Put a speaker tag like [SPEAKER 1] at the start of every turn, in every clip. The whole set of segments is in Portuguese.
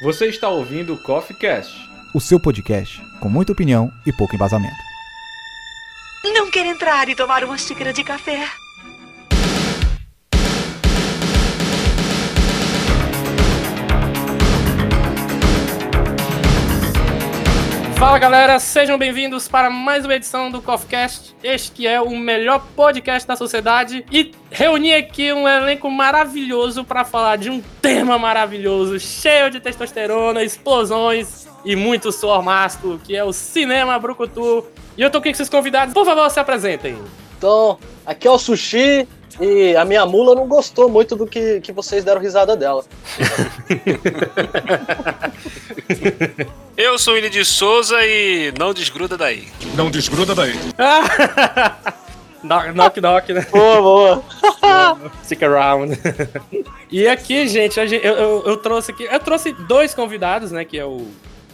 [SPEAKER 1] Você está ouvindo o Coffee Cast.
[SPEAKER 2] o seu podcast com muita opinião e pouco embasamento.
[SPEAKER 3] Não quer entrar e tomar uma xícara de café?
[SPEAKER 4] Fala galera, sejam bem-vindos para mais uma edição do CoffeeCast, este que é o melhor podcast da sociedade e reuni aqui um elenco maravilhoso para falar de um tema maravilhoso, cheio de testosterona, explosões e muito suor másculo, que é o cinema brucutu. E eu tô aqui com esses convidados, por favor, se apresentem.
[SPEAKER 5] Então, aqui é o Sushi e a minha mula não gostou muito do que, que vocês deram risada dela.
[SPEAKER 6] Eu sou o Willi de Souza e não desgruda daí.
[SPEAKER 7] Não desgruda daí.
[SPEAKER 4] knock, knock, knock, né?
[SPEAKER 5] Boa, boa.
[SPEAKER 4] Stick around. e aqui, gente, a gen- eu, eu- eu trouxe aqui. Eu trouxe dois convidados, né? Que é o.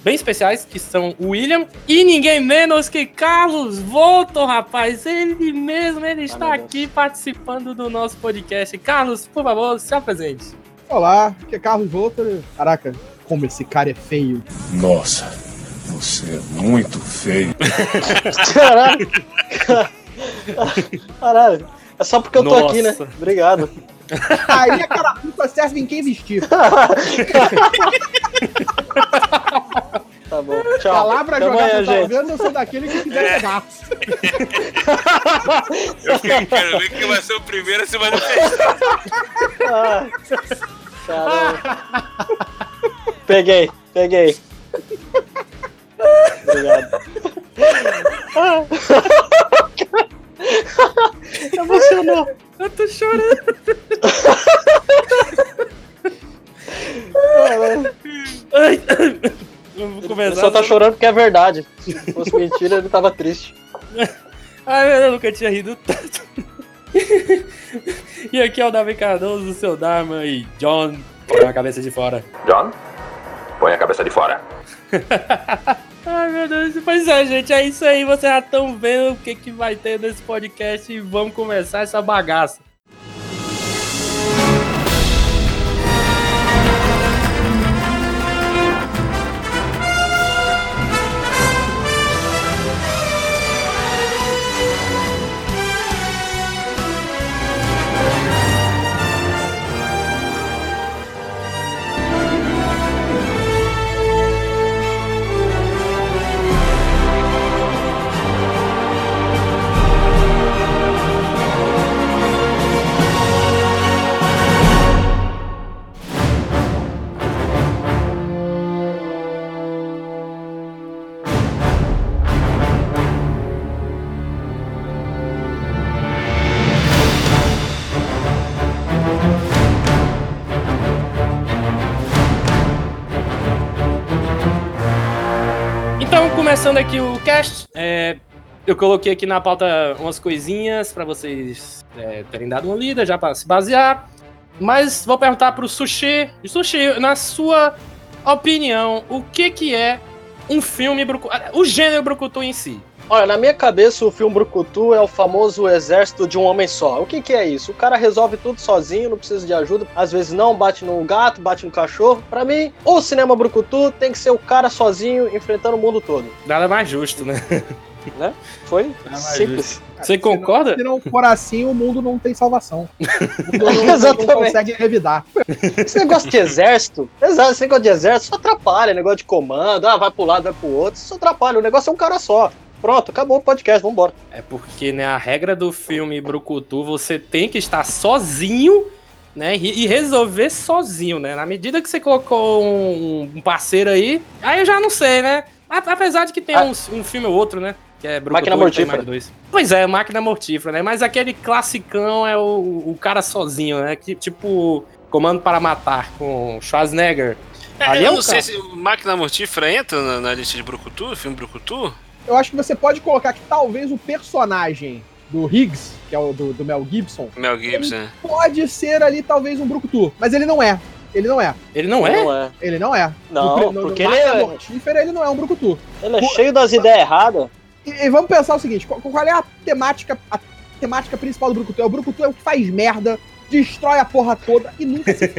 [SPEAKER 4] Bem especiais, que são o William e ninguém menos que Carlos Volton, rapaz. Ele mesmo, ele está
[SPEAKER 5] meu Deus.
[SPEAKER 4] aqui participando do nosso podcast. Carlos, por favor, se apresente.
[SPEAKER 8] Olá, que é Carlos Volter. Caraca, como esse cara é feio.
[SPEAKER 7] Nossa, você é muito feio.
[SPEAKER 5] Caralho. Caralho. É só porque eu tô
[SPEAKER 4] Nossa.
[SPEAKER 5] aqui, né? Obrigado.
[SPEAKER 8] Aí a cara puta serve em quem vestir.
[SPEAKER 5] Tá bom. Tchau.
[SPEAKER 8] Palavra
[SPEAKER 5] Até
[SPEAKER 8] jogada
[SPEAKER 5] amanhã, gente.
[SPEAKER 8] talvez eu sou daquele que quiser jogar.
[SPEAKER 6] Quero ver quem vai ser o primeiro a se manifestar.
[SPEAKER 5] Ah. Caralho. Peguei, peguei. Obrigado. Ah. Emocionou.
[SPEAKER 4] Eu tô chorando. Ai, eu vou
[SPEAKER 5] Ele
[SPEAKER 4] começar.
[SPEAKER 5] só tá chorando porque é verdade. Se fosse mentira, ele tava triste.
[SPEAKER 4] Ai, meu Deus, eu nunca tinha rido tanto. e aqui é o Davi Cardoso, o seu Dharma e John. Com a cabeça de fora.
[SPEAKER 9] John, põe a cabeça de fora.
[SPEAKER 4] Ai, meu Deus. Pois é, gente, é isso aí. Vocês já estão vendo o que, que vai ter nesse podcast e vamos começar essa bagaça. Então, começando aqui o cast, é, eu coloquei aqui na pauta umas coisinhas pra vocês é, terem dado uma lida, já pra se basear. Mas vou perguntar pro Sushi. Sushi, na sua opinião, o que que é um filme brucutu? O gênero brucutu em si.
[SPEAKER 5] Olha, na minha cabeça, o filme Brucutu é o famoso exército de um homem só. O que, que é isso? O cara resolve tudo sozinho, não precisa de ajuda. Às vezes não, bate no gato, bate no cachorro. Pra mim, o cinema Brucutu tem que ser o cara sozinho enfrentando o mundo todo.
[SPEAKER 4] Nada mais justo, né?
[SPEAKER 5] Foi
[SPEAKER 4] mais
[SPEAKER 5] simples.
[SPEAKER 4] Você concorda?
[SPEAKER 8] Se não for assim, o mundo não tem salvação. O
[SPEAKER 5] um
[SPEAKER 8] mundo não- não
[SPEAKER 5] Exatamente.
[SPEAKER 8] consegue revidar.
[SPEAKER 5] Esse negócio de exército, exato, esse negócio de exército só atrapalha. Negócio de comando, ah, vai pro lado, vai pro outro. Isso só atrapalha. O negócio é um cara só. Pronto, acabou o podcast, vambora.
[SPEAKER 4] É porque, né, a regra do filme Brucutu, você tem que estar sozinho, né, e e resolver sozinho, né? Na medida que você colocou um um parceiro aí, aí eu já não sei, né? A- Apesar de que tem
[SPEAKER 5] Ah.
[SPEAKER 4] um, um filme ou outro, né? Que é Brucutu
[SPEAKER 5] Máquina
[SPEAKER 4] e tem
[SPEAKER 5] Mortífera.
[SPEAKER 4] mais dois. Pois é, Máquina Mortífera, né? Mas aquele classicão é o, o cara sozinho, né? Que, tipo, Comando para Matar, com Schwarzenegger. Ali é
[SPEAKER 6] eu
[SPEAKER 4] um
[SPEAKER 6] não sei
[SPEAKER 4] cara.
[SPEAKER 6] se o Máquina Mortífera entra na, na lista de Brucutu, filme Brucutu.
[SPEAKER 8] Eu acho que você pode colocar que talvez o personagem do Higgs, que é o do, do Mel Gibson,
[SPEAKER 6] Mel Gibbs, né?
[SPEAKER 8] pode ser ali talvez um brucutu. Mas ele não é. Ele não é.
[SPEAKER 4] Ele não é?
[SPEAKER 5] Não é.
[SPEAKER 8] Ele não é.
[SPEAKER 5] Não,
[SPEAKER 8] No pri- no,
[SPEAKER 5] porque
[SPEAKER 8] no
[SPEAKER 5] ele é-
[SPEAKER 8] Máquina Mortífera, ele não é um brucutu.
[SPEAKER 5] Ele é cheio das ideias erradas.
[SPEAKER 8] E, e vamos pensar o seguinte: qual, qual é a temática, a temática principal do Brucutu? É o Brucutu é o que faz merda, destrói a porra toda e nunca se.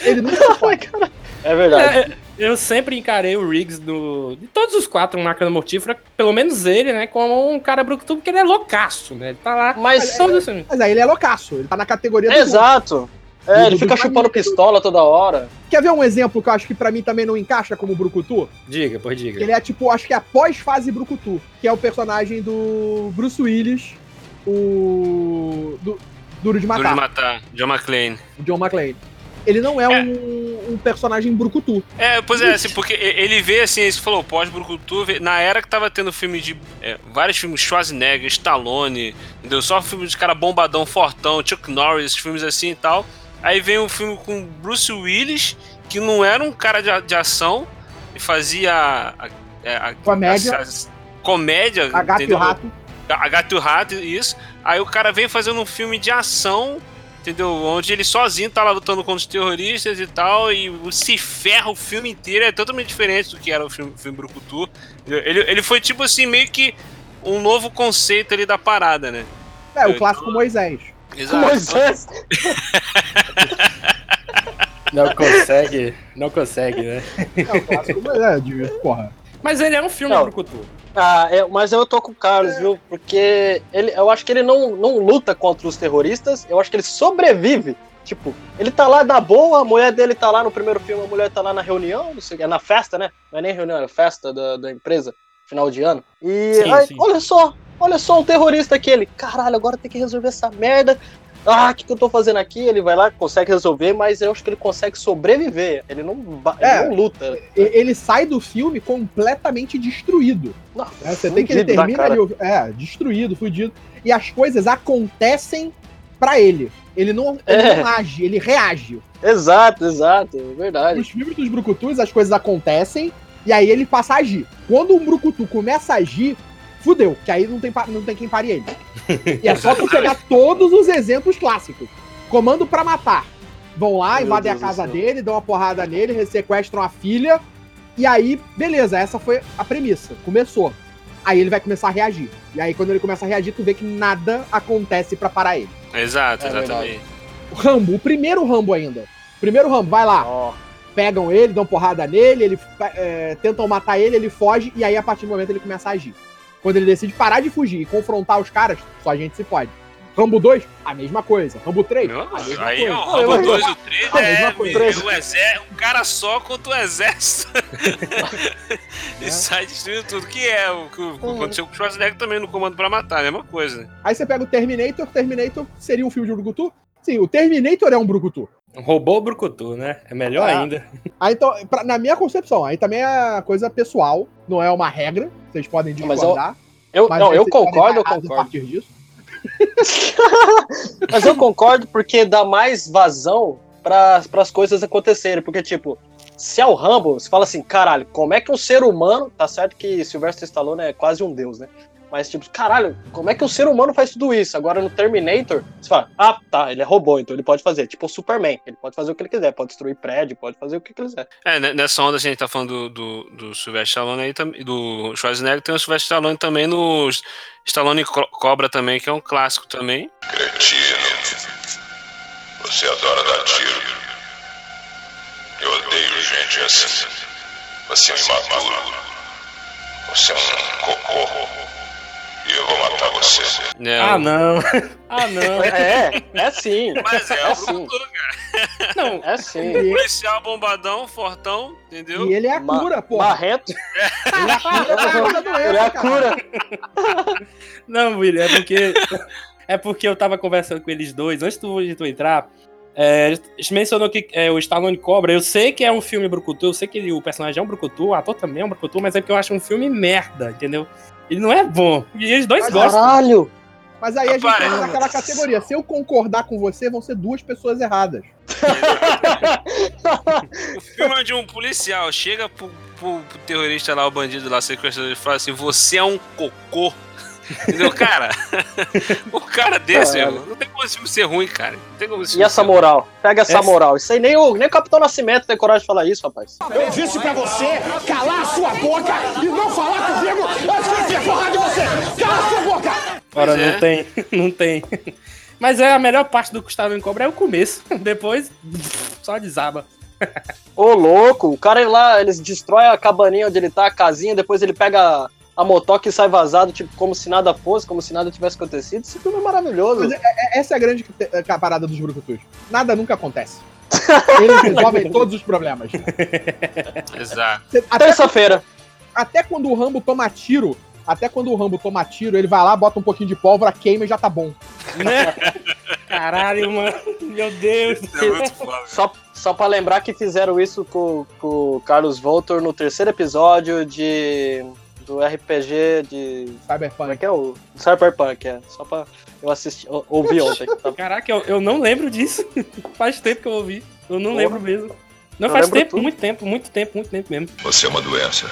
[SPEAKER 8] Ele nunca foi.
[SPEAKER 5] É verdade.
[SPEAKER 4] É, eu sempre encarei o Riggs do, de todos os quatro máquina mortífera, pelo menos ele, né? Como um cara brucutu, porque ele é loucaço, né? Ele tá lá.
[SPEAKER 5] Mas-
[SPEAKER 4] todo assim.
[SPEAKER 8] Mas aí ele é loucaço, ele tá na categoria do
[SPEAKER 5] Exato. É, ele fica
[SPEAKER 8] Do- do-
[SPEAKER 5] chupando pistola toda hora.
[SPEAKER 8] Quer ver um exemplo que eu acho que pra mim também não encaixa como Brucutu?
[SPEAKER 4] Diga, pois diga.
[SPEAKER 8] Ele é tipo, acho que é a pós-fase Brucutu, que é o personagem do Bruce Willis, o. do Duro de
[SPEAKER 6] Duro
[SPEAKER 8] Matar,
[SPEAKER 6] de matar, John McClane.
[SPEAKER 8] o John McClane. Ele não é,
[SPEAKER 6] É.
[SPEAKER 8] Um, um personagem Brucutu.
[SPEAKER 6] É, pois é, assim, porque e- ele vê, assim, isso falou, pós-Brucutu, vê- na era que tava tendo filme de. é, vários filmes, Schwarzenegger, Stallone, entendeu? Só filme de cara bombadão, fortão, Chuck Norris, filmes assim e tal. Aí vem um filme com Bruce Willis, que não era um cara de, a- de ação, e fazia. A, é, a- a-
[SPEAKER 8] Comédia.
[SPEAKER 6] as- comédia,
[SPEAKER 8] A gato e o
[SPEAKER 6] entendeu?
[SPEAKER 8] rato.
[SPEAKER 6] A Gato e o Rato, isso. Aí o cara vem fazendo um filme de ação, entendeu? Onde ele sozinho tá lá lutando contra os terroristas e tal, e se ferra o filme inteiro. É totalmente diferente do que era o filme, filme Brucutu. Ele, ele foi tipo assim, meio que um novo conceito ali da parada, né?
[SPEAKER 8] É, o clássico Moisés.
[SPEAKER 5] Moisés.
[SPEAKER 4] Não consegue, não consegue, né?
[SPEAKER 8] É, o clássico Moisés, de, porra.
[SPEAKER 4] Mas ele é um filme
[SPEAKER 5] Não.
[SPEAKER 4] brucutu.
[SPEAKER 5] Ah, é, mas eu tô com o Carlos, viu? Porque ele, eu acho que ele não, não luta contra os terroristas, eu acho que ele sobrevive. Tipo, ele tá lá na boa, a mulher dele tá lá no primeiro filme, a mulher tá lá na reunião, não sei, o que, é na festa, né? Não é nem reunião, é festa da, da empresa, final de ano. E
[SPEAKER 4] Sim,
[SPEAKER 5] aí,
[SPEAKER 4] sim.
[SPEAKER 5] olha só, olha só um terrorista aquele. Caralho, agora tem que resolver essa merda. Ah, o que, que eu tô fazendo aqui? Ele vai lá, consegue resolver, mas eu acho que ele consegue sobreviver. Ele não, ba- ele
[SPEAKER 8] É.
[SPEAKER 5] não luta.
[SPEAKER 8] E- Ele sai do filme completamente destruído.
[SPEAKER 5] Não,
[SPEAKER 8] né? Você tem que ele
[SPEAKER 5] fudido da
[SPEAKER 8] termina
[SPEAKER 5] cara.
[SPEAKER 8] ali, é, destruído, fudido. E as coisas acontecem pra ele. Ele não, ele
[SPEAKER 5] É.
[SPEAKER 8] não age, ele reage.
[SPEAKER 5] Exato, exato, é verdade.
[SPEAKER 8] Nos filmes dos brucutus, as coisas acontecem e aí ele passa a agir. Quando um brucutu começa a agir, fudeu, que aí não tem, pa- não tem quem pare ele. E é só tu pegar todos os exemplos clássicos. Comando pra matar. Vão lá,
[SPEAKER 5] Meu
[SPEAKER 8] invadem
[SPEAKER 5] Deus
[SPEAKER 8] a
[SPEAKER 5] do
[SPEAKER 8] casa
[SPEAKER 5] céu.
[SPEAKER 8] dele, dão uma porrada nele, sequestram a filha. E aí, beleza, essa foi a premissa. Começou. Aí ele vai começar a reagir. E aí, quando ele começa a reagir, tu vê que nada acontece pra parar ele.
[SPEAKER 6] Exato,
[SPEAKER 5] É
[SPEAKER 6] exatamente.
[SPEAKER 8] Rambo, o primeiro Rambo ainda. Primeiro Rambo, vai lá
[SPEAKER 5] Ó,
[SPEAKER 8] pegam ele, dão porrada nele, ele, é, tentam matar ele, ele foge, e aí a partir do momento ele começa a agir. Quando ele decide parar de fugir e confrontar os caras, só a gente se pode. Rambo 2, a mesma coisa. Rambo 3,
[SPEAKER 6] Meu
[SPEAKER 8] a mesma
[SPEAKER 6] aí,
[SPEAKER 8] coisa.
[SPEAKER 6] ó,
[SPEAKER 5] Ah,
[SPEAKER 6] Rambo
[SPEAKER 5] eu-
[SPEAKER 6] 2 e o 3
[SPEAKER 8] Ah,
[SPEAKER 6] é,
[SPEAKER 8] mesma
[SPEAKER 6] meu,
[SPEAKER 8] coisa.
[SPEAKER 6] o exército, um cara só contra o exército. e sai destruindo tudo, que é o que aconteceu com o Schwarzenegger também no Comando pra Matar, a mesma coisa, né?
[SPEAKER 8] Aí você pega o Terminator, Terminator seria um filme de Brucutu? Sim, o Terminator é um Brucutu.
[SPEAKER 4] Roubou o brucutu, né? É melhor
[SPEAKER 8] Ah.
[SPEAKER 4] ainda.
[SPEAKER 8] Aí então, pra- na minha concepção, aí também é coisa pessoal, não é uma regra, vocês podem
[SPEAKER 5] Mas eu-
[SPEAKER 8] discordar.
[SPEAKER 5] eu,
[SPEAKER 8] mas
[SPEAKER 5] não, eu
[SPEAKER 8] vocês podem
[SPEAKER 5] concordo, eu
[SPEAKER 8] dar errado A
[SPEAKER 5] concordo.
[SPEAKER 8] partir disso.
[SPEAKER 5] Mas eu concordo porque dá mais vazão para as coisas acontecerem. Porque, tipo, se é o Rambo, você fala assim, caralho, como é que um ser humano. Tá certo que Sylvester Stallone é quase um deus, né? Mas, tipo, caralho, como é que um ser humano faz tudo isso? Agora no Terminator, você fala, ah, tá, ele é robô, então ele pode fazer. Tipo o Superman, ele pode fazer o que ele quiser, pode destruir prédio, pode fazer o que quiser.
[SPEAKER 6] É, né, nessa onda a gente tá falando do, do, do Sylvester Stallone aí, tam- e do Schwarzenegger, tem o Sylvester Stallone também no Stallone Co- Cobra também, que é um clássico também.
[SPEAKER 7] Cretino. Você adora dar tiro. Eu odeio gente assim. Você é um imaturo. Você é um cocô. E eu vou matar você.
[SPEAKER 6] né,
[SPEAKER 4] Ah,
[SPEAKER 6] o-
[SPEAKER 4] não. ah, não.
[SPEAKER 5] É, é sim.
[SPEAKER 6] Mas é,
[SPEAKER 5] É
[SPEAKER 6] o
[SPEAKER 5] sim.
[SPEAKER 4] Não,
[SPEAKER 5] É sim.
[SPEAKER 8] E,
[SPEAKER 6] policial bombadão, fortão, entendeu?
[SPEAKER 8] e ele é a
[SPEAKER 5] Ma-
[SPEAKER 8] cura, porra.
[SPEAKER 5] Barreto,
[SPEAKER 8] Ele é a cura pra essa doença,
[SPEAKER 5] ele é a
[SPEAKER 8] cara.
[SPEAKER 5] cura.
[SPEAKER 4] Não, William, é porque. é porque eu tava conversando com eles dois, antes do- de tu entrar. É, eles mencionou que é, o Stallone Cobra, eu sei que é um filme brucutu, eu sei que ele- o personagem é um brucutu, o ator também é um brucutu, mas é porque eu acho um filme merda, entendeu? Ele não é bom. E eles dois
[SPEAKER 8] Mas
[SPEAKER 4] gostam.
[SPEAKER 5] Caralho!
[SPEAKER 8] Mas aí a gente
[SPEAKER 6] Rapaz,
[SPEAKER 8] entra naquela categoria. Se eu concordar com você, vão ser duas pessoas erradas.
[SPEAKER 6] O filme é de um policial chega pro, pro- pro terrorista lá, o bandido lá, sequestrador, e fala assim: Você é um cocô. Entendeu, cara? o cara desse,
[SPEAKER 5] Caralho.
[SPEAKER 6] irmão, não tem como esse filme ser ruim, cara. Não tem como esse
[SPEAKER 5] E
[SPEAKER 6] filme
[SPEAKER 5] essa
[SPEAKER 6] ser
[SPEAKER 5] moral? Pega essa
[SPEAKER 8] É.
[SPEAKER 4] Essa-
[SPEAKER 5] moral. Isso aí nem o, nem o Capitão Nascimento tem coragem de falar isso, rapaz.
[SPEAKER 10] Eu disse pra você calar a sua boca e não falar comigo antes que eu enfiar porrada de você! Cala a sua boca!
[SPEAKER 4] Ora,
[SPEAKER 6] Pois é.
[SPEAKER 4] não tem, não tem. Mas é a melhor parte do Stallone Cobra é o começo. Depois, só desaba.
[SPEAKER 5] Ô, louco, o cara ele lá, eles destrói a cabaninha onde ele tá, a casinha, depois ele pega a, a motoca e sai vazado, tipo, como se nada fosse, como se nada tivesse acontecido. Isso tudo é maravilhoso.
[SPEAKER 8] Mas É- Essa é a grande que- eh, que a parada dos brucutus. Nada nunca acontece. Eles resolvem todos os problemas.
[SPEAKER 6] Exato.
[SPEAKER 8] Cê- Até,
[SPEAKER 5] Terça-feira.
[SPEAKER 8] até quando o Rambo toma tiro, até quando o Rambo toma tiro, ele vai lá, bota um pouquinho de pólvora, queima e já tá bom.
[SPEAKER 4] né? Caralho, mano. Meu Deus.
[SPEAKER 6] É muito foda.
[SPEAKER 5] Só, só pra lembrar que fizeram isso com, com o Carlos Voltor no terceiro episódio de. do RPG de. Como é
[SPEAKER 8] Cyberpunk.
[SPEAKER 5] que é o. Cyberpunk, é. Só pra eu assistir. ou- Ouvi ontem. Tá?
[SPEAKER 4] Caraca, eu, eu não lembro disso. faz tempo que eu ouvi. Eu não
[SPEAKER 5] Porra.
[SPEAKER 4] lembro mesmo. Não,
[SPEAKER 5] Eu
[SPEAKER 4] faz
[SPEAKER 5] lembro
[SPEAKER 4] tempo,
[SPEAKER 5] tudo.
[SPEAKER 4] muito tempo, muito tempo, muito tempo mesmo.
[SPEAKER 7] Você é uma doença.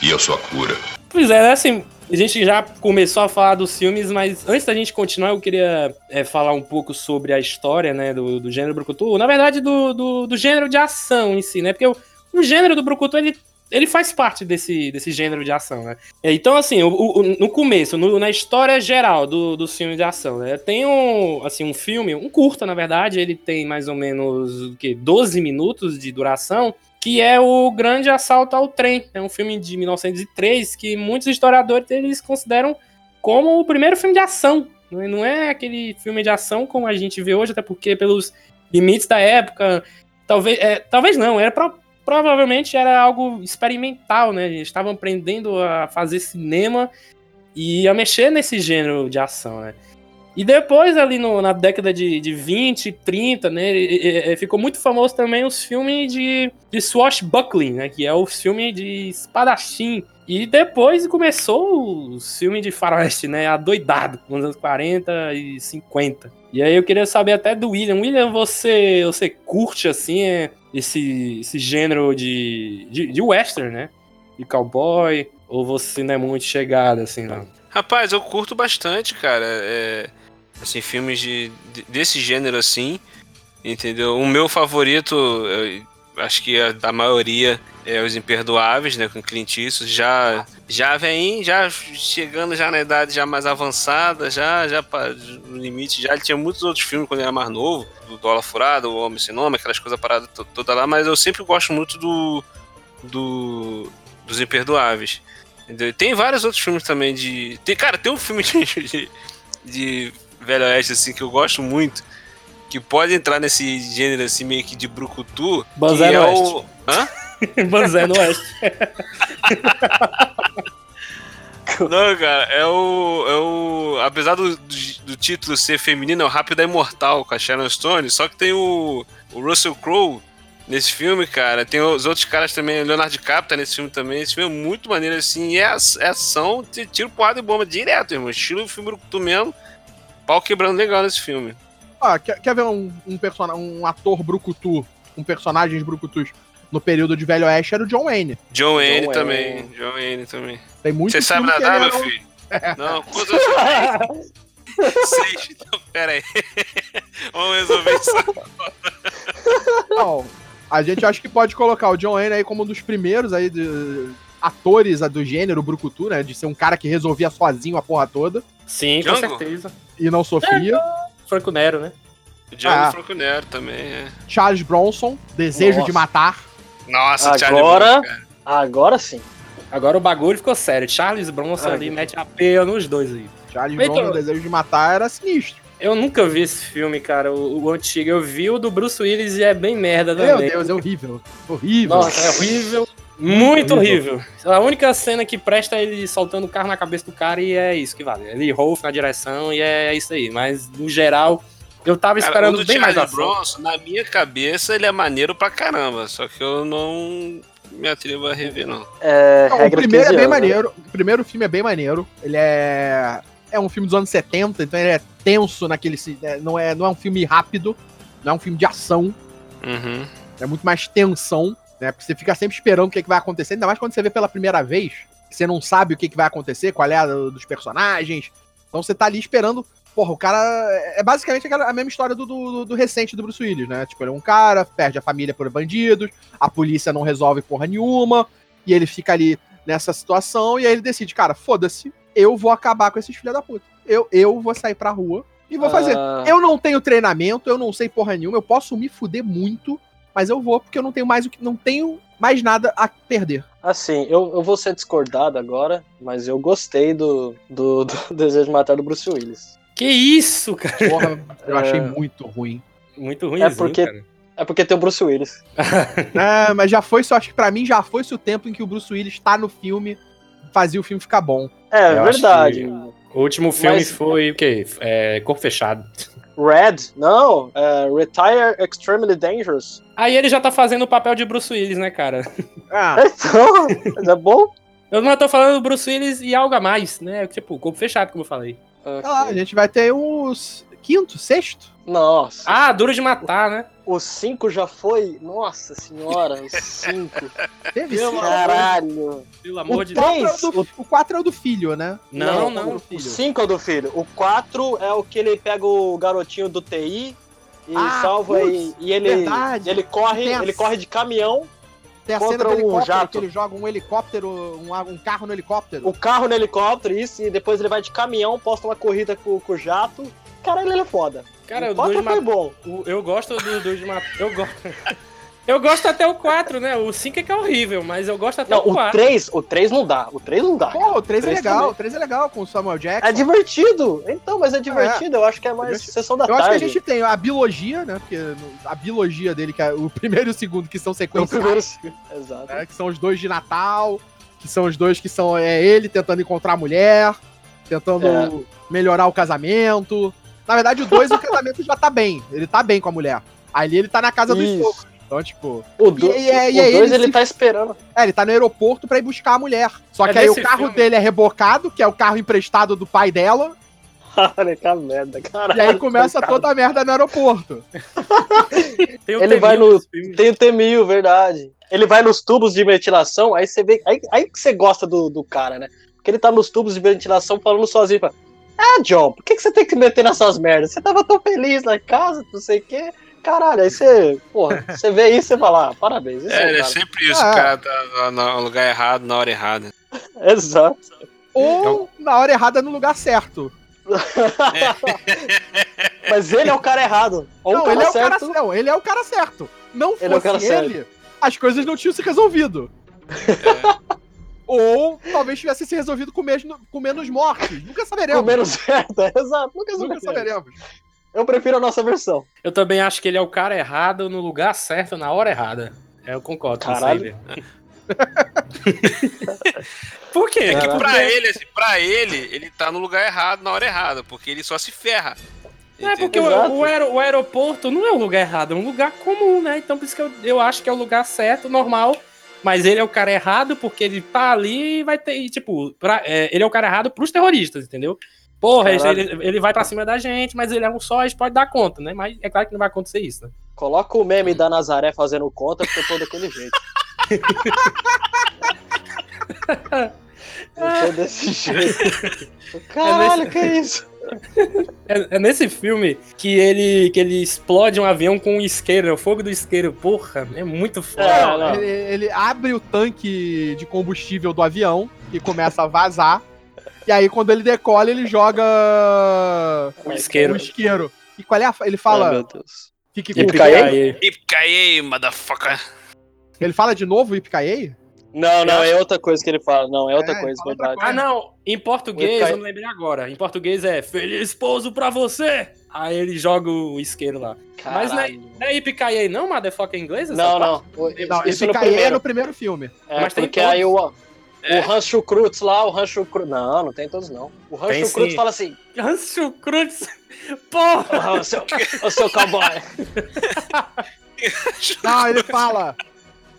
[SPEAKER 7] E eu sou a cura.
[SPEAKER 4] Pois é, né, assim, a gente já começou a falar dos filmes, mas antes da gente continuar, eu queria é, falar um pouco sobre a história, né, do, do gênero Brucutu. Na verdade, do, do, do gênero de ação em si, né? Porque o, o gênero do Brucutu, ele, ele faz parte desse, desse gênero de ação, né? É, Então, assim, o- o- o- no começo, no- na história geral do, dos filmes de ação, né? Tem um, assim, um filme, um curta, na verdade, ele tem mais ou menos o quê? 12 minutos de duração que é o Grande Assalto ao Trem. É um filme de 1903 que muitos historiadores eles consideram como o primeiro filme de ação. Não é- Não é aquele filme de ação como a gente vê hoje, até porque pelos limites da época, talvez, é, talvez não, era pro- provavelmente era algo experimental, né? Eles estavam aprendendo a fazer cinema e a mexer nesse gênero de ação, né? E depois, ali no- na década de, de 20, 30, né, e- e- e- ficou muito famoso também os filmes de, de swashbuckling, né, que é o filme de espadachim. E depois começou os filmes de faroeste, né, adoidado, nos anos 40 e 50. E aí eu queria saber até do William. William, você, você curte, assim, é, esse, esse gênero de, de, de western, né, de cowboy, ou você não é muito chegado, assim, não?
[SPEAKER 6] Rapaz, eu curto bastante, cara. é, assim, filmes de, de- desse gênero assim. Entendeu? O meu favorito, eu acho que é da maioria, é Os Imperdoáveis, né? Com Clint Eastwood. Já, já vem, já chegando já na idade já mais avançada, já, já pa- no limite. Já ele tinha muitos outros filmes quando ele era mais novo. Do Dólar Furado, O Homem Sem Nome, aquelas coisas paradas to- toda lá. Mas eu sempre gosto muito do, do dos Imperdoáveis. Entendeu? E Tem vários outros filmes também de. Tem, cara, tem um filme de, de, de Velho Oeste assim que eu gosto muito. Que pode entrar nesse gênero assim meio que de brucutu. que
[SPEAKER 4] Banzai
[SPEAKER 6] é
[SPEAKER 4] no
[SPEAKER 6] o... Hã?
[SPEAKER 4] Banzé é no Oeste.
[SPEAKER 6] Não, cara, é o. É o. Apesar do, do, do título ser feminino, é o Rápido é Imortal com a Sharon Stone. Só que tem o, o Russell Crowe nesse filme, cara. Tem os outros caras também, o Leonardo DiCaprio tá nesse filme também. Esse filme é muito maneiro, assim. E é, a- é ação, t- tiro, porrada e bomba direto, irmão. Estilo filme do mesmo. Pau quebrando legal nesse filme.
[SPEAKER 8] Ó, quer, quer ver um, um, persona- um ator brucutu, um personagem de brucutus no período de Velho Oeste era o John Wayne.
[SPEAKER 6] John Wayne
[SPEAKER 5] Wayne.
[SPEAKER 6] também. John Wayne também.
[SPEAKER 8] Tem muito
[SPEAKER 6] Você sabe nadar, meu filho? Não, quantos anos você tem? Seis. Então, pera aí. Vamos resolver isso.
[SPEAKER 8] Não, a gente acho que pode colocar o John Wayne aí como um dos primeiros aí de- atores do gênero brucutu, né? De ser um cara que resolvia sozinho a porra toda
[SPEAKER 4] Sim,
[SPEAKER 6] Django?
[SPEAKER 4] com certeza.
[SPEAKER 8] e não sofria.
[SPEAKER 4] Franco Nero, né?
[SPEAKER 6] John
[SPEAKER 8] Ah.
[SPEAKER 6] Franco Nero também, é.
[SPEAKER 8] Charles Bronson, Desejo
[SPEAKER 5] Nossa.
[SPEAKER 8] de Matar.
[SPEAKER 6] Nossa,
[SPEAKER 5] Agora-
[SPEAKER 6] Charlie Brown, cara.
[SPEAKER 5] Agora sim.
[SPEAKER 4] Agora o bagulho ficou sério. Charles Bronson
[SPEAKER 5] Ah,
[SPEAKER 4] ali
[SPEAKER 5] que-
[SPEAKER 4] mete a peia nos dois aí.
[SPEAKER 8] Charles
[SPEAKER 4] Então-
[SPEAKER 8] Bronson, Desejo de Matar era sinistro.
[SPEAKER 4] Eu nunca vi esse filme, cara, o, o antigo. Eu vi o do Bruce Willis e é bem merda
[SPEAKER 8] Meu
[SPEAKER 4] também.
[SPEAKER 8] Deus, é horrível. Horrível.
[SPEAKER 4] Nossa, é horrível. Muito horrível. A única cena que presta é ele soltando o carro na cabeça do cara e é isso que vale. Ele roufa na direção e é isso aí. Mas, no geral, eu tava
[SPEAKER 6] Cara,
[SPEAKER 4] esperando
[SPEAKER 6] o do
[SPEAKER 4] bem mais
[SPEAKER 6] Charlie
[SPEAKER 4] ação.
[SPEAKER 6] Bronson, na minha cabeça, ele é maneiro pra caramba. Só que eu não me atrevo a rever, não.
[SPEAKER 5] É,
[SPEAKER 8] Não, o
[SPEAKER 5] regra
[SPEAKER 8] primeiro é
[SPEAKER 5] 15 anos,
[SPEAKER 8] bem
[SPEAKER 5] né?
[SPEAKER 8] maneiro. O primeiro filme é bem maneiro. Ele é. É um filme dos anos 70, então ele é tenso naquele. ci- é, Não é, não é um filme rápido, não é um filme de ação,
[SPEAKER 6] Uhum.
[SPEAKER 8] é muito mais tensão, né? Porque você fica sempre esperando o que, é que vai acontecer, ainda mais quando você vê pela primeira vez, que você não sabe o que, que vai acontecer, qual é a do- dos personagens. Então você tá ali esperando. Porra, o cara. É basicamente aquela- a mesma história do, do, do recente do Bruce Willis, né? Tipo, ele é um cara, perde a família por bandidos, a polícia não resolve porra nenhuma, e ele fica ali nessa situação, e aí ele decide, cara, foda-se, eu vou acabar com esses filha da puta. Eu, eu vou sair pra rua e vou fazer.
[SPEAKER 5] Ah,
[SPEAKER 8] Eu não tenho treinamento, eu não sei porra nenhuma, eu posso me fuder muito, mas eu vou porque eu não tenho mais o que. não tenho mais nada a perder.
[SPEAKER 5] Assim, eu, eu vou ser discordado agora, mas eu gostei do, do, do Desejo de Matar do Bruce Willis.
[SPEAKER 4] Que isso, cara?
[SPEAKER 8] Porra, eu achei
[SPEAKER 5] É.
[SPEAKER 8] muito ruim.
[SPEAKER 4] Muito ruim,
[SPEAKER 5] porque-
[SPEAKER 4] cara.
[SPEAKER 5] É porque tem o Bruce Willis.
[SPEAKER 8] Ah, mas já foi, só acho que pra mim já foi o tempo em que o Bruce Willis tá no filme, fazia o filme ficar bom.
[SPEAKER 5] É,
[SPEAKER 4] Eu acho
[SPEAKER 5] verdade.
[SPEAKER 4] O último filme
[SPEAKER 5] Mas-
[SPEAKER 4] foi o quê? É, Corpo Fechado.
[SPEAKER 5] Red? Não, é, Retire Extremely Dangerous.
[SPEAKER 4] Aí ele já tá fazendo o papel de Bruce Willis, né, cara?
[SPEAKER 8] Ah,
[SPEAKER 5] Então, mas é bom?
[SPEAKER 4] Eu não tô falando do Bruce Willis e algo a mais, né? Tipo, Corpo Fechado, como eu falei.
[SPEAKER 8] sei lá, a gente vai ter uns quinto, sexto?
[SPEAKER 5] Nossa,
[SPEAKER 4] Ah, Duro de Matar, né?
[SPEAKER 5] o 5 já foi? Nossa senhora, o 5.
[SPEAKER 8] Teve
[SPEAKER 4] Pelo
[SPEAKER 8] cinco. é
[SPEAKER 5] Caralho.
[SPEAKER 4] Pelo
[SPEAKER 8] O
[SPEAKER 4] amor de Deus.
[SPEAKER 5] Deus.
[SPEAKER 8] 4 é o, do, o quatro é o do filho, né?
[SPEAKER 4] Não,
[SPEAKER 8] É o
[SPEAKER 4] não.
[SPEAKER 8] do
[SPEAKER 5] O
[SPEAKER 8] filho.
[SPEAKER 5] 5 é o do filho. O 4 é o que ele pega o garotinho do TI e
[SPEAKER 8] Ah,
[SPEAKER 5] salva e,
[SPEAKER 8] putz,
[SPEAKER 5] e ele,
[SPEAKER 8] verdade.
[SPEAKER 5] ele corre,
[SPEAKER 8] Tem a-
[SPEAKER 5] ele corre de caminhão,
[SPEAKER 8] Tem a cena do
[SPEAKER 5] Contra um
[SPEAKER 8] helicóptero,
[SPEAKER 5] jato.
[SPEAKER 8] que ele joga um helicóptero, um, um carro no helicóptero.
[SPEAKER 5] o carro no helicóptero, isso, e depois ele vai de caminhão, posta uma corrida com, com o jato. Caralho, ele é foda.
[SPEAKER 4] Cara, o
[SPEAKER 5] o
[SPEAKER 4] Duro de
[SPEAKER 5] 4 foi
[SPEAKER 4] Matar.
[SPEAKER 5] bom.
[SPEAKER 4] o- Eu gosto do Duro de Matar. Eu gosto. Eu gosto até o 4, né? O 5 é que é horrível, mas eu gosto até
[SPEAKER 5] Não,
[SPEAKER 4] o
[SPEAKER 5] o
[SPEAKER 4] 4.
[SPEAKER 5] 3, o 3 não dá, o 3 não dá.
[SPEAKER 8] Porra, o 3 é
[SPEAKER 5] Três
[SPEAKER 8] legal,
[SPEAKER 5] também.
[SPEAKER 8] o 3 é legal com o Samuel Jackson.
[SPEAKER 5] É divertido. Então, mas é divertido, eu acho que é mais
[SPEAKER 8] divertido.
[SPEAKER 5] sessão da
[SPEAKER 8] Eu acho
[SPEAKER 5] tarde.
[SPEAKER 8] que a gente tem a biologia, né? Porque a biologia dele, que é o primeiro e o segundo, que são
[SPEAKER 5] É o
[SPEAKER 8] sequências,
[SPEAKER 5] primeiro Exato.
[SPEAKER 8] né, que são os dois de Natal, que são os dois que são é ele tentando encontrar a mulher, tentando
[SPEAKER 5] É.
[SPEAKER 8] melhorar o casamento. Na verdade, o dois o casamento já tá bem. Ele tá bem com a mulher. Ali ele tá na casa dos
[SPEAKER 5] Isso.
[SPEAKER 8] sogros. Então, tipo,
[SPEAKER 5] O 2
[SPEAKER 8] E- e- e aí ele
[SPEAKER 5] ele,
[SPEAKER 8] se-
[SPEAKER 5] tá esperando.
[SPEAKER 8] é, ele tá no aeroporto pra ir buscar a mulher. Só
[SPEAKER 4] É
[SPEAKER 8] que aí o
[SPEAKER 4] desse
[SPEAKER 8] carro
[SPEAKER 4] filme?
[SPEAKER 8] dele é rebocado, que é o carro emprestado do pai dela,
[SPEAKER 5] Olha que merda, caralho.
[SPEAKER 8] e aí começa
[SPEAKER 5] coitado.
[SPEAKER 8] toda a merda no aeroporto.
[SPEAKER 4] Tem um o
[SPEAKER 5] Ele vai
[SPEAKER 4] T-1000
[SPEAKER 5] no-
[SPEAKER 4] nesse filme.
[SPEAKER 5] Tem o T-1000, verdade. Ele vai nos tubos de ventilação, aí você vê. Aí, aí que você gosta do, do cara, né? Porque ele tá nos tubos de ventilação falando sozinho. Fala, ah, John, por que, que você tem que se meter nessas merdas? Você tava tão feliz lá em casa, não sei o quê. Caralho, aí você. Porra, você vê isso e fala, ah, parabéns. Isso
[SPEAKER 6] É,
[SPEAKER 5] é,
[SPEAKER 6] é
[SPEAKER 5] um cara.
[SPEAKER 6] sempre isso,
[SPEAKER 8] Ah.
[SPEAKER 6] o cara tá no- no lugar errado, na hora errada.
[SPEAKER 5] Exato.
[SPEAKER 8] Ou
[SPEAKER 5] Então-
[SPEAKER 8] na hora errada no lugar certo.
[SPEAKER 5] Mas ele é o cara errado. Ou
[SPEAKER 8] não,
[SPEAKER 5] o cara
[SPEAKER 8] ele é o
[SPEAKER 5] certo.
[SPEAKER 8] cara, não, ele é o cara certo. Não
[SPEAKER 5] Ele é o cara
[SPEAKER 8] fosse ele, as coisas não tinham se resolvido.
[SPEAKER 6] É,
[SPEAKER 8] Ou talvez tivesse se resolvido com, mesmo, com menos mortes. Nunca saberemos.
[SPEAKER 5] Com menos certo, exato. Nunca
[SPEAKER 8] Nunca
[SPEAKER 5] saberemos.
[SPEAKER 8] saberemos.
[SPEAKER 5] Eu prefiro a nossa versão.
[SPEAKER 4] Eu também acho que ele é o cara errado no lugar certo, na hora errada. É, eu concordo
[SPEAKER 5] Caralho.
[SPEAKER 4] com isso aí, velho. Por quê?
[SPEAKER 6] É que
[SPEAKER 5] Caraca.
[SPEAKER 6] pra ele, assim, pra ele, ele tá no lugar errado, na hora errada, porque ele só se ferra.
[SPEAKER 4] Não é
[SPEAKER 6] Entendeu?
[SPEAKER 4] porque o,
[SPEAKER 5] Exato.
[SPEAKER 4] o aero- o aeroporto não é um lugar errado, é um lugar comum, né? Então por isso que eu, eu acho que é o lugar certo, normal. Mas ele é o cara errado porque ele tá ali e vai ter. e, tipo, pra- é, ele é o cara errado pros terroristas, entendeu? Porra,
[SPEAKER 5] Caralho.
[SPEAKER 4] ele, ele vai pra cima da gente, mas ele é um só, a gente pode dar conta, né? Mas é claro que não vai acontecer isso, né?
[SPEAKER 5] Coloca o meme da Nazaré fazendo conta, porque eu tô daquele jeito. eu tô desse jeito. Caralho, que é isso?
[SPEAKER 4] É, é nesse filme que ele, que ele explode um avião com um isqueiro, é o fogo do isqueiro. Porra, é muito foda.
[SPEAKER 5] É, não.
[SPEAKER 8] Ele, ele abre o tanque de combustível do avião e começa a vazar. e aí, quando ele decola, ele joga
[SPEAKER 4] O
[SPEAKER 8] o
[SPEAKER 4] isqueiro. Ah,
[SPEAKER 8] isqueiro. E qual é a. Ele
[SPEAKER 5] Ai,
[SPEAKER 8] fala.
[SPEAKER 5] Ah, meu Deus.
[SPEAKER 8] Fique com
[SPEAKER 5] Yippee-ki-yay?
[SPEAKER 6] Ipkaei, motherfucker.
[SPEAKER 8] Ele fala de novo o Ipkaei?
[SPEAKER 5] Não, não, é outra coisa que ele fala. Não, é outra
[SPEAKER 8] É,
[SPEAKER 5] coisa,
[SPEAKER 8] fala outra
[SPEAKER 5] verdade.
[SPEAKER 4] Ah, não. Em português,
[SPEAKER 5] Yippee-ki-yay.
[SPEAKER 4] eu me lembrei agora. Em português é Feliz pouso pra você! Aí ele joga o isqueiro lá. Mas não é,
[SPEAKER 5] Caralho.
[SPEAKER 4] não é Yippee-ki-yay, não, motherfucker, em inglês? essa
[SPEAKER 5] Não,
[SPEAKER 4] parte?
[SPEAKER 5] não. O- Isso,
[SPEAKER 8] Não,
[SPEAKER 5] isso no
[SPEAKER 8] Ipkaei é
[SPEAKER 5] primeiro.
[SPEAKER 8] no primeiro filme.
[SPEAKER 5] É,
[SPEAKER 4] Mas tem
[SPEAKER 5] porque
[SPEAKER 4] todos. É.
[SPEAKER 5] aí o. O Rancho Cruz lá, o Rancho Cruz. Não, não tem todos, não. O
[SPEAKER 4] Tem
[SPEAKER 5] Rancho
[SPEAKER 4] sim.
[SPEAKER 5] Cruz fala assim:
[SPEAKER 4] Rancho Cruz. Porra!
[SPEAKER 5] "Ah, o seu, o seu cowboy.
[SPEAKER 8] Não, ele fala.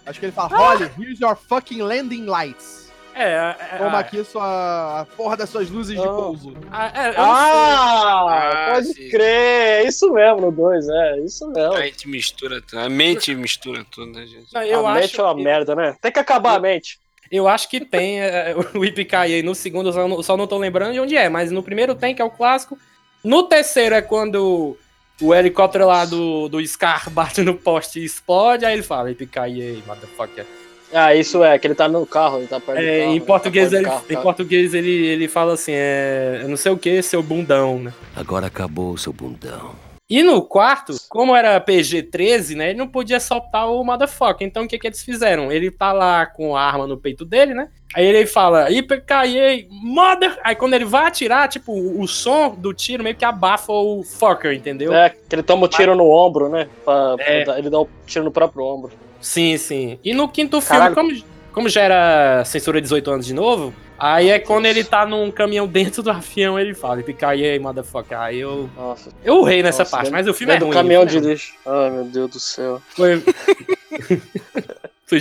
[SPEAKER 8] Acho que ele fala, Holly, here's your fucking landing lights.
[SPEAKER 4] É, é,
[SPEAKER 8] Toma
[SPEAKER 4] é,
[SPEAKER 8] aqui sua a porra das suas luzes de
[SPEAKER 5] Oh.
[SPEAKER 8] pouso.
[SPEAKER 4] é, é, eu não sei.
[SPEAKER 5] Ah,
[SPEAKER 6] Ah,
[SPEAKER 5] pode
[SPEAKER 6] sim.
[SPEAKER 5] crer. É isso mesmo, no 2, é. Isso mesmo.
[SPEAKER 6] A gente mistura tudo, a mente mistura tudo, né, gente?
[SPEAKER 4] Não, eu
[SPEAKER 5] a
[SPEAKER 4] acho
[SPEAKER 5] mente é uma
[SPEAKER 4] que-
[SPEAKER 5] merda, né? Tem que acabar a mente.
[SPEAKER 4] Eu acho que tem é, o Ipicaí no segundo, eu só não, só não tô lembrando de onde é, mas no primeiro tem, que é o clássico. No terceiro é quando o helicóptero lá do, do Scar bate no poste e explode, aí ele fala Ipicaí, motherfucker.
[SPEAKER 5] Ah, isso é, que ele tá no carro, ele tá perto do
[SPEAKER 4] É,
[SPEAKER 5] carro,
[SPEAKER 4] em
[SPEAKER 5] ele
[SPEAKER 4] português,
[SPEAKER 5] tá
[SPEAKER 4] ele,
[SPEAKER 5] perto do
[SPEAKER 4] em
[SPEAKER 5] carro, tá.
[SPEAKER 4] português ele, ele fala assim, é, eu não sei o que, seu bundão, né?
[SPEAKER 11] Agora acabou, seu bundão.
[SPEAKER 4] E no quarto, como era PG-13, né? Ele não podia soltar o motherfucker. Então o que que eles fizeram? Ele tá lá com a arma no peito dele, né? Aí ele fala, IPKA, mother... Aí quando ele vai atirar, tipo, o o som do tiro meio que abafa o fucker, entendeu?
[SPEAKER 5] É, que ele toma o tiro
[SPEAKER 4] Ah.
[SPEAKER 5] no ombro, né? Pra-
[SPEAKER 4] É.
[SPEAKER 5] pra dar- Ele dá o tiro no próprio ombro.
[SPEAKER 4] Sim, sim. E no quinto
[SPEAKER 5] Caralho.
[SPEAKER 4] filme, como, como já era censura 18 anos de novo, aí é quando ele tá num caminhão dentro do avião, ele fala, fica aí, motherfucker. Aí eu,
[SPEAKER 5] Nossa.
[SPEAKER 4] eu rei nessa
[SPEAKER 5] Nossa,
[SPEAKER 4] parte,
[SPEAKER 5] dentro-
[SPEAKER 4] mas o filme é
[SPEAKER 5] Dentro
[SPEAKER 4] ruim.
[SPEAKER 5] do caminhão
[SPEAKER 4] o
[SPEAKER 5] de
[SPEAKER 4] filme
[SPEAKER 5] lixo. Ai, meu Deus do céu.
[SPEAKER 4] é ruim. Foi-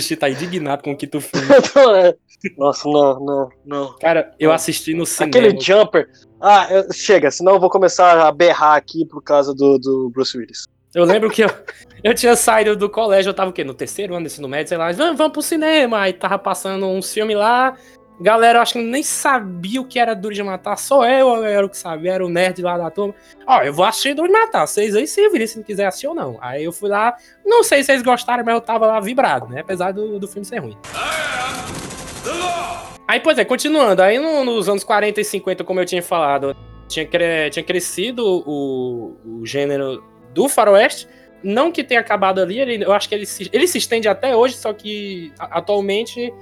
[SPEAKER 4] Sushi tá indignado com o quinto filme.
[SPEAKER 5] Nossa, não, não, não.
[SPEAKER 4] Cara, eu assisti no cinema.
[SPEAKER 5] Aquele jumper. Ah, eu- chega, senão eu vou começar a berrar aqui por causa do, do Bruce Willis.
[SPEAKER 4] Eu lembro que eu, eu tinha saído do colégio, eu tava o quê? No terceiro ano do ensino médio, sei lá, vamos, vamos pro cinema. Aí tava passando uns filmes lá. Galera, eu acho que nem sabia o que era Duro de Matar, só eu era o que sabia, era o nerd lá da turma. Ó, eu vou assistir Duro de Matar, vocês aí se virem se não quiser assistir ou não. Aí eu fui lá, não sei se vocês gostaram, mas eu tava lá vibrado, né? Apesar do, do filme ser ruim. Aí, pois é, continuando, aí no- nos anos 40 e 50, como eu tinha falado, tinha, cre- tinha crescido o, o gênero do faroeste. Não que tenha acabado ali, ele- eu acho que ele se, ele se estende até hoje, só que a- atualmente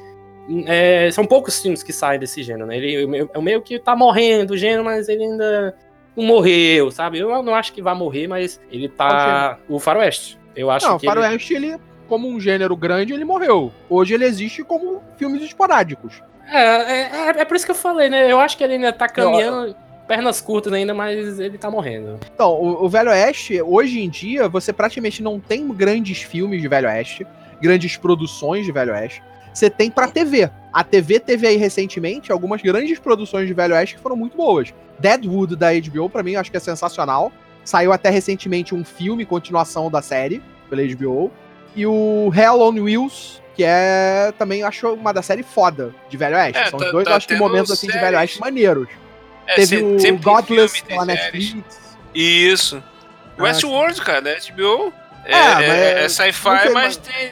[SPEAKER 4] é, são poucos filmes que saem desse gênero, né? Ele eu- eu meio que tá morrendo o gênero, mas ele ainda não morreu, sabe? Eu não acho que vai morrer, mas ele tá. O faroeste. Eu acho
[SPEAKER 8] Não, é- o
[SPEAKER 4] que. ele-
[SPEAKER 8] Faroeste, ele, como um gênero grande, ele morreu. Hoje ele existe como filmes esporádicos.
[SPEAKER 4] É, é, é- é por isso que eu falei, né? Eu acho que ele ainda tá caminhando, pernas curtas ainda, mas ele tá morrendo.
[SPEAKER 8] Então, o, o Velho Oeste, hoje em dia, você praticamente não tem grandes filmes de Velho Oeste, grandes produções de Velho Oeste. Você tem pra TV. A TV teve aí recentemente algumas grandes produções de Velho Oeste que foram muito boas. Deadwood da HBO, pra mim, eu acho que é sensacional. Saiu até recentemente um filme, continuação da série, pela HBO. E o Hell on Wheels, que é também, eu acho, uma da série foda de Velho Oeste.
[SPEAKER 6] É,
[SPEAKER 8] São
[SPEAKER 6] tá-
[SPEAKER 8] os dois,
[SPEAKER 6] tá
[SPEAKER 8] eu acho que,
[SPEAKER 6] tendo
[SPEAKER 8] momentos assim, de Velho
[SPEAKER 6] séries.
[SPEAKER 8] Oeste maneiros.
[SPEAKER 6] É,
[SPEAKER 8] teve
[SPEAKER 6] se-
[SPEAKER 8] o
[SPEAKER 6] sempre tem
[SPEAKER 8] Godless
[SPEAKER 6] filme, tem
[SPEAKER 8] pela
[SPEAKER 6] séries.
[SPEAKER 8] Netflix.
[SPEAKER 6] Isso. Westworld, cara, da HBO. É,
[SPEAKER 8] Ah, mas-
[SPEAKER 6] é, é
[SPEAKER 8] não
[SPEAKER 6] sci-fi,
[SPEAKER 8] sei,
[SPEAKER 6] mas
[SPEAKER 8] mas-
[SPEAKER 6] tem.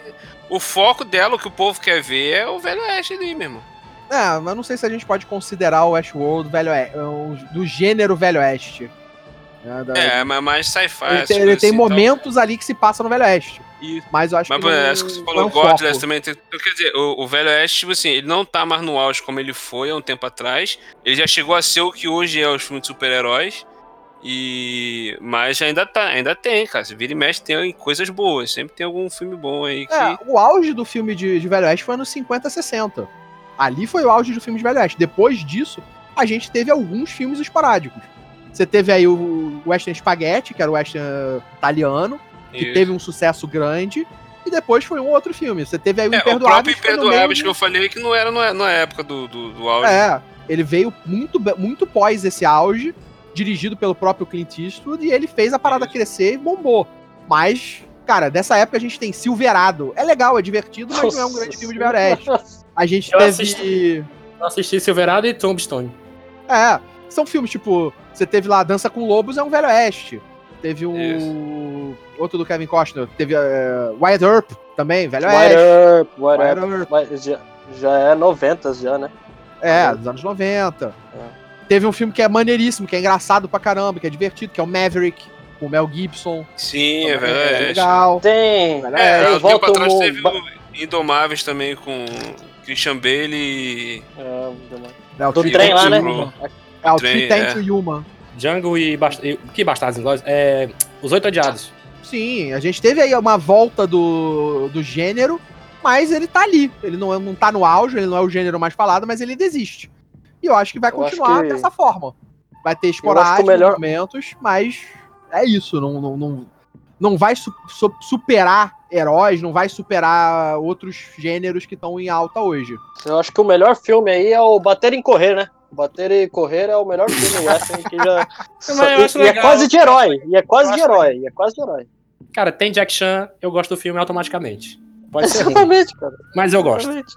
[SPEAKER 6] O foco dela, o que o povo quer ver, é o Velho Oeste ali mesmo.
[SPEAKER 8] É, mas não sei se a gente pode considerar o Westworld velho oeste, do gênero velho oeste. né, da-
[SPEAKER 6] É, mas mais sci-fi.
[SPEAKER 8] ele
[SPEAKER 6] essas
[SPEAKER 8] tem, ele
[SPEAKER 6] coisas
[SPEAKER 8] tem
[SPEAKER 6] assim, então-
[SPEAKER 8] momentos ali que se passam no velho oeste.
[SPEAKER 6] Isso.
[SPEAKER 8] Mas eu acho
[SPEAKER 6] Mas
[SPEAKER 8] que. não-
[SPEAKER 6] parece que você
[SPEAKER 8] não
[SPEAKER 6] falou
[SPEAKER 8] é um
[SPEAKER 6] Godless
[SPEAKER 8] foco.
[SPEAKER 6] também. tem- Então, quer dizer, o, o Velho Oeste, tipo assim, ele não tá mais no auge como ele foi há um tempo atrás. Ele já chegou a ser o que hoje é os filmes de super-heróis. E... Mas ainda tá, ainda tem, cara. Se vira e mexe, tem coisas boas. Sempre tem algum filme bom aí que.
[SPEAKER 8] É, o auge do filme de, de velho oeste foi anos 50, 60. Ali foi o auge do filme de velho oeste. Depois disso, a gente teve alguns filmes esporádicos. Você teve aí o Western Spaghetti, que era o Western uh, italiano, que
[SPEAKER 6] Isso.
[SPEAKER 8] teve um sucesso grande. E depois foi um outro filme. Você teve aí o
[SPEAKER 6] É, o
[SPEAKER 8] Imperdoáveis.
[SPEAKER 6] próprio
[SPEAKER 8] que foi no
[SPEAKER 6] Imperdoáveis
[SPEAKER 8] meio-
[SPEAKER 6] que eu falei que não era na, na época do, do, do auge.
[SPEAKER 8] É, ele veio muito, be- muito pós esse auge, dirigido pelo próprio Clint Eastwood, e ele fez a parada crescer e bombou. Mas, cara, dessa época a gente tem Silverado. É legal, é divertido, mas não é um grande filme de Velho Oeste. A gente
[SPEAKER 4] Eu
[SPEAKER 8] teve.
[SPEAKER 4] assisti. Eu assisti Silverado e Tombstone.
[SPEAKER 8] É, são filmes tipo. Você teve lá Dança com Lobos, é um Velho Oeste. Teve um. Outro do Kevin Costner. Teve é, Wyatt Earp também, Velho
[SPEAKER 5] What
[SPEAKER 8] Oeste.
[SPEAKER 5] up, what up.
[SPEAKER 8] Wyatt Earp.
[SPEAKER 5] Mas já, já é 90 já, né?
[SPEAKER 8] É, dos anos 90. Teve um filme que é maneiríssimo, que é engraçado pra caramba, que é divertido, que é o Maverick, com o Mel Gibson.
[SPEAKER 6] Sim, é
[SPEAKER 8] Também
[SPEAKER 6] Velho Oeste.
[SPEAKER 8] legal.
[SPEAKER 5] Tem.
[SPEAKER 8] Velho
[SPEAKER 5] tem
[SPEAKER 6] É, há um tempo
[SPEAKER 5] Volta ao
[SPEAKER 6] atrás
[SPEAKER 5] Mundo.
[SPEAKER 6] teve
[SPEAKER 5] Ba-
[SPEAKER 6] o Indomáveis também com Christian Bale e.
[SPEAKER 5] É, muito bom.
[SPEAKER 8] É, o
[SPEAKER 5] Do
[SPEAKER 8] Three
[SPEAKER 5] trem lá, né?
[SPEAKER 8] Tank Human. É, o Tree
[SPEAKER 6] Trem,
[SPEAKER 8] Tank Human.
[SPEAKER 4] Django e, Bast- e- que Bastardos Inglórios? É, os Oito Odiados.
[SPEAKER 8] Sim, a gente teve aí uma volta do, do gênero, mas ele tá ali. Ele não, é- não tá no auge, ele não é o gênero mais falado, mas ele desiste. E eu acho que vai
[SPEAKER 5] Eu acho
[SPEAKER 8] continuar
[SPEAKER 5] que-
[SPEAKER 8] dessa forma. Vai ter
[SPEAKER 5] acho que
[SPEAKER 8] esporádicos
[SPEAKER 5] o melhor-
[SPEAKER 8] momentos, mas é isso. Não, não, não, não vai su- su- superar heróis, não vai superar outros gêneros que estão em alta hoje.
[SPEAKER 5] É, Eu acho que o melhor filme aí é o Bater em Correr, né? Bater e Correr é o melhor filme western que já...
[SPEAKER 4] Mas eu acho
[SPEAKER 5] e, e é
[SPEAKER 4] legal.
[SPEAKER 5] quase de herói, e é quase
[SPEAKER 4] Eu
[SPEAKER 5] de
[SPEAKER 4] acho
[SPEAKER 5] herói, e é quase de herói.
[SPEAKER 4] Cara, tem Jack Chan, eu gosto do filme automaticamente. Pode ser ruim,
[SPEAKER 5] Exatamente, cara.
[SPEAKER 4] mas eu gosto.
[SPEAKER 5] Exatamente.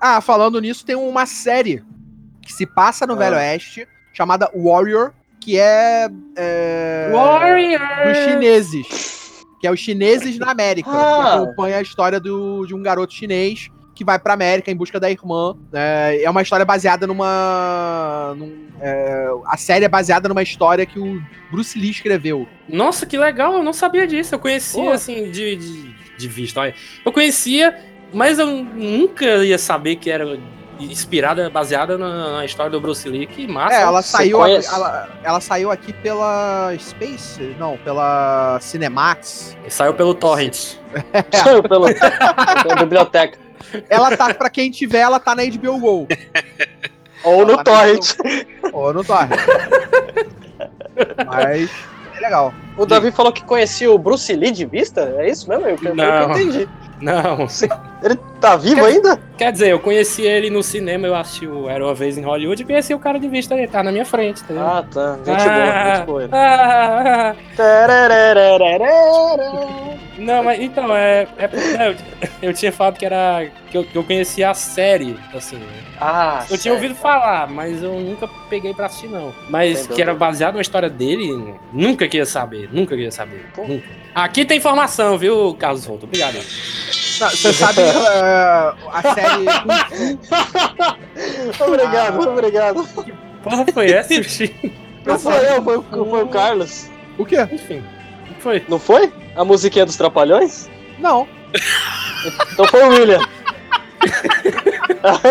[SPEAKER 8] Ah, falando nisso, tem uma série que se passa no
[SPEAKER 5] Ah.
[SPEAKER 8] Velho Oeste, chamada Warrior, que é. é, Dos é
[SPEAKER 4] Warrior!
[SPEAKER 8] chineses. Que é os chineses na América.
[SPEAKER 5] Ah.
[SPEAKER 8] Que acompanha a história do, de um garoto chinês que vai pra América em busca da irmã. né? É uma história baseada numa. num- é, a série é baseada numa história que o Bruce Lee escreveu.
[SPEAKER 4] Nossa, que legal, eu não sabia disso. Eu conhecia, assim, de, de, de vista. olha. Eu conhecia, mas eu nunca ia saber que era inspirada, baseada na, na história do Bruce Lee. Que massa.
[SPEAKER 8] é, ela
[SPEAKER 4] Ah, Você
[SPEAKER 8] saiu, aqui,
[SPEAKER 4] conhece?
[SPEAKER 8] ela, ela saiu aqui pela Space? Não, pela Cinemax.
[SPEAKER 4] Saiu pelo Torrent.
[SPEAKER 5] Saiu pelo- pela biblioteca.
[SPEAKER 8] Ela tá, pra quem tiver, ela tá na HBO Go.
[SPEAKER 5] Ou
[SPEAKER 8] Ela
[SPEAKER 5] no
[SPEAKER 8] tá na
[SPEAKER 5] Torrent.
[SPEAKER 8] HBO Ou no Torrent. Mas é legal.
[SPEAKER 5] O Davi falou que conhecia o Bruce Lee de vista? É isso mesmo? Eu, eu
[SPEAKER 4] Não.
[SPEAKER 5] entendi.
[SPEAKER 4] Não.
[SPEAKER 5] Ele tá vivo ainda?
[SPEAKER 4] Quer dizer, eu conheci ele no cinema, eu assisti o Era Uma Vez em Hollywood e conheci o cara de vista, ele tá na minha frente, tá ligado?
[SPEAKER 5] Ah, tá. Gente boa,
[SPEAKER 4] Ah.
[SPEAKER 5] gente boa. ele.
[SPEAKER 4] Ah, ah, ah.
[SPEAKER 5] Tarararararara.
[SPEAKER 4] não, mas então, é, é porque eu, eu tinha falado que era. que eu, que eu conhecia a série, assim.
[SPEAKER 5] Ah,
[SPEAKER 4] Eu tinha ouvido falar, mas eu nunca peguei pra assistir, não. Mas
[SPEAKER 5] Sem
[SPEAKER 4] que era
[SPEAKER 5] dúvida.
[SPEAKER 4] baseado na história dele, nunca queria saber, nunca queria saber. nunca. Aqui tem informação, viu, Carlos Volto? Obrigado.
[SPEAKER 8] Não, Você sabe eh, a série.
[SPEAKER 5] Obrigado, muito obrigado.
[SPEAKER 4] Porra, foi essa, Sushi?
[SPEAKER 5] Não foi eu, foi, o- foi o Carlos.
[SPEAKER 8] O quê?
[SPEAKER 4] Enfim. Foi.
[SPEAKER 5] Não foi? A musiquinha dos Trapalhões?
[SPEAKER 8] Não.
[SPEAKER 5] Então foi o William.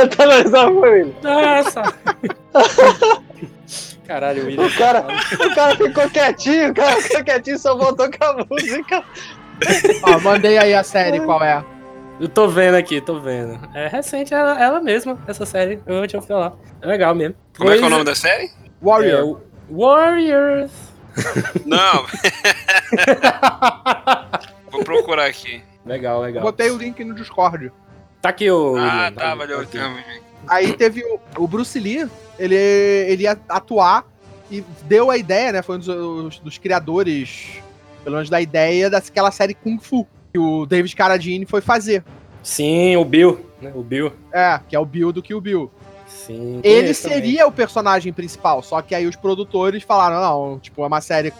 [SPEAKER 5] então não, não foi o William.
[SPEAKER 4] Nossa! Caralho, William.
[SPEAKER 5] O cara, o cara ficou quietinho, o cara ficou quietinho, só voltou com a música.
[SPEAKER 8] Ó, mandei aí a série, qual é?
[SPEAKER 4] Eu tô vendo aqui, tô vendo. É recente ela, ela mesma, essa série. Eu tinha ouvido falar. É legal mesmo.
[SPEAKER 6] Como é que é o nome da série?
[SPEAKER 8] Warrior.
[SPEAKER 4] É, Warriors.
[SPEAKER 6] Não.
[SPEAKER 4] Tá
[SPEAKER 6] Vou procurar aqui.
[SPEAKER 4] Legal, legal.
[SPEAKER 8] Botei o link no Discord.
[SPEAKER 4] Tá aqui o.
[SPEAKER 6] Ah,
[SPEAKER 4] William,
[SPEAKER 6] tá,
[SPEAKER 4] aqui,
[SPEAKER 6] valeu.
[SPEAKER 4] aqui.
[SPEAKER 8] Aí teve o, o Bruce Lee, ele, ele ia atuar e deu a ideia, né? Foi um dos, dos- dos criadores, pelo menos da ideia daquela série Kung Fu que o David Carradine foi fazer.
[SPEAKER 4] Sim, o Bill. né, O Bill.
[SPEAKER 8] É, que é o Bill do Kill Bill.
[SPEAKER 4] Sim.
[SPEAKER 8] Ele
[SPEAKER 4] conheço também.
[SPEAKER 8] seria o personagem principal, só que aí os produtores falaram: não, tipo, é uma série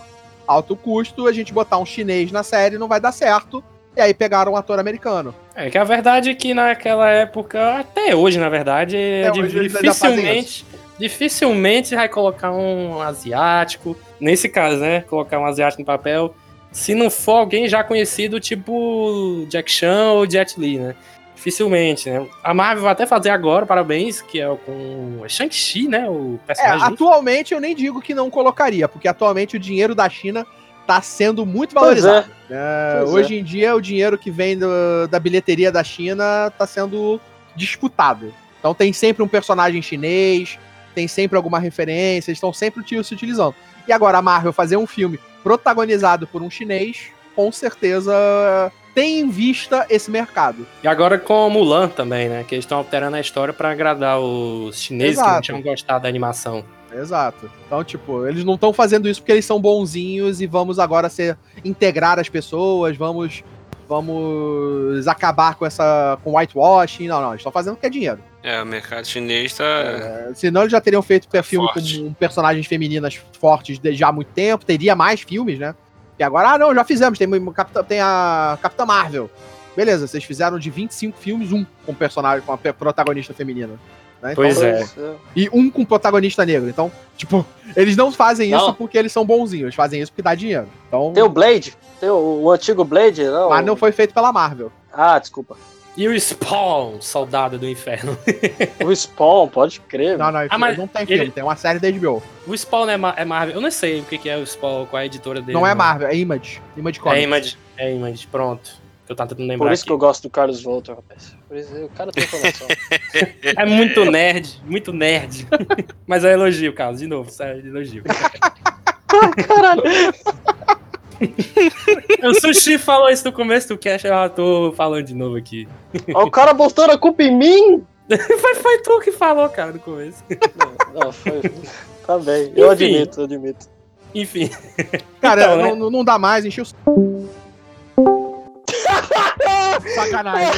[SPEAKER 8] alto custo, a gente botar um chinês na série não vai dar certo. E aí pegaram um ator americano.
[SPEAKER 4] É que a verdade é que naquela época, até hoje, na verdade,
[SPEAKER 8] É, hoje
[SPEAKER 4] di-
[SPEAKER 8] eles ainda fazem
[SPEAKER 4] dificilmente. Dificilmente vai colocar um asiático. Nesse caso, né? Colocar um asiático no papel. Se não for alguém já conhecido, tipo Jack Chan ou Jet Li, né? Dificilmente, né? A Marvel vai até fazer agora, parabéns, que é o com Shang-Chi, né? O
[SPEAKER 8] É,
[SPEAKER 4] personagem.
[SPEAKER 8] atualmente eu nem digo que não colocaria, porque atualmente o dinheiro da China tá sendo muito
[SPEAKER 5] Pois
[SPEAKER 8] valorizado.
[SPEAKER 5] é.
[SPEAKER 8] É,
[SPEAKER 5] Pois
[SPEAKER 8] hoje em dia, o dinheiro que vem do- da bilheteria da China tá sendo disputado. Então tem sempre um personagem chinês, tem sempre alguma referência, eles estão sempre te- se utilizando. E agora a Marvel fazer um filme protagonizado por um chinês, com certeza tem em vista esse mercado.
[SPEAKER 4] E agora com o Mulan também, né? Que eles estão alterando a história pra agradar os chineses que não
[SPEAKER 8] Exato.
[SPEAKER 4] tinham gostado da animação.
[SPEAKER 8] Exato. Então, tipo, eles não estão fazendo isso porque eles são bonzinhos e vamos agora ser integrar as pessoas, vamos vamos acabar com essa com whitewashing. Não, não, eles estão fazendo porque é dinheiro.
[SPEAKER 6] É, o mercado chinês tá.
[SPEAKER 8] Senão eles já teriam feito
[SPEAKER 6] Tá
[SPEAKER 8] filme
[SPEAKER 6] forte.
[SPEAKER 8] com um, personagens femininas fortes de- já há muito tempo, teria mais filmes, né? E agora, ah, não, já fizemos, tem, uma Capitã- tem a Capitã Marvel. Beleza, vocês fizeram de 25 filmes um com personagem, com a pe- protagonista feminina. né? Então,
[SPEAKER 4] Pois é.
[SPEAKER 8] E um com protagonista negro. Então, tipo, eles não fazem isso
[SPEAKER 5] Não.
[SPEAKER 8] porque eles são bonzinhos, eles fazem isso porque dá dinheiro. Então,
[SPEAKER 5] Tem o Blade? Tem o, o antigo Blade? Não.
[SPEAKER 8] mas não foi feito pela Marvel.
[SPEAKER 5] Ah, desculpa.
[SPEAKER 4] E o Spawn, soldado do inferno.
[SPEAKER 5] O Spawn, pode crer.
[SPEAKER 8] Não, não,
[SPEAKER 4] Ah, mas
[SPEAKER 8] não tem filme,
[SPEAKER 4] ele-
[SPEAKER 8] tem uma série da HBO.
[SPEAKER 4] O Spawn é, ma- é Marvel. Eu não sei o que, que é o Spawn, qual é a editora dele.
[SPEAKER 8] Não é
[SPEAKER 4] né?
[SPEAKER 8] Marvel, é Image. Image
[SPEAKER 4] É
[SPEAKER 8] Comics.
[SPEAKER 4] Image. É Image, pronto. Eu tava tentando lembrar.
[SPEAKER 5] Por isso que eu
[SPEAKER 4] aqui.
[SPEAKER 5] gosto do Carlos Volta, rapaz. Por isso, o cara tem informação.
[SPEAKER 4] É muito nerd, muito nerd. Mas é elogio, Carlos, de novo, sério, elogio.
[SPEAKER 5] Caralho.
[SPEAKER 4] o Sushi falou isso no começo do cast, eu já tô falando de novo aqui.
[SPEAKER 5] Ó, o cara botando a culpa em mim?
[SPEAKER 4] Foi, foi tu que falou, cara, no começo.
[SPEAKER 5] Não, não, foi. Tá bem. Eu
[SPEAKER 4] Enfim.
[SPEAKER 5] admito, eu admito.
[SPEAKER 4] Enfim.
[SPEAKER 8] Cara,
[SPEAKER 4] Então, né?
[SPEAKER 8] não, não- não dá mais, encheu o. s- Sacanagem.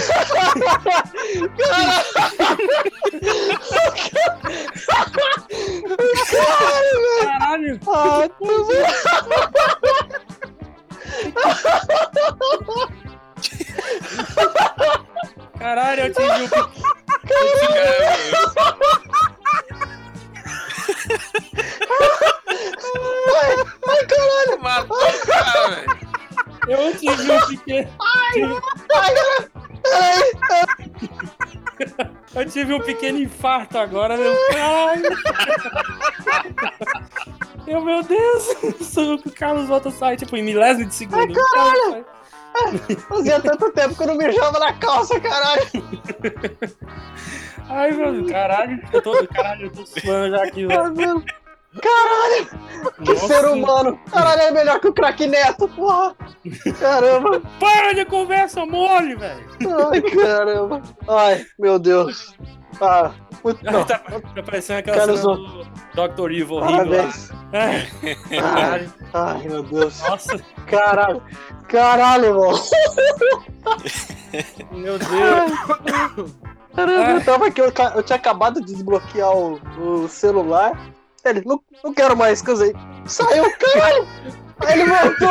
[SPEAKER 4] Caralho.
[SPEAKER 5] Ah, tudo bem.
[SPEAKER 4] Caralho, eu atingi o pico.
[SPEAKER 5] Ai, ai, caralho!
[SPEAKER 6] Matou o cara, velho.
[SPEAKER 4] Eu atingi o piquete.
[SPEAKER 5] Ai, caralho! Ai,
[SPEAKER 4] Eu tive um pequeno infarto agora, meu pai. Eu, meu Deus, sou o Carlos Volta sai, tipo, em milésimo de segundo. caralho!
[SPEAKER 5] fazia tanto tempo que eu não mijava na calça, caralho!
[SPEAKER 4] Ai, meu caralho, eu tô, caralho, eu tô suando já aqui, velho.
[SPEAKER 5] Caralho! Que
[SPEAKER 4] Nossa.
[SPEAKER 5] ser humano! Caralho, é melhor que o craque Neto, porra! Caramba!
[SPEAKER 4] Para de conversa mole, velho!
[SPEAKER 5] Ai, caramba! Ai, meu Deus! Ah, muito não.
[SPEAKER 4] Tá, tá parecendo aquela
[SPEAKER 5] Carlos
[SPEAKER 4] cena do Dr. Evil horrível. lá.
[SPEAKER 5] Parabéns!
[SPEAKER 4] Ai,
[SPEAKER 5] Ai, ai, meu Deus!
[SPEAKER 4] Nossa,
[SPEAKER 5] Caralho! Caralho, irmão!
[SPEAKER 4] meu Deus.
[SPEAKER 5] Caramba, eu tava aqui, eu, ca- eu tinha acabado de desbloquear o, o celular. Ele, não, não quero mais, cansei. Saiu, caralho! Aí ele voltou!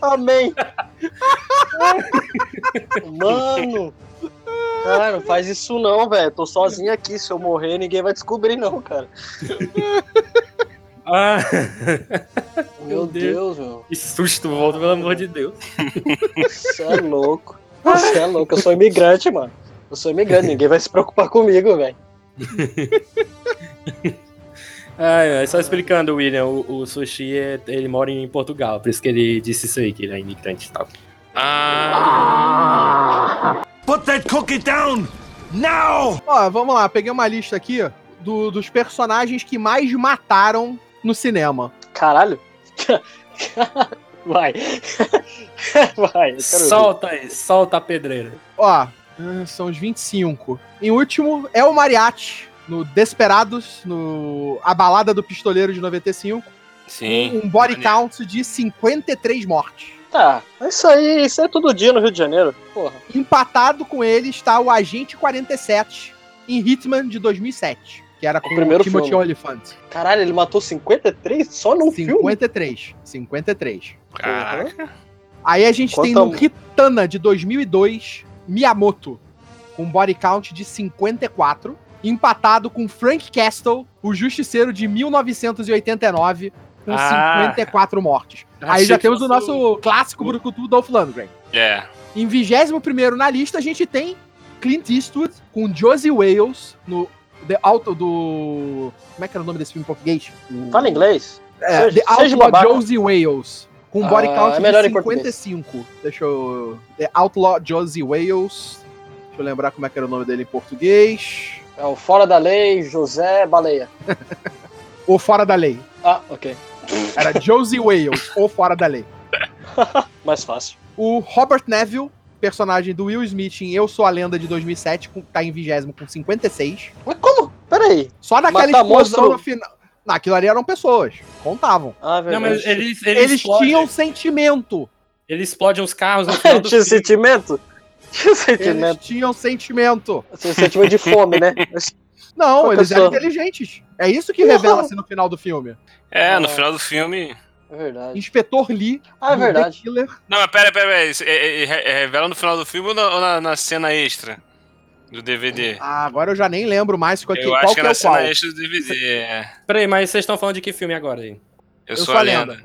[SPEAKER 5] Amém! Mano! Cara, não faz isso não, velho. Tô sozinho aqui. Se eu morrer, ninguém vai descobrir, não, cara.
[SPEAKER 4] Ah,
[SPEAKER 5] Meu
[SPEAKER 4] Meu Deus.
[SPEAKER 5] Deus, meu.
[SPEAKER 4] que susto, volta, pelo amor de Deus.
[SPEAKER 5] Você é louco. Você é louco. Eu sou imigrante, mano. Eu sou imigrante, ninguém vai se preocupar comigo, velho.
[SPEAKER 4] Ai, ai, só explicando, William, o, o Sushi, é- ele mora em Portugal, por isso que ele disse isso aí, que ele é imigrante e tal.
[SPEAKER 6] Ah,
[SPEAKER 8] Ó, vamos lá, peguei uma lista aqui do- dos personagens que mais mataram no cinema.
[SPEAKER 5] Caralho. Vai. Vai. eu quero
[SPEAKER 4] Solta aí, solta a pedreira.
[SPEAKER 8] Ó, hum, são os 25. Em último, é o Mariachi, no Desperados, no A Balada do Pistoleiro de 95.
[SPEAKER 6] sim.
[SPEAKER 8] Um body count de 53 mortes.
[SPEAKER 5] ver. Tá. é Isso aí, isso é todo dia no Rio de Janeiro. Porra.
[SPEAKER 8] Empatado com ele está o Agente 47, em Hitman de 2007, que era com o
[SPEAKER 5] primeiro
[SPEAKER 8] Timothy
[SPEAKER 5] filme.
[SPEAKER 8] Olyphant.
[SPEAKER 5] Caralho, ele matou 53 só num filme?
[SPEAKER 8] 53, 53.
[SPEAKER 6] Caraca.
[SPEAKER 8] Aí a gente tem
[SPEAKER 5] Quanto
[SPEAKER 8] no Ritana de 2002, Miyamoto, com body count de 54, empatado com Frank Castle, o justiceiro de 1989, com
[SPEAKER 4] Ah.
[SPEAKER 8] 54 mortes. Aí
[SPEAKER 4] Achei
[SPEAKER 8] já
[SPEAKER 4] que
[SPEAKER 8] temos o
[SPEAKER 4] fosse
[SPEAKER 8] nosso clássico brucutu Dolph Lundgren.
[SPEAKER 6] É.
[SPEAKER 8] Em 21 na lista, a gente tem Clint Eastwood com Josie Wales no The Auto do. Como é que era o nome desse filme em português?
[SPEAKER 5] Fala inglês.
[SPEAKER 8] É,
[SPEAKER 5] Seja-
[SPEAKER 8] The
[SPEAKER 5] seja
[SPEAKER 8] Outlaw
[SPEAKER 5] babaca.
[SPEAKER 8] Josie Wales. Com
[SPEAKER 5] Ah,
[SPEAKER 8] body
[SPEAKER 5] é
[SPEAKER 8] count
[SPEAKER 5] melhor
[SPEAKER 8] de
[SPEAKER 5] em português.
[SPEAKER 8] 55. Deixa eu. The Outlaw Josie Wales. Deixa eu lembrar como é que era o nome dele em português.
[SPEAKER 5] É o Fora da Lei, José Baleia.
[SPEAKER 8] Ou Fora da Lei.
[SPEAKER 5] Ah, ok.
[SPEAKER 8] Era Josie Wales, ou Fora da Lei.
[SPEAKER 5] Mais fácil.
[SPEAKER 8] O Robert Neville, personagem do Will Smith em Eu Sou a Lenda de 2007, com, tá em vigésimo com 56.
[SPEAKER 5] Mas como? Peraí.
[SPEAKER 8] Só naquela
[SPEAKER 5] Matar
[SPEAKER 8] explosão
[SPEAKER 5] monstro-
[SPEAKER 8] no final. Naquilo ali eram pessoas. Contavam.
[SPEAKER 5] Ah,
[SPEAKER 4] Não,
[SPEAKER 5] verdade.
[SPEAKER 4] mas ele, ele,
[SPEAKER 8] Eles
[SPEAKER 4] explode,
[SPEAKER 8] tinham sentimento.
[SPEAKER 4] ele explode uns carros no final
[SPEAKER 5] Ele
[SPEAKER 4] do
[SPEAKER 5] tinha
[SPEAKER 4] filme.
[SPEAKER 5] sentimento? Tinha sentimento.
[SPEAKER 8] Eles tinham sentimento.
[SPEAKER 5] Tinha sentimento de fome, né?
[SPEAKER 8] Não,
[SPEAKER 5] Qual
[SPEAKER 8] eles
[SPEAKER 5] que é o
[SPEAKER 8] eram
[SPEAKER 5] seu?
[SPEAKER 8] inteligentes. É isso que
[SPEAKER 5] Não.
[SPEAKER 8] revela-se no final do filme.
[SPEAKER 6] É, no
[SPEAKER 5] Ah.
[SPEAKER 6] final do filme.
[SPEAKER 5] É verdade.
[SPEAKER 8] Inspetor Lee.
[SPEAKER 5] Ah, é
[SPEAKER 8] do
[SPEAKER 5] verdade.
[SPEAKER 8] The Killer.
[SPEAKER 6] Não, mas pera, pera, pera. isso é- é- é- re- é revela no final do filme ou na, ou na- na cena extra do DVD?
[SPEAKER 8] Ah, agora eu já nem lembro mais qual que,
[SPEAKER 6] Eu
[SPEAKER 8] qual
[SPEAKER 6] acho
[SPEAKER 8] que
[SPEAKER 6] que
[SPEAKER 8] é
[SPEAKER 6] é na
[SPEAKER 8] o qual.
[SPEAKER 6] cena extra do DVD. é.
[SPEAKER 4] Peraí, mas vocês estão falando de que filme agora aí?
[SPEAKER 6] Eu sou a lenda.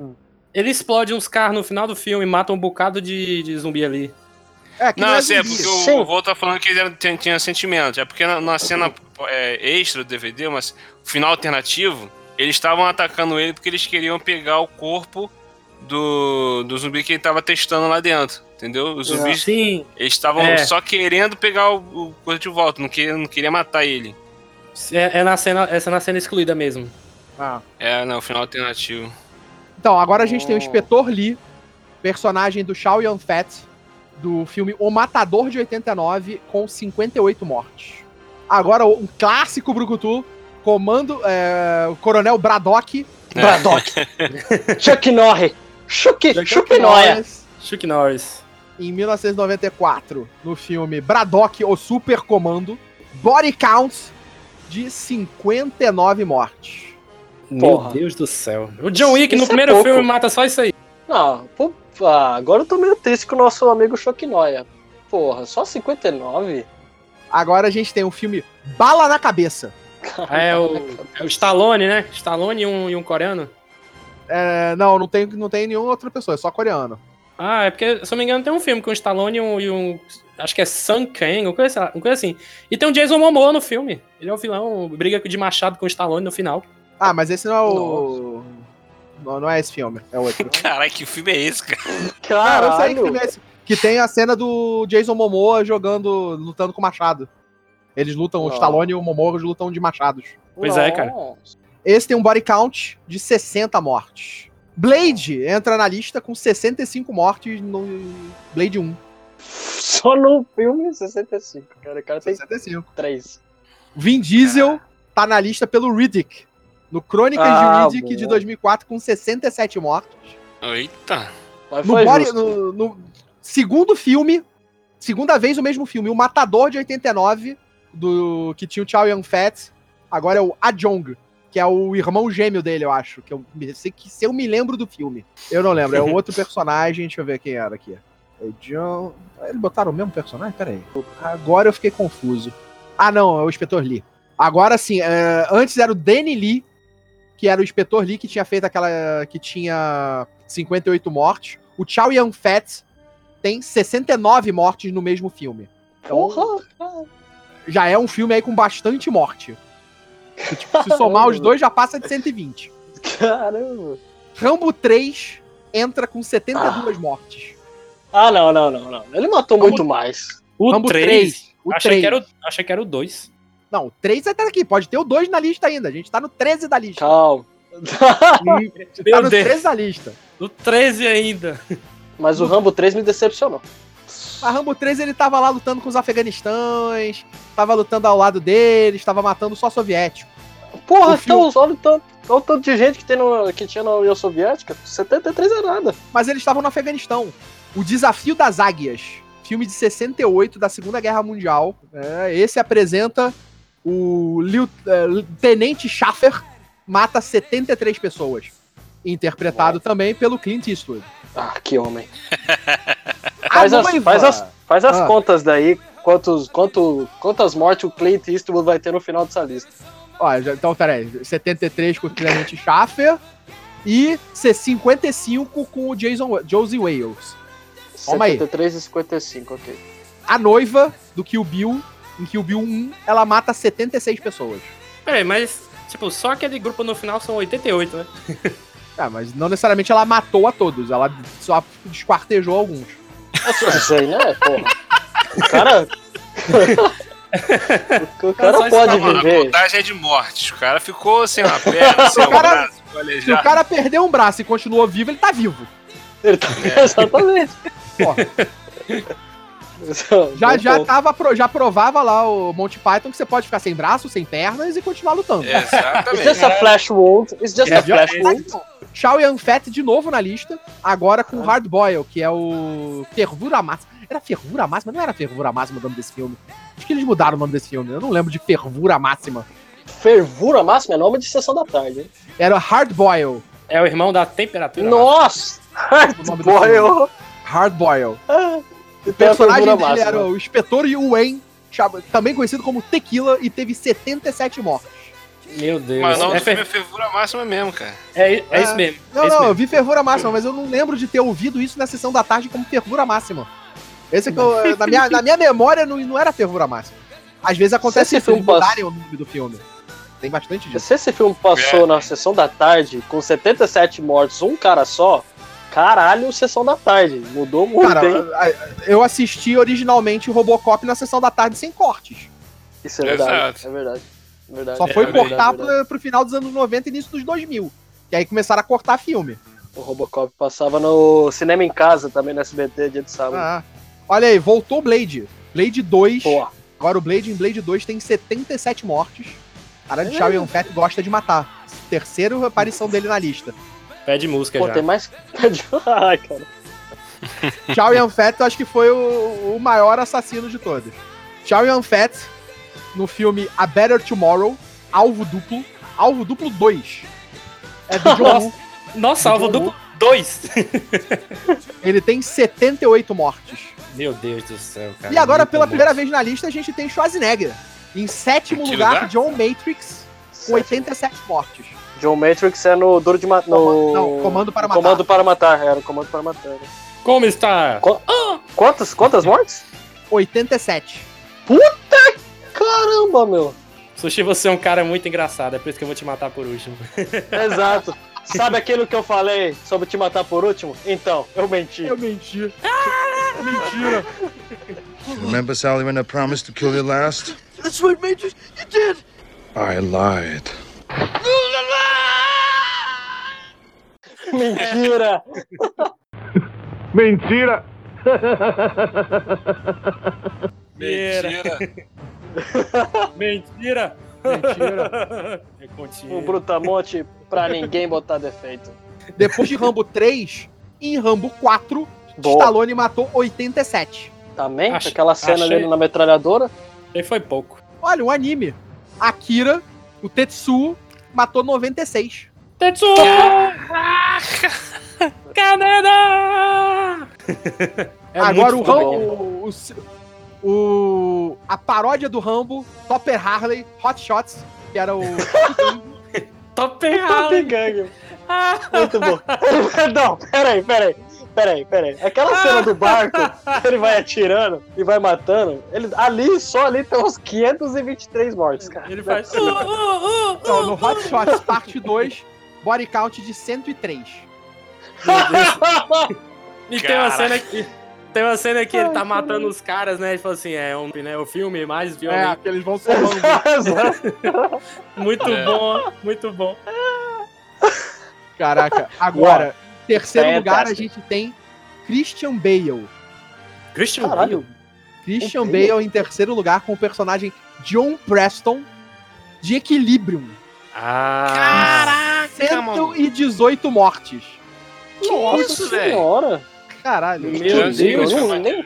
[SPEAKER 4] Ele explode uns carros no final do filme e mata um bocado de, de zumbi ali.
[SPEAKER 8] É, que não,
[SPEAKER 6] Não,
[SPEAKER 8] é
[SPEAKER 6] assim, é
[SPEAKER 8] zumbi.
[SPEAKER 6] porque
[SPEAKER 5] Sim.
[SPEAKER 6] o Vô tá falando que ele era- tinha, tinha sentimento. É porque na, na cena é, extra do DVD, mas o final alternativo, eles estavam atacando ele porque eles queriam pegar o corpo do, do zumbi que ele tava testando lá dentro. Entendeu?
[SPEAKER 8] É.
[SPEAKER 6] Os zumbis,
[SPEAKER 4] Sim,
[SPEAKER 6] eles estavam
[SPEAKER 4] É.
[SPEAKER 6] só querendo pegar o, o coisa de volta, não queria, não queria matar ele.
[SPEAKER 4] é, é na cena, essa é na cena excluída mesmo.
[SPEAKER 8] Ah.
[SPEAKER 6] É, não, o final alternativo.
[SPEAKER 8] Então, agora a gente tem o
[SPEAKER 5] Oh.
[SPEAKER 8] Inspetor Lee, personagem do Shao Yun Fat, do filme O Matador de 89, com 58 mortes. Agora, um clássico Brucutu, comando, é, o Coronel Braddock.
[SPEAKER 5] Braddock. Chuck Norris. Chuck, Chuck Norris.
[SPEAKER 4] Chuck Norris.
[SPEAKER 8] em 1994, no filme Braddock, o Super Comando, body count de 59 mortes.
[SPEAKER 5] Porra.
[SPEAKER 4] Meu Deus do céu. O John Wick
[SPEAKER 5] Isso
[SPEAKER 4] no
[SPEAKER 5] é
[SPEAKER 4] primeiro
[SPEAKER 5] pouco.
[SPEAKER 4] filme mata só isso aí.
[SPEAKER 5] ah, Não, pô, ah, agora eu tô meio triste com o nosso amigo Choquinóia. porra. Só 59?
[SPEAKER 8] Agora a gente tem um filme Bala na Cabeça.
[SPEAKER 4] É o, é o Stallone, né? Stallone e um, e um coreano.
[SPEAKER 8] É, não, não tem, não tem nenhuma outra pessoa, é só coreano.
[SPEAKER 4] Ah, é porque, se eu não me engano, tem um filme com o Stallone e um. e um- acho que é Sun Kang, uma coisa, uma coisa assim. E tem o Jason Momoa no filme. Ele é o vilão, briga de machado com o Stallone no final.
[SPEAKER 8] Ah, mas esse não é o. Não, não é esse filme, é outro.
[SPEAKER 6] Caralho, que filme é esse, cara?
[SPEAKER 8] Cara, eu sei que filme é esse. Que tem a cena do Jason Momoa jogando, lutando com machado. Eles lutam, o
[SPEAKER 5] Não.
[SPEAKER 8] Stallone e o Momoa eles lutam de machados.
[SPEAKER 4] Pois é, cara.
[SPEAKER 8] Esse tem um body count de 60 mortes. Blade entra na lista com 65 mortes no Blade 1.
[SPEAKER 5] Só no filme 65, cara. O cara tem
[SPEAKER 8] 65.
[SPEAKER 5] 3.
[SPEAKER 8] Vin Diesel tá na lista pelo Riddick. No Crônicas
[SPEAKER 5] Ah,
[SPEAKER 8] de Riddick de
[SPEAKER 5] bom.
[SPEAKER 8] 2004 com 67 mortes.
[SPEAKER 6] Eita.
[SPEAKER 5] Mas
[SPEAKER 8] No,
[SPEAKER 5] foi
[SPEAKER 8] body-
[SPEAKER 5] justo.
[SPEAKER 8] no- no segundo filme, segunda vez o mesmo filme, o Matador de 89, do que tinha o Chow Yun-Fat, agora é o Ah Jong, que é o irmão gêmeo dele, eu acho, que eu me- sei que se eu me lembro do filme. Eu não lembro, é o outro personagem, deixa eu ver quem era aqui. É John... Eles botaram o mesmo personagem? Pera aí. Agora eu fiquei confuso. Ah, não, é o Inspetor Lee. Agora sim, é, antes era o Danny Lee, que era o Inspetor Lee que tinha feito aquela. que tinha 58 mortes. O Chow Yun Fat tem 69 mortes no mesmo filme. Então,
[SPEAKER 5] Porra, cara.
[SPEAKER 8] já é um filme aí com bastante morte. Que, tipo, se somar os dois, já passa de 120.
[SPEAKER 5] Caramba.
[SPEAKER 8] Rambo 3 entra com 72 mortes.
[SPEAKER 5] Ah, não, não, não, não. Ele matou muito mais.
[SPEAKER 4] O
[SPEAKER 8] Rambo
[SPEAKER 4] 3.
[SPEAKER 8] O
[SPEAKER 4] Achei
[SPEAKER 8] 3.
[SPEAKER 4] que, era o, achei que era o 2.
[SPEAKER 8] Não, o 3 até tá aqui. Pode ter o 2 na lista ainda. A gente tá no 13 da lista.
[SPEAKER 5] Calma.
[SPEAKER 8] tá
[SPEAKER 4] Meu
[SPEAKER 8] no
[SPEAKER 4] Deus,
[SPEAKER 8] 13 da lista.
[SPEAKER 4] o 13 ainda.
[SPEAKER 5] Mas o Rambo 3 me decepcionou.
[SPEAKER 8] A Rambo 3 ele tava lá lutando com os afeganistãos, tava lutando ao lado deles, tava matando só soviético.
[SPEAKER 5] Porra,
[SPEAKER 8] O filme-
[SPEAKER 5] então, olha o tanto, olha o tanto de gente que, tem no- que tinha na União Soviética. 73 é nada.
[SPEAKER 8] Mas eles estavam no Afeganistão. O Desafio das Águias, filme de 68 da Segunda Guerra Mundial. É, esse apresenta o liu- é, Tenente Schaffer, mata 73 pessoas. Interpretado também pelo Clint Eastwood.
[SPEAKER 5] Ah, que homem.
[SPEAKER 8] A
[SPEAKER 5] É, Faz as,
[SPEAKER 8] noiva-
[SPEAKER 5] faz as, faz as
[SPEAKER 8] Ah.
[SPEAKER 5] contas daí. Quantos, quanto, quantas mortes o Clint Eastwood vai ter no final dessa lista?
[SPEAKER 8] Ó, já- então, peraí, 73 com o Tenente Schaffer e 55 com o Jason, Josie Wales. Calma aí.
[SPEAKER 5] 73 e 55, ok.
[SPEAKER 8] A noiva do Kill Bill, em Kill Bill 1, ela mata 76 pessoas.
[SPEAKER 4] Peraí, mas, tipo, só aquele grupo no final são 88, né?
[SPEAKER 8] Ah, mas não necessariamente ela matou a todos, ela só desquartejou alguns.
[SPEAKER 5] Nossa, Isso aí, né? Porra. O cara. o
[SPEAKER 4] Só
[SPEAKER 5] cara
[SPEAKER 4] isso tá
[SPEAKER 5] pode
[SPEAKER 4] falando,
[SPEAKER 6] Mano, a
[SPEAKER 5] viver.
[SPEAKER 6] contagem é de morte. O cara ficou sem uma perna, sem um
[SPEAKER 8] cara-
[SPEAKER 6] braço, ficou
[SPEAKER 8] Se o
[SPEAKER 6] aleijado.
[SPEAKER 8] cara perdeu um braço e continuou vivo, ele tá vivo.
[SPEAKER 5] Ele tá...
[SPEAKER 4] né?
[SPEAKER 5] Exatamente.
[SPEAKER 8] Porra.
[SPEAKER 5] Isso,
[SPEAKER 8] Já,
[SPEAKER 5] bom
[SPEAKER 8] já,
[SPEAKER 5] ponto.
[SPEAKER 8] tava, pro- já provava lá o Monty Python que você pode ficar sem braço, sem pernas e continuar lutando.
[SPEAKER 6] É.
[SPEAKER 5] It's
[SPEAKER 6] Exatamente.
[SPEAKER 5] just a flash wound. It's just
[SPEAKER 8] tá- É,
[SPEAKER 5] a flash
[SPEAKER 8] violência.
[SPEAKER 5] wound.
[SPEAKER 8] Chow Yun-Fat de novo na lista, agora com Hard Boil, que é o Fervura Máxima. Era Fervura Máxima? Não era Fervura Máxima o nome desse filme. Acho que eles mudaram o nome desse filme, eu não lembro de Fervura Máxima.
[SPEAKER 5] Fervura máxima é nome de sessão da tarde, hein?
[SPEAKER 8] Era Hard Boil,
[SPEAKER 4] É o irmão da temperatura.
[SPEAKER 5] Nossa!
[SPEAKER 8] o nome do
[SPEAKER 5] Porra,
[SPEAKER 8] filme.
[SPEAKER 5] eu. Ah,
[SPEAKER 8] Hard Boil.
[SPEAKER 5] O
[SPEAKER 8] O personagem dele era o Inspetor Yuen, chama- também conhecido como Tequila, e teve 77 mortes.
[SPEAKER 4] Meu Deus.
[SPEAKER 6] Mas não,
[SPEAKER 8] né?
[SPEAKER 4] é,
[SPEAKER 6] o filme
[SPEAKER 4] fer-
[SPEAKER 6] é fervura máxima mesmo, cara.
[SPEAKER 4] é, é isso
[SPEAKER 8] Ah,
[SPEAKER 4] mesmo.
[SPEAKER 8] Não,
[SPEAKER 4] é isso
[SPEAKER 8] não, eu
[SPEAKER 4] mesmo.
[SPEAKER 8] vi Fervura Máxima, mas eu não lembro de ter ouvido isso na sessão da tarde como Fervura Máxima. Esse é que eu, na, minha, na minha memória não, não era Fervura Máxima. Às vezes acontece
[SPEAKER 5] Se esse
[SPEAKER 8] isso, eles
[SPEAKER 5] filme passa-
[SPEAKER 8] mudarem o nome do filme. Tem bastante disso.
[SPEAKER 5] Se esse filme passou na sessão da tarde com 77 mortos, um cara só, caralho, sessão da tarde. Mudou muito,
[SPEAKER 8] Cara,
[SPEAKER 5] hein?
[SPEAKER 8] a- a- eu assisti originalmente Robocop na sessão da tarde sem cortes.
[SPEAKER 5] Isso é verdade.
[SPEAKER 6] Exato.
[SPEAKER 5] É verdade. é verdade.
[SPEAKER 8] Só
[SPEAKER 5] É
[SPEAKER 8] foi
[SPEAKER 5] verdade,
[SPEAKER 8] cortar
[SPEAKER 5] é verdade.
[SPEAKER 8] pro, pro final dos anos 90 e início dos 2000. Que aí começaram a cortar filme.
[SPEAKER 5] O Robocop passava no cinema em casa também, no SBT, dia de sábado.
[SPEAKER 8] Ah, olha aí, voltou Blade. Blade 2.
[SPEAKER 5] Porra.
[SPEAKER 8] Agora o Blade em Blade 2 tem 77 mortes. Caralho, Chow Yun-Fat gosta de matar. Terceira aparição dele na lista.
[SPEAKER 4] Pede música
[SPEAKER 5] Pô,
[SPEAKER 4] já.
[SPEAKER 5] tem mais. Ai, cara.
[SPEAKER 8] Chow Yun-Fat eu acho que foi o, o maior assassino de todos. Chow Yun-Fat, no filme A Better Tomorrow, Alvo Duplo, Alvo Duplo 2. É do John Woo. Uhum.
[SPEAKER 4] Nossa, alvo duplo 2.
[SPEAKER 8] Ele tem 78 mortes.
[SPEAKER 4] Meu Deus do céu, cara.
[SPEAKER 8] E agora,
[SPEAKER 4] Muito
[SPEAKER 8] pela
[SPEAKER 4] bom.
[SPEAKER 8] primeira vez na lista, a gente tem Schwarzenegger. Em sétimo
[SPEAKER 6] Que
[SPEAKER 8] lugar,
[SPEAKER 6] lugar?
[SPEAKER 8] John Matrix, com 87 mortes.
[SPEAKER 5] John Matrix é no Duro de Matar. No...
[SPEAKER 8] Não, Comando para Matar.
[SPEAKER 5] Comando para Matar, era o Comando para Matar. né?
[SPEAKER 4] Como está?
[SPEAKER 5] Co- Quantas, quantas mortes?
[SPEAKER 8] 87.
[SPEAKER 5] Caramba, meu.
[SPEAKER 4] Sushi, você é um cara muito engraçado, é por isso que eu vou te matar por último.
[SPEAKER 5] Exato. Sabe aquilo que eu falei sobre te matar por último? Então, eu menti.
[SPEAKER 8] menti.
[SPEAKER 2] Remember, Sally, when I promised to kill you last?
[SPEAKER 12] That's what Major, you did.
[SPEAKER 2] I lied.
[SPEAKER 5] Mentira.
[SPEAKER 2] Mentira!
[SPEAKER 6] Mentira.
[SPEAKER 4] Mentira! É
[SPEAKER 8] Mentira.
[SPEAKER 4] Eu
[SPEAKER 5] O
[SPEAKER 4] continuo.
[SPEAKER 5] Brutamonte pra ninguém botar defeito.
[SPEAKER 8] Depois de Rambo 3, em Rambo 4,
[SPEAKER 5] Boa.
[SPEAKER 8] Stallone matou 87.
[SPEAKER 5] Também?
[SPEAKER 4] Ach-
[SPEAKER 5] Aquela cena
[SPEAKER 4] achei.
[SPEAKER 5] ali na metralhadora.
[SPEAKER 4] Ele foi pouco.
[SPEAKER 8] Olha, um anime. Akira, o Tetsuo, matou 96.
[SPEAKER 4] Tetsu! Caneda! É
[SPEAKER 8] Agora o
[SPEAKER 4] muito bom.
[SPEAKER 8] Rambo. O, o- a paródia do Rambo, Topper Harley, Hot Shots, que era o.
[SPEAKER 4] Top errado.
[SPEAKER 5] Tá gangue.
[SPEAKER 4] Ah,
[SPEAKER 5] Muito bom. Não, peraí, peraí. Peraí, peraí. Aquela cena do barco, que ele vai atirando e vai matando. Ele, ali, só ali, tem uns 523 mortes, cara.
[SPEAKER 4] Ele faz. Uh, uh, uh,
[SPEAKER 8] Não, no Hot Shots Parte 2, body count de 103.
[SPEAKER 4] E tem
[SPEAKER 6] Cara.
[SPEAKER 4] uma cena que. Tem uma cena que ele tá matando os caras, né? Ele falou assim: é um, né, o filme mais violento.
[SPEAKER 8] que eles É, vão ser Rambo.
[SPEAKER 4] Muito
[SPEAKER 6] É.
[SPEAKER 4] bom, muito bom.
[SPEAKER 8] Caraca, agora, terceiro
[SPEAKER 5] Fantastic.
[SPEAKER 8] lugar a gente tem Christian Bale.
[SPEAKER 4] Christian
[SPEAKER 5] Caralho.
[SPEAKER 4] Bale.
[SPEAKER 8] Christian
[SPEAKER 5] O Bale?
[SPEAKER 8] Bale em terceiro lugar com o personagem John Preston de Equilibrium.
[SPEAKER 4] Ah.
[SPEAKER 8] tá 118 mortes.
[SPEAKER 5] Nossa
[SPEAKER 6] isso, velho?
[SPEAKER 5] senhora.
[SPEAKER 8] Caralho.
[SPEAKER 4] Meu
[SPEAKER 6] John
[SPEAKER 4] Deus.
[SPEAKER 6] Deus,
[SPEAKER 5] eu não,
[SPEAKER 6] rapaz.
[SPEAKER 5] nem,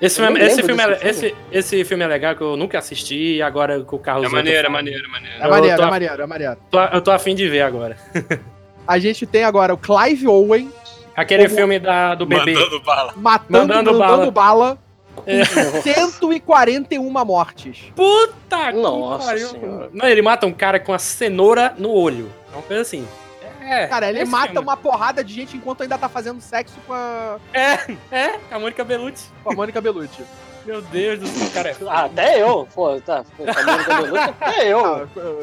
[SPEAKER 4] Esse,
[SPEAKER 5] Eu
[SPEAKER 4] filme,
[SPEAKER 5] nem
[SPEAKER 4] esse,
[SPEAKER 5] lembro
[SPEAKER 4] filme é,
[SPEAKER 5] desse
[SPEAKER 4] esse, esse filme é legal que eu nunca assisti e agora com o carro
[SPEAKER 6] É maneiro, é maneiro, é maneiro.
[SPEAKER 8] É maneiro,
[SPEAKER 4] tô-
[SPEAKER 8] é maneiro, é maneiro.
[SPEAKER 4] Eu tô afim de ver agora.
[SPEAKER 8] A gente tem agora o Clive Owen
[SPEAKER 4] Aquele
[SPEAKER 8] Como-
[SPEAKER 4] filme da, do bebê.
[SPEAKER 6] Mandando bala.
[SPEAKER 8] matando,
[SPEAKER 4] Mandando
[SPEAKER 8] mandando, bala. É. com 141 mortes.
[SPEAKER 4] Puta
[SPEAKER 5] Nossa
[SPEAKER 4] que Tá pariu.
[SPEAKER 5] Senhora.
[SPEAKER 4] Não, ele mata um cara com a cenoura no olho. É uma coisa assim. É,
[SPEAKER 8] Cara, ele
[SPEAKER 4] esse
[SPEAKER 8] mata
[SPEAKER 4] filme.
[SPEAKER 8] uma porrada de gente enquanto ainda tá fazendo sexo com a,
[SPEAKER 4] É, é, com a Mônica Bellucci.
[SPEAKER 8] com a Mônica Bellucci.
[SPEAKER 4] Meu Deus do céu, cara. é-
[SPEAKER 5] Ah, até eu, pô, tá. pô, tá vendo que eu não- Até eu.
[SPEAKER 8] Ah, eu,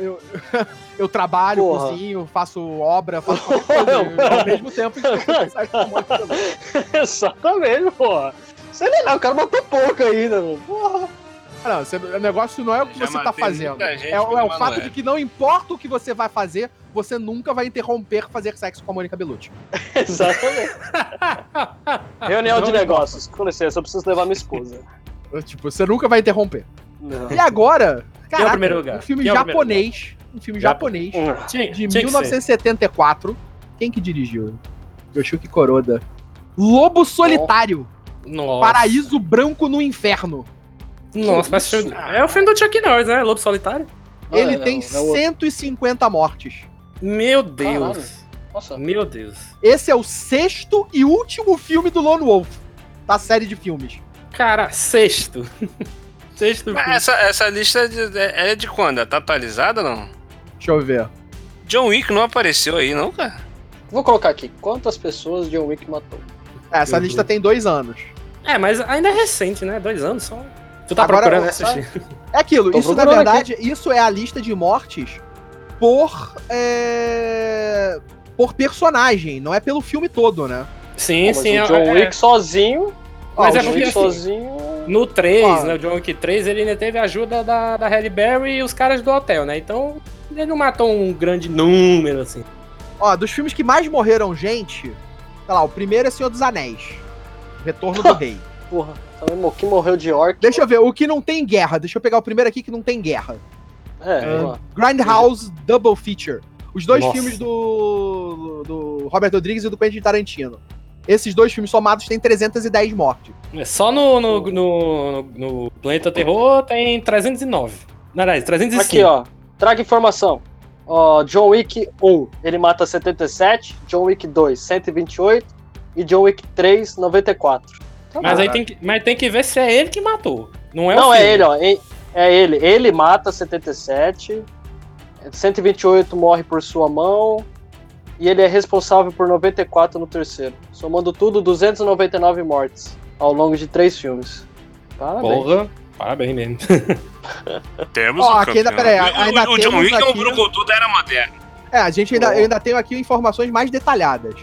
[SPEAKER 8] eu- eu trabalho,
[SPEAKER 5] Porra.
[SPEAKER 8] cozinho, faço obra, faço qualquer coisa, ao mesmo tempo que eu saio com um monte de coisa.
[SPEAKER 5] Exatamente, pô. Sei lá, o cara matou pouco ainda, mano. Porra.
[SPEAKER 8] Não, você- o negócio não é o que
[SPEAKER 6] Já
[SPEAKER 8] você tá
[SPEAKER 6] matei
[SPEAKER 8] fazendo.
[SPEAKER 6] muita gente,
[SPEAKER 8] É, o- é o
[SPEAKER 6] mas
[SPEAKER 8] fato
[SPEAKER 6] não é.
[SPEAKER 8] de que não importa o que você vai fazer, você nunca vai interromper fazer sexo com a Mônica Bellucci.
[SPEAKER 5] Exatamente. Reunião
[SPEAKER 4] não
[SPEAKER 5] de
[SPEAKER 4] me
[SPEAKER 5] negócios. Com licença, eu preciso levar minha esposa.
[SPEAKER 8] Tipo, você nunca vai interromper.
[SPEAKER 5] Não.
[SPEAKER 8] E agora,
[SPEAKER 4] é o
[SPEAKER 8] caraca,
[SPEAKER 4] primeiro lugar?
[SPEAKER 8] um filme
[SPEAKER 4] Quem é o primeiro
[SPEAKER 8] japonês, um filme
[SPEAKER 4] Jap-
[SPEAKER 8] japonês,
[SPEAKER 5] Hum.
[SPEAKER 4] É, Tinha-
[SPEAKER 8] de
[SPEAKER 4] tinha que ser.
[SPEAKER 8] 1974. Quem que dirigiu? Yoshuki Koroda. Lobo Solitário.
[SPEAKER 4] Nossa.
[SPEAKER 8] Paraíso Branco no Inferno.
[SPEAKER 4] Nossa, mas filme- é o filme do Chuck Norris, né? Lobo Solitário.
[SPEAKER 8] Ele
[SPEAKER 5] Ah, é,
[SPEAKER 8] tem
[SPEAKER 5] é o outro.
[SPEAKER 8] 150 mortes.
[SPEAKER 4] Meu Deus.
[SPEAKER 5] Nossa,
[SPEAKER 4] Meu Deus.
[SPEAKER 8] Esse é o sexto e último filme do Lone Wolf, da série de filmes.
[SPEAKER 4] Cara, sexto. sexto
[SPEAKER 6] Mas
[SPEAKER 4] filme.
[SPEAKER 6] essa, essa lista é de, é de quando? Tá atualizada ou não?
[SPEAKER 8] Deixa eu ver.
[SPEAKER 6] John Wick não apareceu aí, não, cara?
[SPEAKER 5] vou colocar aqui. Quantas pessoas John Wick matou?
[SPEAKER 8] É, Essa
[SPEAKER 4] Uhum.
[SPEAKER 8] lista tem dois anos.
[SPEAKER 4] É, mas ainda é recente, né? Dois anos só. Tu tá
[SPEAKER 8] Agora,
[SPEAKER 4] procurando, né,
[SPEAKER 8] sabe?
[SPEAKER 4] Sushi?
[SPEAKER 8] É aquilo,
[SPEAKER 5] Tô
[SPEAKER 8] isso na
[SPEAKER 5] procurando
[SPEAKER 8] verdade, isso é a lista de mortes por. é, por personagem, não é pelo filme todo, né?
[SPEAKER 4] Sim,
[SPEAKER 5] Pô, mas
[SPEAKER 4] sim.
[SPEAKER 5] o
[SPEAKER 4] é-
[SPEAKER 5] assim, John
[SPEAKER 4] é-
[SPEAKER 5] Wick sozinho.
[SPEAKER 4] Mas
[SPEAKER 5] Mas
[SPEAKER 4] é
[SPEAKER 5] o John
[SPEAKER 4] porque,
[SPEAKER 5] Wick
[SPEAKER 4] assim,
[SPEAKER 5] sozinho.
[SPEAKER 4] No 3,
[SPEAKER 8] Ah.
[SPEAKER 4] né? O John Wick 3, ele ainda teve a ajuda da, da Halle Berry e os caras do hotel, né? Então, ele não matou um grande número, assim.
[SPEAKER 8] Ó, dos filmes que mais morreram gente, sei lá, o primeiro é Senhor dos Anéis. Retorno do Rei.
[SPEAKER 5] Porra, tá também mo- que morreu de orc.
[SPEAKER 8] Deixa eu ver, o que não tem guerra. Deixa eu pegar o primeiro aqui que não tem guerra.
[SPEAKER 5] É,
[SPEAKER 4] É.
[SPEAKER 5] ó.
[SPEAKER 8] Grindhouse Double Feature. Os dois
[SPEAKER 4] Nossa.
[SPEAKER 8] filmes do, do Robert Rodrigues e do Quentin Tarantino. Esses dois filmes somados têm 310 mortes.
[SPEAKER 4] É, Só no, no, no, no- no Planeta Terror tem 309. Não, não, é 305.
[SPEAKER 5] Aqui, ó. Traga informação. Ó, John Wick 1, ele mata 77. John Wick 2, 128. E John Wick 3, 94.
[SPEAKER 4] Mas aí tem que, mas tem que ver se é ele que matou. Não é
[SPEAKER 5] Ah. Não,
[SPEAKER 4] o
[SPEAKER 5] é
[SPEAKER 4] filho.
[SPEAKER 5] ele, ó. e- É ele. Ele mata 77. 128 morre por sua mão. E ele é responsável por 94 no terceiro. Somando tudo, 299 mortes ao longo de três filmes. Parabéns.
[SPEAKER 4] Porra, parabéns mesmo.
[SPEAKER 6] Temos
[SPEAKER 8] Ó,
[SPEAKER 6] um
[SPEAKER 8] aqui ainda-
[SPEAKER 6] campeão.
[SPEAKER 8] pera aí,
[SPEAKER 6] O- o-
[SPEAKER 8] ainda
[SPEAKER 6] o, John
[SPEAKER 8] temos
[SPEAKER 6] Wick é um
[SPEAKER 8] aqui- né?
[SPEAKER 6] brucutu da era moderna.
[SPEAKER 8] É, a gente ainda, eu ainda tenho aqui informações mais detalhadas.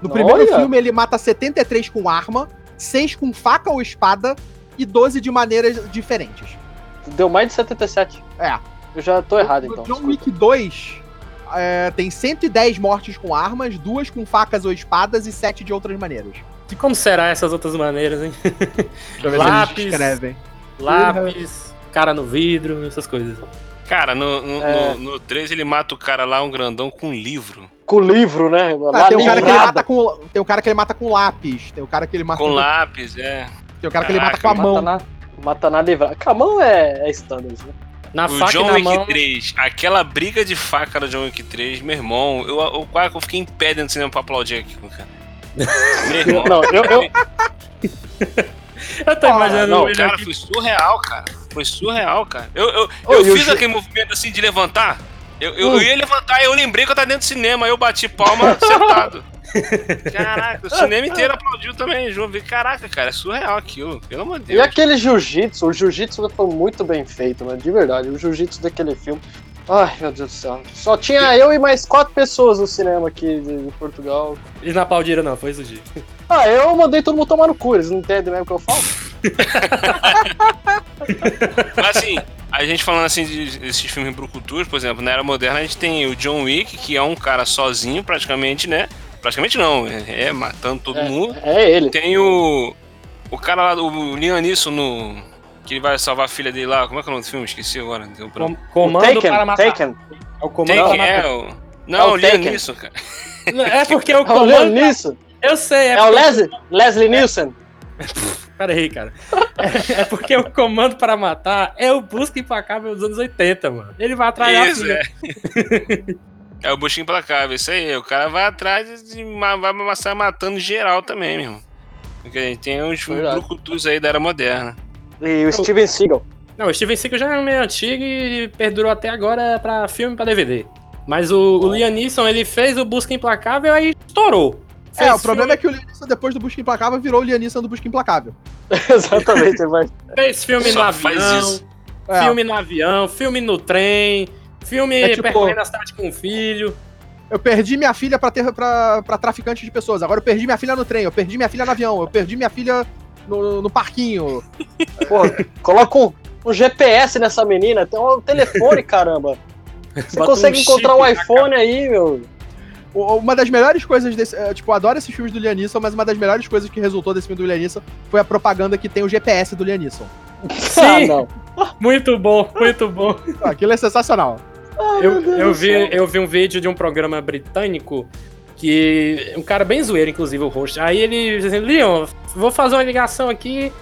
[SPEAKER 8] No
[SPEAKER 5] Olha!
[SPEAKER 8] primeiro filme, ele mata 73 com arma, 6 com faca ou espada e 12 de maneiras diferentes.
[SPEAKER 5] Deu mais de 77.
[SPEAKER 8] É.
[SPEAKER 5] Eu já tô errado,
[SPEAKER 8] No
[SPEAKER 5] então.
[SPEAKER 8] John
[SPEAKER 5] desculpa.
[SPEAKER 8] Wick 2 é, tem 110 mortes com armas, duas com facas ou espadas e 7 de outras maneiras.
[SPEAKER 4] E como será essas outras maneiras, hein?
[SPEAKER 8] Deixa eu ver se
[SPEAKER 4] Lápis.
[SPEAKER 8] eles escrevem.
[SPEAKER 4] Lápis, cara no vidro, essas coisas.
[SPEAKER 6] Cara, no, no,
[SPEAKER 5] É.
[SPEAKER 6] no, no 3 ele mata o cara lá, um grandão, com um livro.
[SPEAKER 5] Com o livro, né?
[SPEAKER 8] Ah, tem, um cara que ele
[SPEAKER 5] livrado.
[SPEAKER 8] mata com, tem um cara que ele mata com lápis, tem um cara que ele mata
[SPEAKER 6] Com lápis, é.
[SPEAKER 8] tem um cara que ele mata com a
[SPEAKER 6] Caraca,
[SPEAKER 8] mão.
[SPEAKER 5] Mata na, mata na livrada. Com a mão é, é standard, né?
[SPEAKER 4] Na
[SPEAKER 6] o
[SPEAKER 4] faca e
[SPEAKER 6] John é
[SPEAKER 4] na
[SPEAKER 6] Wick
[SPEAKER 4] mão.
[SPEAKER 6] 3, aquela briga de faca do John Wick 3, meu irmão, eu, eu, quase que eu fiquei em pé dentro do cinema pra aplaudir aqui, cara. Meu irmão,
[SPEAKER 5] Não, eu, eu,
[SPEAKER 4] Eu tô imaginando
[SPEAKER 5] não,
[SPEAKER 4] ele
[SPEAKER 6] cara,
[SPEAKER 4] aqui.
[SPEAKER 6] foi surreal, cara. Foi surreal, cara. Eu, eu,
[SPEAKER 5] Ô,
[SPEAKER 6] eu
[SPEAKER 5] e o
[SPEAKER 6] fiz
[SPEAKER 5] Ju- Hum.
[SPEAKER 6] aquele movimento assim de levantar. Eu, eu, eu ia levantar e eu lembrei que eu tava dentro do cinema, aí eu bati palma sentado. Caraca, o cinema inteiro aplaudiu também, João. Vi, Caraca, cara, é surreal aquilo, pelo amor de
[SPEAKER 5] E
[SPEAKER 6] Deus.
[SPEAKER 5] aquele jiu-jitsu, o jiu-jitsu foi muito bem feito, mano, de verdade. O jiu-jitsu daquele filme. Ai, meu Deus do céu. Só tinha eu e mais quatro pessoas no cinema aqui de, de Portugal.
[SPEAKER 4] Eles não aplaudiram, não, foi isso, G.
[SPEAKER 5] Ah, eu mandei todo mundo tomar no cu, eles não entendem mesmo o que eu falo?
[SPEAKER 6] Mas assim, a gente falando assim de- desses filmes brucutus, por exemplo, na era moderna a gente tem o John Wick, que é um cara sozinho praticamente, né? Praticamente não, é, é matando todo mundo.
[SPEAKER 5] É ele.
[SPEAKER 6] Tem o. O cara lá, o Liam Neeson no. Que ele vai salvar a filha dele lá. Como é que é o nome do filme? Esqueci agora. Deu branco.
[SPEAKER 4] Com- um Comando para matar.
[SPEAKER 5] Taken.
[SPEAKER 4] É o comando
[SPEAKER 6] Taken,
[SPEAKER 4] para matar.
[SPEAKER 6] é o. Não,
[SPEAKER 5] o
[SPEAKER 6] o Liam
[SPEAKER 5] Taken.
[SPEAKER 6] Neeson, cara.
[SPEAKER 4] É porque o
[SPEAKER 5] É o Leon
[SPEAKER 4] comando.
[SPEAKER 5] Neeson?
[SPEAKER 4] Eu sei, é,
[SPEAKER 5] É o
[SPEAKER 4] porque-
[SPEAKER 5] Leslie, Leslie Nielsen?
[SPEAKER 4] Pera aí, cara. É, é porque o comando para matar é o Busca Implacável dos anos 80, mano. Ele vai atrás da
[SPEAKER 6] Isso,
[SPEAKER 4] filha.
[SPEAKER 6] é. É o buchinho implacável, isso aí. O cara vai atrás e ma- vai amassar matando geral também, meu irmão. Porque a gente tem uns
[SPEAKER 5] Verdade.
[SPEAKER 6] brucutus aí da era moderna.
[SPEAKER 4] É
[SPEAKER 5] E o Steven Seagal.
[SPEAKER 4] Não, o Steven Seagal já é meio antigo e perdurou até agora pra filme e pra DVD. Mas o, o Liam Neeson, ele fez o Busca Implacável e estourou.
[SPEAKER 8] É, o problema é que o Lianisson depois do Busca Implacável virou o Lianisson do Busca Implacável.
[SPEAKER 5] Exatamente, ele vai.
[SPEAKER 4] é que... Fez filme
[SPEAKER 6] Só
[SPEAKER 4] no
[SPEAKER 6] faz
[SPEAKER 4] avião,
[SPEAKER 6] isso.
[SPEAKER 8] É.
[SPEAKER 4] filme no avião, filme no trem, filme
[SPEAKER 8] É tipo-
[SPEAKER 4] percorrendo a cidade com o filho.
[SPEAKER 8] Eu perdi minha filha pra, ter, pra, pra traficante de pessoas. Agora eu perdi minha filha no trem, eu perdi minha filha no avião, eu perdi minha filha no, no parquinho.
[SPEAKER 5] Pô, coloca um, um GPS nessa menina, tem um telefone, caramba. Você
[SPEAKER 4] Bota
[SPEAKER 5] consegue
[SPEAKER 4] um
[SPEAKER 5] encontrar
[SPEAKER 4] chip
[SPEAKER 5] um
[SPEAKER 4] na
[SPEAKER 5] iPhone aí, meu.
[SPEAKER 8] O- Uma das melhores coisas desse. é, Tipo, eu adoro esses filmes do Lianisson, mas uma das melhores coisas que resultou desse filme do Lianisson foi a propaganda que tem o GPS do Lianisson.
[SPEAKER 5] Ah,
[SPEAKER 4] Sim.
[SPEAKER 5] não.
[SPEAKER 4] Muito bom, muito bom.
[SPEAKER 8] Aquilo é sensacional.
[SPEAKER 4] Eu, eu, vi, eu vi um vídeo de um programa britânico que. Um cara bem zoeiro, inclusive, o host. Aí ele disse assim, Leon, vou fazer uma ligação aqui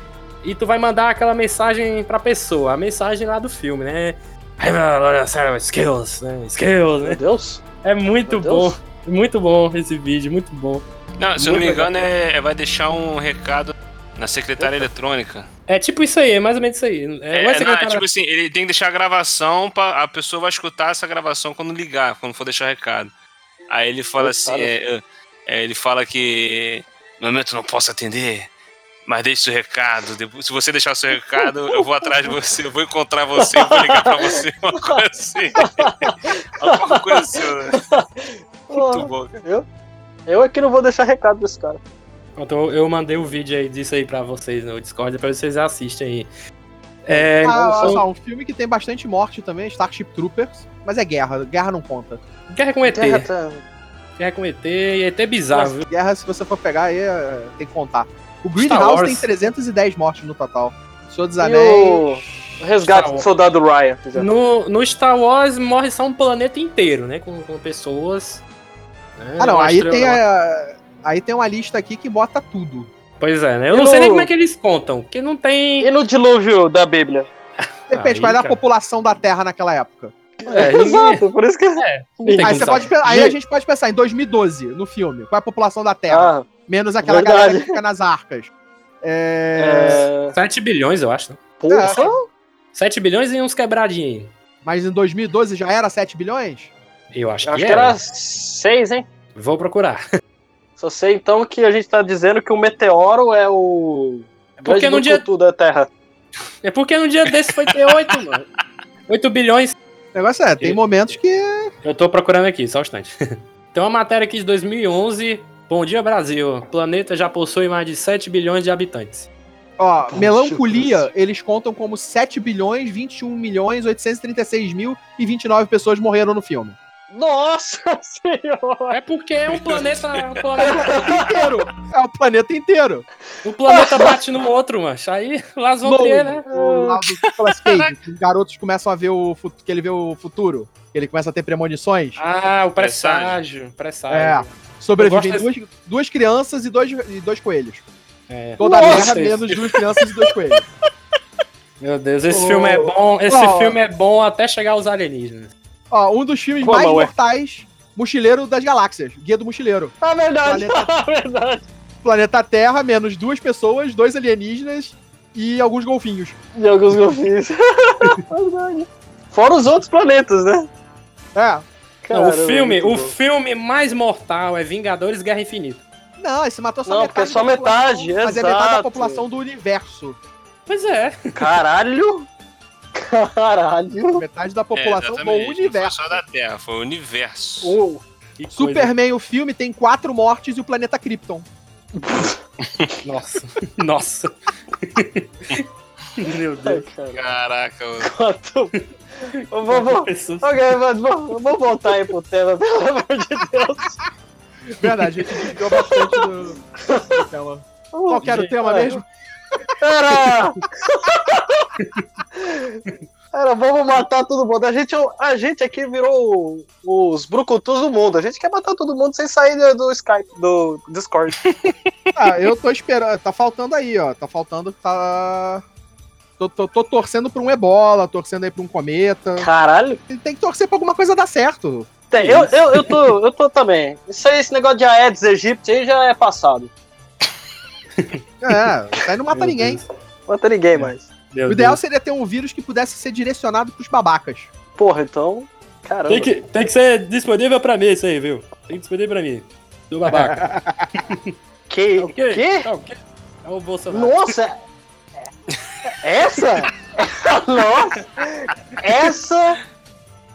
[SPEAKER 4] e tu vai mandar aquela mensagem pra pessoa, a mensagem lá do filme, né? Aí, meu, olha, sério, Skills, né? Skills,
[SPEAKER 5] Meu
[SPEAKER 4] né?
[SPEAKER 5] Deus.
[SPEAKER 4] É muito
[SPEAKER 5] Meu Deus.
[SPEAKER 4] bom. Muito bom esse vídeo, muito bom.
[SPEAKER 6] Não, se eu não me
[SPEAKER 4] Muito legal.
[SPEAKER 6] engano, é, é- vai deixar um recado na secretária eletrônica.
[SPEAKER 4] É tipo isso aí, é mais ou menos isso aí. É,
[SPEAKER 6] É,
[SPEAKER 4] ou é
[SPEAKER 6] não,
[SPEAKER 4] secretária-
[SPEAKER 6] é tipo assim, ele tem que deixar a gravação, pra, a pessoa vai escutar essa gravação quando ligar, quando for deixar recado. Aí ele fala assim, é, é, ele fala que no momento não posso atender, mas deixe seu recado. Depois, se você deixar seu recado, eu vou atrás de você, eu vou encontrar você, eu vou ligar pra você, uma coisa assim. Alguma coisa assim, né? Muito bom.
[SPEAKER 5] Eu, eu é que não vou deixar recado desse cara.
[SPEAKER 4] Pronto, eu- eu mandei o vídeo aí disso aí pra vocês no Discord, pra vocês assistem aí. É,
[SPEAKER 8] Ah, olha
[SPEAKER 4] são-
[SPEAKER 8] só, um filme que tem bastante morte também, Starship Troopers, mas é guerra, guerra não conta.
[SPEAKER 4] Guerra com ET.
[SPEAKER 5] Terra, terra.
[SPEAKER 4] Guerra com ET e ET bizarro, Tá, viu?
[SPEAKER 8] Mas guerra, se você for pegar aí, é, tem que contar. O
[SPEAKER 4] Star
[SPEAKER 8] Greenhouse
[SPEAKER 4] Wars.
[SPEAKER 8] tem 310 mortes no total. Senhor dos
[SPEAKER 5] E
[SPEAKER 8] Anéis.
[SPEAKER 5] O
[SPEAKER 4] Tá
[SPEAKER 5] resgate do soldado Ryan. fizeram.
[SPEAKER 4] No, no Star Wars morre só um planeta inteiro, né? Com, com pessoas. né,
[SPEAKER 8] Ah, não,
[SPEAKER 4] uma
[SPEAKER 8] aí
[SPEAKER 4] estrela
[SPEAKER 8] tem,
[SPEAKER 4] lá.
[SPEAKER 8] a, aí tem uma lista aqui que bota tudo.
[SPEAKER 4] Pois é, né? Eu
[SPEAKER 5] E
[SPEAKER 4] não sei
[SPEAKER 5] no-
[SPEAKER 4] nem como é que eles contam, porque não tem.
[SPEAKER 5] E no dilúvio da Bíblia?
[SPEAKER 8] Depende
[SPEAKER 4] Aí,
[SPEAKER 8] qual era a
[SPEAKER 4] cara.
[SPEAKER 8] população da Terra naquela época.
[SPEAKER 4] É,
[SPEAKER 5] Exato, por isso que.
[SPEAKER 4] não tem
[SPEAKER 8] Aí,
[SPEAKER 4] como
[SPEAKER 8] você
[SPEAKER 4] saber.
[SPEAKER 8] pode, pe- aí a
[SPEAKER 4] Gente,
[SPEAKER 8] gente pode pensar em 2012, no filme, qual é a população da Terra?
[SPEAKER 5] Ah,
[SPEAKER 8] Menos aquela
[SPEAKER 5] verdade.
[SPEAKER 8] galera que fica nas arcas. É...
[SPEAKER 4] 7 bilhões, eu acho.
[SPEAKER 8] Porra.
[SPEAKER 4] 7 bilhões e uns quebradinhos. aí.
[SPEAKER 8] Mas em 2012 já era 7 bilhões?
[SPEAKER 4] Eu acho,
[SPEAKER 5] Eu
[SPEAKER 4] que,
[SPEAKER 5] acho que
[SPEAKER 4] era.
[SPEAKER 5] era seis, hein?
[SPEAKER 4] Vou procurar.
[SPEAKER 5] Só sei então que a gente tá dizendo que o meteoro é o.
[SPEAKER 4] porque
[SPEAKER 5] grande
[SPEAKER 4] no dia-
[SPEAKER 5] brucutu da Terra.
[SPEAKER 4] É porque no dia desse foi ter 8, mano. 8 bilhões.
[SPEAKER 8] O negócio é, tem momentos que.
[SPEAKER 4] Eu tô procurando aqui, só um instante. Tem uma matéria aqui de 2011. Bom dia, Brasil. O planeta já possui mais de 7 bilhões de habitantes.
[SPEAKER 8] Ó,
[SPEAKER 5] Poxa,
[SPEAKER 8] melancolia, eles contam como 7 bilhões, 21 milhões, 836 mil e 29 pessoas morreram no filme.
[SPEAKER 5] Nossa senhora!
[SPEAKER 4] É porque é um planeta. Um planeta,
[SPEAKER 8] Inteiro! É o planeta inteiro.
[SPEAKER 4] um planeta bate no outro, mano. Aí lá vão
[SPEAKER 8] Nolan,
[SPEAKER 4] ter, né?
[SPEAKER 8] O lá do Nicolas Cage, que os garotos começam a ver o futuro, que ele vê o futuro, que ele começa a ter premonições.
[SPEAKER 4] Ah, o presságio. Presságio.
[SPEAKER 8] Sobrevivem
[SPEAKER 4] eu
[SPEAKER 8] duas, duas crianças e dois, e dois coelhos.
[SPEAKER 4] É.
[SPEAKER 8] Toda
[SPEAKER 4] Nossa,
[SPEAKER 8] guerra, menos duas crianças e dois coelhos.
[SPEAKER 4] Meu Deus, esse
[SPEAKER 5] Ô,
[SPEAKER 4] filme é bom. Esse
[SPEAKER 8] ó.
[SPEAKER 4] filme é bom até chegar aos alienígenas.
[SPEAKER 8] Ó, um dos filmes
[SPEAKER 5] Pô,
[SPEAKER 8] mais
[SPEAKER 5] mas ué.
[SPEAKER 8] mortais, Mochileiro das Galáxias, Guia do Mochileiro.
[SPEAKER 5] É verdade,
[SPEAKER 8] Planeta-
[SPEAKER 5] é verdade.
[SPEAKER 8] Planeta Terra, menos duas pessoas, dois alienígenas e alguns golfinhos.
[SPEAKER 5] De alguns golfinhos. verdade. Fora os outros planetas, né?
[SPEAKER 8] É.
[SPEAKER 4] Não, o
[SPEAKER 5] Caramba,
[SPEAKER 4] filme,
[SPEAKER 5] muito
[SPEAKER 4] o
[SPEAKER 5] bom.
[SPEAKER 4] filme mais mortal é Vingadores Guerra Infinita.
[SPEAKER 8] Não, esse matou só
[SPEAKER 5] Não,
[SPEAKER 8] metade.
[SPEAKER 5] porque é só
[SPEAKER 8] da população,
[SPEAKER 5] metade,
[SPEAKER 8] Mas é metade da
[SPEAKER 5] exato.
[SPEAKER 8] população do universo.
[SPEAKER 4] Pois é.
[SPEAKER 5] Caralho! Caralho!
[SPEAKER 8] Metade
[SPEAKER 4] É,
[SPEAKER 8] da população do
[SPEAKER 6] É, exatamente. Não foi
[SPEAKER 8] universo.
[SPEAKER 6] só da Terra, foi o universo.
[SPEAKER 5] Oh,
[SPEAKER 4] Que coisa.
[SPEAKER 8] Superman, o filme, tem quatro mortes e o planeta Krypton.
[SPEAKER 4] Nossa. Nossa. Meu Deus.
[SPEAKER 5] cara.
[SPEAKER 6] Caraca, mano.
[SPEAKER 5] Quanto... Ô, vovô, Ok, mas vamos vamos voltar aí pro tema, pelo amor de Deus.
[SPEAKER 8] Verdade, a gente desviou bastante do, do tema. Qual que era o tema
[SPEAKER 5] Gente,
[SPEAKER 8] mesmo?
[SPEAKER 5] Era! Era, vamos matar todo mundo. A gente, é o- a gente aqui virou o- os brucutus do mundo. A gente quer matar todo mundo sem sair do, do Skype, do Discord.
[SPEAKER 8] Ah, eu tô esperando. Tá faltando aí, ó. Tá faltando. Tá. Tô, tô, tô torcendo pra um ebola, torcendo aí pra um cometa.
[SPEAKER 5] Caralho.
[SPEAKER 8] Tem que torcer pra alguma coisa dar certo.
[SPEAKER 5] Tem, eu, eu, eu, tô, eu tô também. Isso aí, esse negócio de Aedes aegypti aí já é passado.
[SPEAKER 8] É, isso aí não mata
[SPEAKER 4] Meu
[SPEAKER 8] ninguém.
[SPEAKER 4] Deus.
[SPEAKER 5] Mata ninguém
[SPEAKER 4] É.
[SPEAKER 5] mais.
[SPEAKER 4] Meu
[SPEAKER 8] O ideal
[SPEAKER 4] Deus.
[SPEAKER 8] seria ter um vírus que pudesse ser direcionado pros babacas.
[SPEAKER 5] Porra, então. Caramba.
[SPEAKER 4] Tem que, tem que ser disponível pra mim isso aí, viu? Tem que disponível pra mim. Do babaca.
[SPEAKER 5] Que?
[SPEAKER 4] É o quê?
[SPEAKER 5] Que?
[SPEAKER 4] É o quê? É o Bolsonaro.
[SPEAKER 5] Nossa! é Essa? Nossa! Essa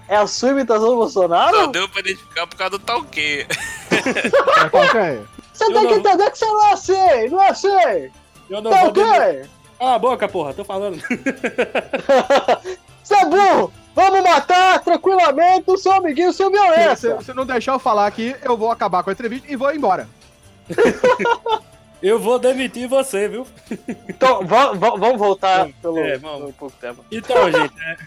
[SPEAKER 5] é a sua imitação do
[SPEAKER 6] Só
[SPEAKER 5] Bolsonaro?
[SPEAKER 6] deu pra identificar por causa do talqueio.
[SPEAKER 4] é?
[SPEAKER 8] É,
[SPEAKER 5] Você
[SPEAKER 4] Eu
[SPEAKER 5] tem que
[SPEAKER 4] não-
[SPEAKER 5] entender que você não é assim! Não é assim!
[SPEAKER 4] Eu não
[SPEAKER 5] Tá
[SPEAKER 4] vou...
[SPEAKER 5] ok?
[SPEAKER 4] dormir. Cala a boca, porra. Tô falando.
[SPEAKER 5] Você é burro! Vamos matar tranquilamente o seu amiguinho sem
[SPEAKER 8] Se,
[SPEAKER 4] é?
[SPEAKER 5] violência!
[SPEAKER 8] se não deixar eu falar aqui, eu vou acabar com a entrevista e vou embora.
[SPEAKER 4] Eu vou demitir você, viu?
[SPEAKER 5] Então, va- va- vamos voltar pelo,
[SPEAKER 4] é, vamos.
[SPEAKER 5] pelo pouco tempo.
[SPEAKER 4] Então, gente. É...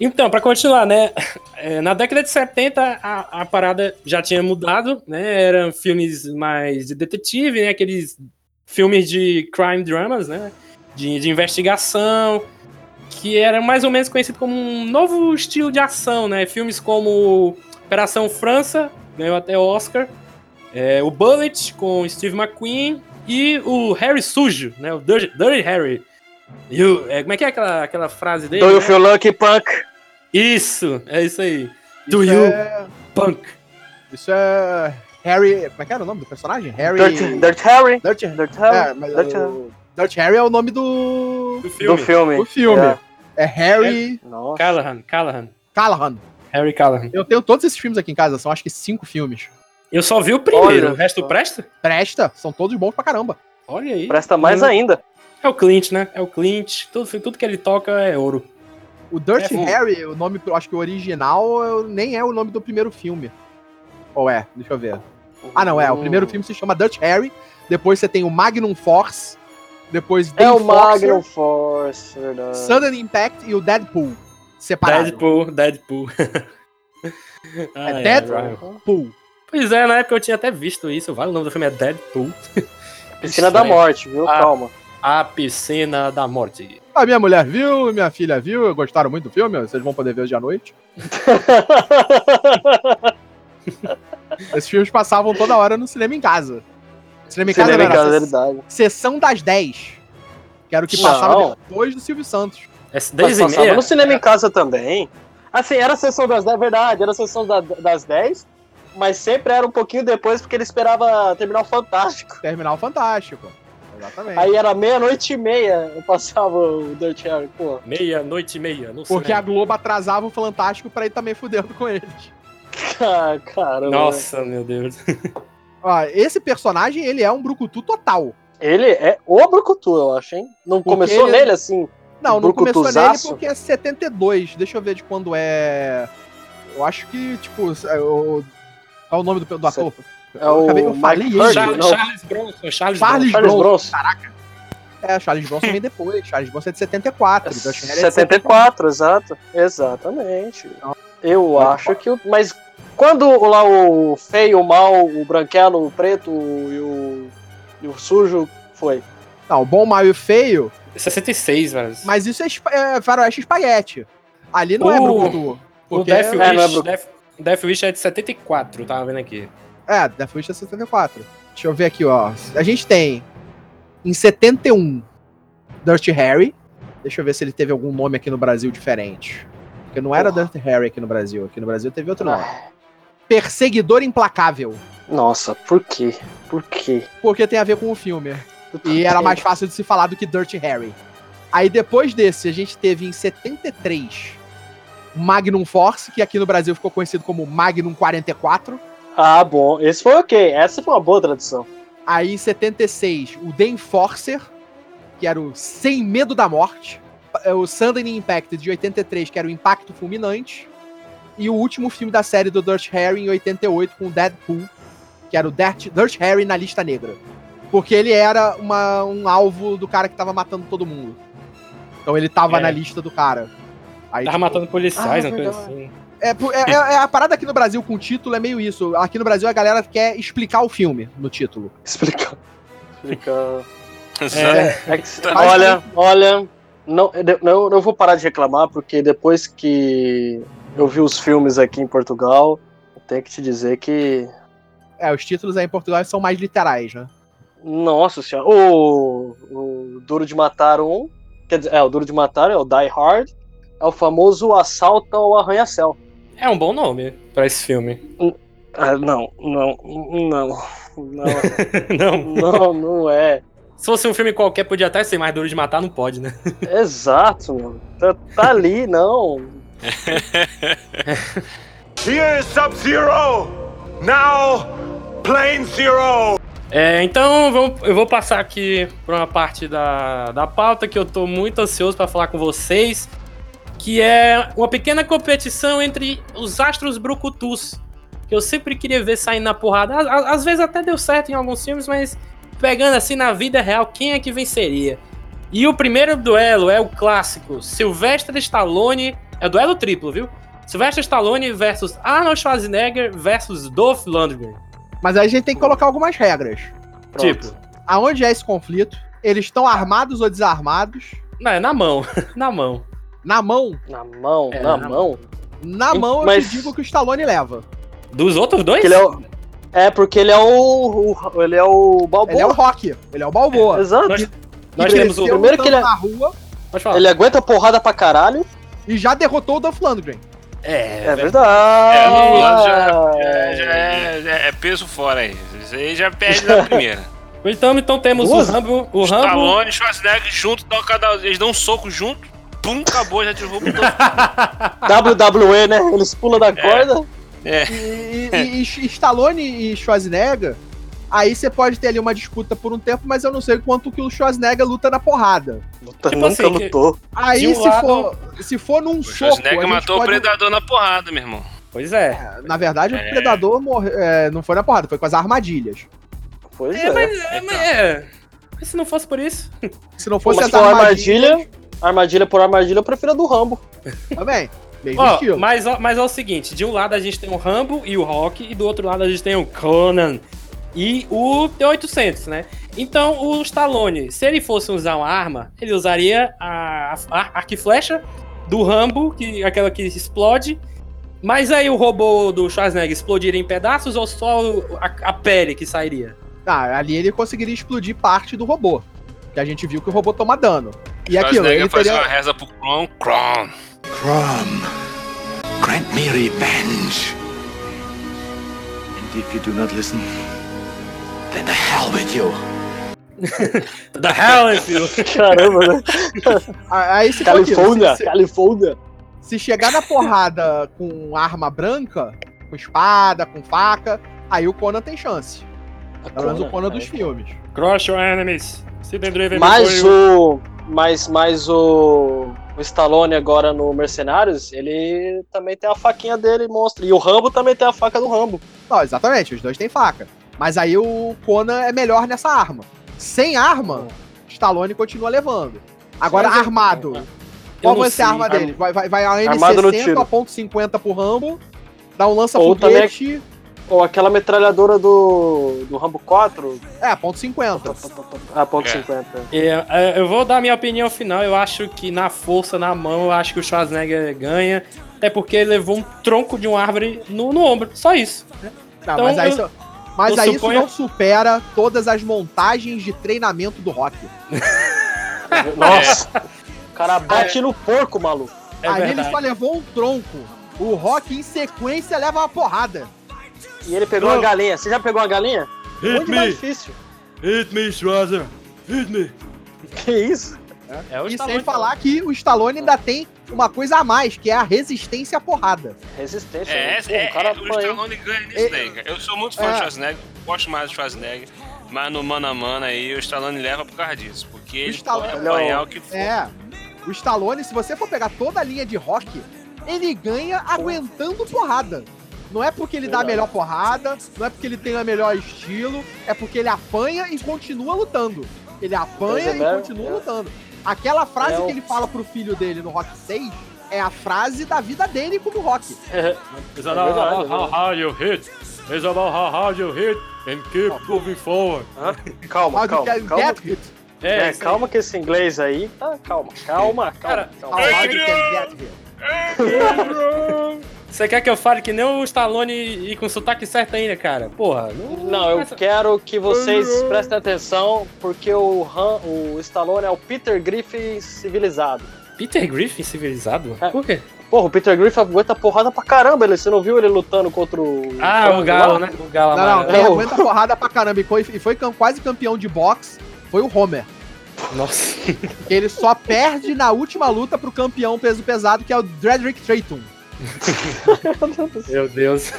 [SPEAKER 4] Então, pra continuar, né? é, na década de 70, a, a parada já tinha mudado, né? Eram filmes mais de detetive, né? Aqueles filmes de crime dramas, né? De, de investigação, que era mais ou menos conhecido como um novo estilo de ação, né? Filmes como Operação França, ganhou até o Oscar, é, o Bullet com Steve McQueen e o Harry Sujo, né? O Dirty, Dirty Harry. E o- é, como é que é aquela, aquela frase dele?
[SPEAKER 5] Do you
[SPEAKER 4] né?
[SPEAKER 5] feel lucky, punk?
[SPEAKER 4] Isso, é isso aí. Do
[SPEAKER 8] isso
[SPEAKER 4] you
[SPEAKER 8] É,
[SPEAKER 4] punk?
[SPEAKER 8] isso é. Harry. Como é que era o nome do personagem? Harry.
[SPEAKER 5] Dirt, Dirt Harry?
[SPEAKER 8] Dirt,
[SPEAKER 5] Dirt
[SPEAKER 8] é,
[SPEAKER 5] Harry?
[SPEAKER 8] mas
[SPEAKER 5] Dirt Harry.
[SPEAKER 8] o- Dirt Harry é o nome do.
[SPEAKER 4] Do
[SPEAKER 5] Do
[SPEAKER 4] filme.
[SPEAKER 5] filme.
[SPEAKER 8] do filme.
[SPEAKER 5] É.
[SPEAKER 8] É Harry
[SPEAKER 5] Nossa.
[SPEAKER 4] Callahan, Callahan.
[SPEAKER 5] É.
[SPEAKER 8] Callahan.
[SPEAKER 4] Harry Callahan.
[SPEAKER 8] Eu tenho todos esses filmes aqui em casa, são acho que cinco filmes.
[SPEAKER 4] Eu só vi o primeiro,
[SPEAKER 5] Olha
[SPEAKER 4] o resto
[SPEAKER 5] só.
[SPEAKER 4] presta?
[SPEAKER 8] Presta, são todos bons pra caramba.
[SPEAKER 4] Olha aí.
[SPEAKER 5] Presta mais
[SPEAKER 4] Hum.
[SPEAKER 5] ainda.
[SPEAKER 4] É o Clint, né? É o Clint. Tudo, tudo que ele toca é ouro.
[SPEAKER 8] O Dirty
[SPEAKER 4] É, o-
[SPEAKER 8] Harry, o nome, eu acho que o original eu- nem é o nome do primeiro filme. Ou é? Deixa eu ver. Ah, não, é. O
[SPEAKER 5] Hum.
[SPEAKER 8] primeiro filme se chama Dirty Harry. Depois você tem o Magnum Force. Depois
[SPEAKER 5] É o né?
[SPEAKER 8] Enforcer,
[SPEAKER 5] Magnum Force, verdade.
[SPEAKER 8] Sudden Impact e o Deadpool. Separado.
[SPEAKER 4] Deadpool, Deadpool. Ai,
[SPEAKER 8] É
[SPEAKER 4] ai, Ryan.
[SPEAKER 8] Deadpool.
[SPEAKER 4] Pois é, na época eu tinha até visto isso. Vale o nome do filme, é Deadpool.
[SPEAKER 5] Piscina da Morte, viu?
[SPEAKER 4] Ah.
[SPEAKER 5] Calma.
[SPEAKER 4] A Piscina da Morte.
[SPEAKER 8] A minha mulher viu, minha filha viu, gostaram muito do filme, vocês vão poder ver hoje à noite. Esses filmes passavam toda hora no cinema em casa. Cinema em Casa né?
[SPEAKER 5] Cinema em
[SPEAKER 8] não, era
[SPEAKER 5] Casa, é
[SPEAKER 8] se-
[SPEAKER 5] verdade.
[SPEAKER 8] Sessão das 10. Que era o que
[SPEAKER 5] Não.
[SPEAKER 8] passava depois do Silvio Santos.
[SPEAKER 4] É
[SPEAKER 5] Mas
[SPEAKER 4] 10 e
[SPEAKER 5] passava
[SPEAKER 4] meia?
[SPEAKER 5] no cinema em casa também. Assim, era a sessão das 10, verdade, era a sessão da- das 10, mas sempre era um pouquinho depois, porque ele esperava terminar o Fantástico.
[SPEAKER 8] Terminal Fantástico. Exatamente.
[SPEAKER 5] Aí é era meia-noite e meia, eu passava o Dirty Harry, pô.
[SPEAKER 4] Meia, noite e meia, não sei.
[SPEAKER 8] porque a Globo atrasava o Fantástico pra ir também fudendo com eles.
[SPEAKER 5] Ah, Caramba.
[SPEAKER 4] Nossa, meu Deus.
[SPEAKER 8] Ó, esse personagem, ele é um brucutu total.
[SPEAKER 5] Ele é o Brucutu, eu acho, hein? Não
[SPEAKER 8] Porque
[SPEAKER 5] começou
[SPEAKER 8] ele-
[SPEAKER 5] nele assim?
[SPEAKER 8] Não, não começou nele
[SPEAKER 5] Brucutuzaço?
[SPEAKER 8] porque é 72. Deixa eu ver de quando é... Eu acho que, tipo... é o- Qual é o nome do, do ator?
[SPEAKER 5] É o
[SPEAKER 8] acabei- eu falei
[SPEAKER 5] Mike
[SPEAKER 8] ele.
[SPEAKER 5] Hurd,
[SPEAKER 4] Charles,
[SPEAKER 5] não,
[SPEAKER 4] Charles Bronson, Charles,
[SPEAKER 8] Charles
[SPEAKER 5] Charles
[SPEAKER 8] Bronson.
[SPEAKER 5] Bronson.
[SPEAKER 8] É, Charles Bronson vem depois. Charles Bronson é de 74. Então, acho que ele é de
[SPEAKER 5] 74, exato. Exatamente. Eu acho que. o- Mas quando o- lá o feio, o mal, o branquelo, o preto e o, e o sujo foi.
[SPEAKER 8] Não, o bom, mal e o feio,
[SPEAKER 4] Bronson. 66, velho.
[SPEAKER 8] mas isso é, espa- é faroeste espaguete. Ali não é
[SPEAKER 4] O-
[SPEAKER 8] Brucutu.
[SPEAKER 4] o
[SPEAKER 8] Porque
[SPEAKER 4] Death
[SPEAKER 8] é,
[SPEAKER 5] não é
[SPEAKER 4] Wish,
[SPEAKER 5] Bru-
[SPEAKER 4] Death, Death Wish é de 74, tava vendo aqui.
[SPEAKER 8] é, Death Wish é 74. Deixa eu ver aqui, ó. A gente tem em 71 Dirty Harry. Deixa eu ver se ele teve algum nome aqui no Brasil diferente. Porque não era Dirty Harry aqui no Brasil. Aqui no Brasil teve outro nome. Perseguidor Implacável.
[SPEAKER 5] Nossa, por quê? Por quê?
[SPEAKER 8] Porque tem a ver com o filme. E era mais fácil de se falar do que Dirty Harry. Aí depois desse, a gente teve em 73 Magnum Force, que aqui no Brasil ficou conhecido como Magnum 44.
[SPEAKER 5] Ah, bom. Esse foi ok. Essa foi uma boa tradução.
[SPEAKER 8] Aí em 76, o The Enforcer, que era o Sem Medo da Morte. É, O Sundin Impact de 83, que era o Impacto Fulminante. E o último filme da série do Dirty Harry em 88, com o Deadpool, que era o Dirty, Dirty Harry na lista negra. Porque ele era uma- um alvo do cara que tava matando todo mundo. Então ele tava
[SPEAKER 4] É.
[SPEAKER 8] na lista do cara. Aí,
[SPEAKER 4] Tava
[SPEAKER 8] tipo,
[SPEAKER 4] matando policiais,
[SPEAKER 5] Ah,
[SPEAKER 4] uma coisa
[SPEAKER 5] verdade.
[SPEAKER 4] assim.
[SPEAKER 8] é, por- é- é- é a parada aqui no Brasil com o título é meio isso. Aqui no Brasil a galera quer explicar o filme no título.
[SPEAKER 5] Explica. Explica.
[SPEAKER 6] Exato.
[SPEAKER 5] É que- olha, olha. Não, eu- não, não vou parar de reclamar, porque depois que eu vi os filmes aqui em Portugal, eu tenho que te dizer que
[SPEAKER 8] É, os títulos aí em Portugal são mais literais, né?
[SPEAKER 5] Nossa senhora. O, o Duro de Matar um. Quer dizer, é, o Duro de Matar é o Die Hard. É o famoso assalto ao arranha-céu.
[SPEAKER 4] É um bom nome pra esse filme.
[SPEAKER 5] Ah, não, não, não, não,
[SPEAKER 4] não.
[SPEAKER 5] não, não é.
[SPEAKER 4] Se fosse um filme qualquer, podia até ser mais duro de matar, não pode, né?
[SPEAKER 5] Exato, mano. Tá, tá ali, não.
[SPEAKER 2] Here is Sub-Zero! Now, Plane Zero!
[SPEAKER 4] É, então vamos- eu vou passar aqui pra uma parte da, da pauta que eu tô muito ansioso pra falar com vocês, que é uma pequena competição entre os astros brucutus, que eu sempre queria ver saindo na porrada. Às, às- às vezes até deu certo em alguns filmes, mas pegando assim na vida real, quem é que venceria? E o primeiro duelo é o clássico, Sylvester Stallone, é duelo triplo, viu? Sylvester Stallone versus Arnold Schwarzenegger versus Dolph Lundgren.
[SPEAKER 8] Mas aí a gente tem que colocar algumas regras.
[SPEAKER 5] Pronto.
[SPEAKER 4] Tipo,
[SPEAKER 8] Aonde é esse conflito? Eles estão armados ou desarmados?
[SPEAKER 4] Não, é na mão. Na mão.
[SPEAKER 8] Na mão?
[SPEAKER 5] Na mão,
[SPEAKER 4] É,
[SPEAKER 5] na
[SPEAKER 4] na
[SPEAKER 5] mão.
[SPEAKER 8] Na
[SPEAKER 5] Hum,
[SPEAKER 8] mão eu
[SPEAKER 5] mas-
[SPEAKER 8] te digo que o Stallone leva.
[SPEAKER 4] Dos outros dois?
[SPEAKER 5] Porque ele é, o, é, porque ele é o, o- Ele é o Balboa.
[SPEAKER 8] Ele é o Rock, ele é o Balboa.
[SPEAKER 5] Exato.
[SPEAKER 4] Nós-
[SPEAKER 8] Que
[SPEAKER 4] Nós temos o.
[SPEAKER 8] cresceu
[SPEAKER 5] primeiro que ele é-
[SPEAKER 8] lutando na rua
[SPEAKER 4] Pode falar.
[SPEAKER 5] Ele aguenta porrada pra caralho.
[SPEAKER 8] e já derrotou o Dolph Lundgren.
[SPEAKER 4] É,
[SPEAKER 5] É
[SPEAKER 4] velho.
[SPEAKER 5] verdade.
[SPEAKER 6] É, o Lando já- É, já é, é peso fora aí. Isso aí já perde na primeira.
[SPEAKER 4] Então, então temos
[SPEAKER 5] Duas?
[SPEAKER 4] o Rambo. O Rambo.
[SPEAKER 6] Stallone e Schwarzenegger junto, dão cada, eles dão um soco junto, pum, acabou, já
[SPEAKER 8] um
[SPEAKER 6] derruba o dois.
[SPEAKER 5] WWE, né? Eles pulam da corda.
[SPEAKER 8] E, e- e- e Stallone e Schwarzenegger, aí você pode ter ali uma disputa por um tempo, mas eu não sei quanto que o Schwarzenegger luta na porrada.
[SPEAKER 5] Puta,
[SPEAKER 4] Tipo
[SPEAKER 5] nunca
[SPEAKER 4] assim, que-
[SPEAKER 5] lutou.
[SPEAKER 8] Aí
[SPEAKER 4] De um
[SPEAKER 8] se,
[SPEAKER 4] lado-
[SPEAKER 8] for, se for num
[SPEAKER 6] O
[SPEAKER 8] soco, a
[SPEAKER 6] Schwarzenegger
[SPEAKER 8] gente
[SPEAKER 6] matou o
[SPEAKER 8] pode-
[SPEAKER 6] predador na porrada, meu irmão.
[SPEAKER 4] Pois é.
[SPEAKER 8] Na verdade, o
[SPEAKER 6] É.
[SPEAKER 8] Predador morre, é, não foi na porrada, foi com as armadilhas.
[SPEAKER 5] Pois
[SPEAKER 4] É, mas, é, mas é. Mas se não fosse por isso.
[SPEAKER 8] Se não
[SPEAKER 5] Mas
[SPEAKER 8] fosse
[SPEAKER 5] se
[SPEAKER 8] as
[SPEAKER 5] for
[SPEAKER 8] armadilhas, Tá
[SPEAKER 5] armadilha, armadilha por armadilha, eu prefiro a do Rambo.
[SPEAKER 8] também. Mesmo
[SPEAKER 4] Ó,
[SPEAKER 8] estilo.
[SPEAKER 4] mas, ó- mas é o seguinte: de um lado a gente tem o Rambo e o Rock, e do outro lado a gente tem o Conan e o T-800, né? Então, o Stallone, se ele fosse usar uma arma, ele usaria a, a arco e flecha do Rambo, que aquela que explode. Mas aí o robô do Schwarzenegger explodiria em pedaços ou só o- a, a pele que sairia?
[SPEAKER 8] Ah, ali ele conseguiria explodir parte do robô. Que a gente viu que o robô toma dano. E aquilo, ele
[SPEAKER 6] faz uma
[SPEAKER 8] teria...
[SPEAKER 6] reza pro Kron. Kron.
[SPEAKER 2] Crom, grant me revenge. And if you do not listen, then the hell with you.
[SPEAKER 4] The hell is you?
[SPEAKER 5] Caramba, né?
[SPEAKER 8] a- Aí se for aquilo,
[SPEAKER 5] Califórnia,
[SPEAKER 8] se- se-
[SPEAKER 5] Califórnia.
[SPEAKER 8] Se chegar na porrada com arma branca, com espada, com faca, aí o Conan tem chance. Pelo menos o Conan
[SPEAKER 5] é.
[SPEAKER 8] dos filmes.
[SPEAKER 4] Crush your enemies. Se the driven
[SPEAKER 5] Mas o. Mas, mas o. O Stallone agora no Mercenários, ele também tem a faquinha dele, monstro. E o Rambo também tem a faca do Rambo.
[SPEAKER 8] Não, exatamente, os dois têm faca. Mas aí o Conan é melhor nessa arma. Sem arma, Stallone continua levando. Agora
[SPEAKER 4] Mas eu-
[SPEAKER 8] armado.
[SPEAKER 4] Eu
[SPEAKER 8] Qual
[SPEAKER 4] não
[SPEAKER 8] vai ser a
[SPEAKER 4] sei.
[SPEAKER 8] arma dele? Vai, vai, vai a
[SPEAKER 5] Armado no
[SPEAKER 8] M60,
[SPEAKER 5] tiro.
[SPEAKER 8] a ponto 50 pro Rambo, dá um
[SPEAKER 5] Ou também-
[SPEAKER 8] lança-foguete,
[SPEAKER 5] Ou aquela metralhadora do. do Rambo 4.
[SPEAKER 8] é, a ponto 50.
[SPEAKER 5] Ah, ponto
[SPEAKER 6] É.
[SPEAKER 5] 50.
[SPEAKER 4] É, é, eu vou dar minha opinião final. Eu acho que na força, na mão, eu acho que o Schwarzenegger ganha. Até porque ele levou um tronco de uma árvore no, no ombro. Só isso.
[SPEAKER 8] Não, mas aí,
[SPEAKER 4] eu-
[SPEAKER 8] isso- mas
[SPEAKER 4] Então, eu
[SPEAKER 8] aí
[SPEAKER 4] suponho-
[SPEAKER 8] isso não supera todas as montagens de treinamento do Rock.
[SPEAKER 5] Nossa! O cara bate no porco, maluco.
[SPEAKER 4] É
[SPEAKER 8] aí ele
[SPEAKER 4] verdade.
[SPEAKER 8] só levou um tronco. O Rock, em sequência, leva uma porrada.
[SPEAKER 5] E ele pegou uma galinha. Você já pegou uma galinha? Muito mais difícil.
[SPEAKER 4] Hit me, Schwarzenegger. Hit me.
[SPEAKER 5] Que isso?
[SPEAKER 4] É o
[SPEAKER 8] E sem
[SPEAKER 4] Stallone.
[SPEAKER 8] falar que o Stallone ainda tem uma coisa a mais, que é a resistência à porrada.
[SPEAKER 5] Resistência. né?
[SPEAKER 6] É, é,
[SPEAKER 5] Pô,
[SPEAKER 6] é,
[SPEAKER 5] o cara
[SPEAKER 6] o
[SPEAKER 5] apanha, hein?
[SPEAKER 6] Stallone ganha nisso daí, cara. Eu sou muito fã
[SPEAKER 8] É.
[SPEAKER 6] do Schwarzenegger, gosto mais do Schwarzenegger, mas no Mano a Mano aí o Stallone leva por causa disso, porque ele
[SPEAKER 8] Stallone-
[SPEAKER 6] pode apanhar o que for.
[SPEAKER 8] É. O Stallone, se você for pegar toda a linha de Rock, ele ganha aguentando porrada. Não é porque ele dá a melhor porrada, não é porque ele tem o melhor estilo, é porque ele apanha e continua lutando. Ele apanha
[SPEAKER 5] Pois é,
[SPEAKER 8] e
[SPEAKER 5] né?
[SPEAKER 8] continua
[SPEAKER 5] É.
[SPEAKER 8] lutando. Aquela frase
[SPEAKER 5] É o-
[SPEAKER 8] que ele fala pro filho dele no Rock 6 é a frase da vida dele como Rock.
[SPEAKER 4] It's
[SPEAKER 5] about how- how
[SPEAKER 4] hard you hit. It's about how hard you hit and keep moving forward.
[SPEAKER 5] Calma,
[SPEAKER 8] How do you
[SPEAKER 5] calma,
[SPEAKER 8] get
[SPEAKER 5] calma.
[SPEAKER 8] that hit?
[SPEAKER 5] É,
[SPEAKER 4] isso aí.
[SPEAKER 5] calma que esse inglês aí. Tá, calma, calma, calma.
[SPEAKER 4] Cara,
[SPEAKER 8] How
[SPEAKER 5] calma.
[SPEAKER 8] hard you can get hit?
[SPEAKER 4] Você quer que eu fale que nem o Stallone e com o sotaque certo ainda, cara? Porra.
[SPEAKER 5] Não, eu
[SPEAKER 4] essa-
[SPEAKER 5] quero que vocês prestem atenção, porque o, Han, o Stallone é o Peter Griffin civilizado.
[SPEAKER 4] Peter Griffin civilizado?
[SPEAKER 5] É.
[SPEAKER 4] Por quê?
[SPEAKER 5] Porra, o Peter Griffin aguenta porrada pra caramba, ele, você não viu ele lutando contra o.
[SPEAKER 4] Ah, o
[SPEAKER 5] frango
[SPEAKER 4] Galo,
[SPEAKER 5] lá?
[SPEAKER 4] né? O Galo
[SPEAKER 8] Não, não,
[SPEAKER 4] amarelo.
[SPEAKER 8] quem
[SPEAKER 5] Não.
[SPEAKER 8] aguenta porrada pra caramba e foi, e foi cam- quase campeão de boxe foi o Homer.
[SPEAKER 4] Nossa.
[SPEAKER 8] Ele só perde na última luta pro campeão peso pesado, que é o Dredrick Trayton.
[SPEAKER 4] Meu Deus.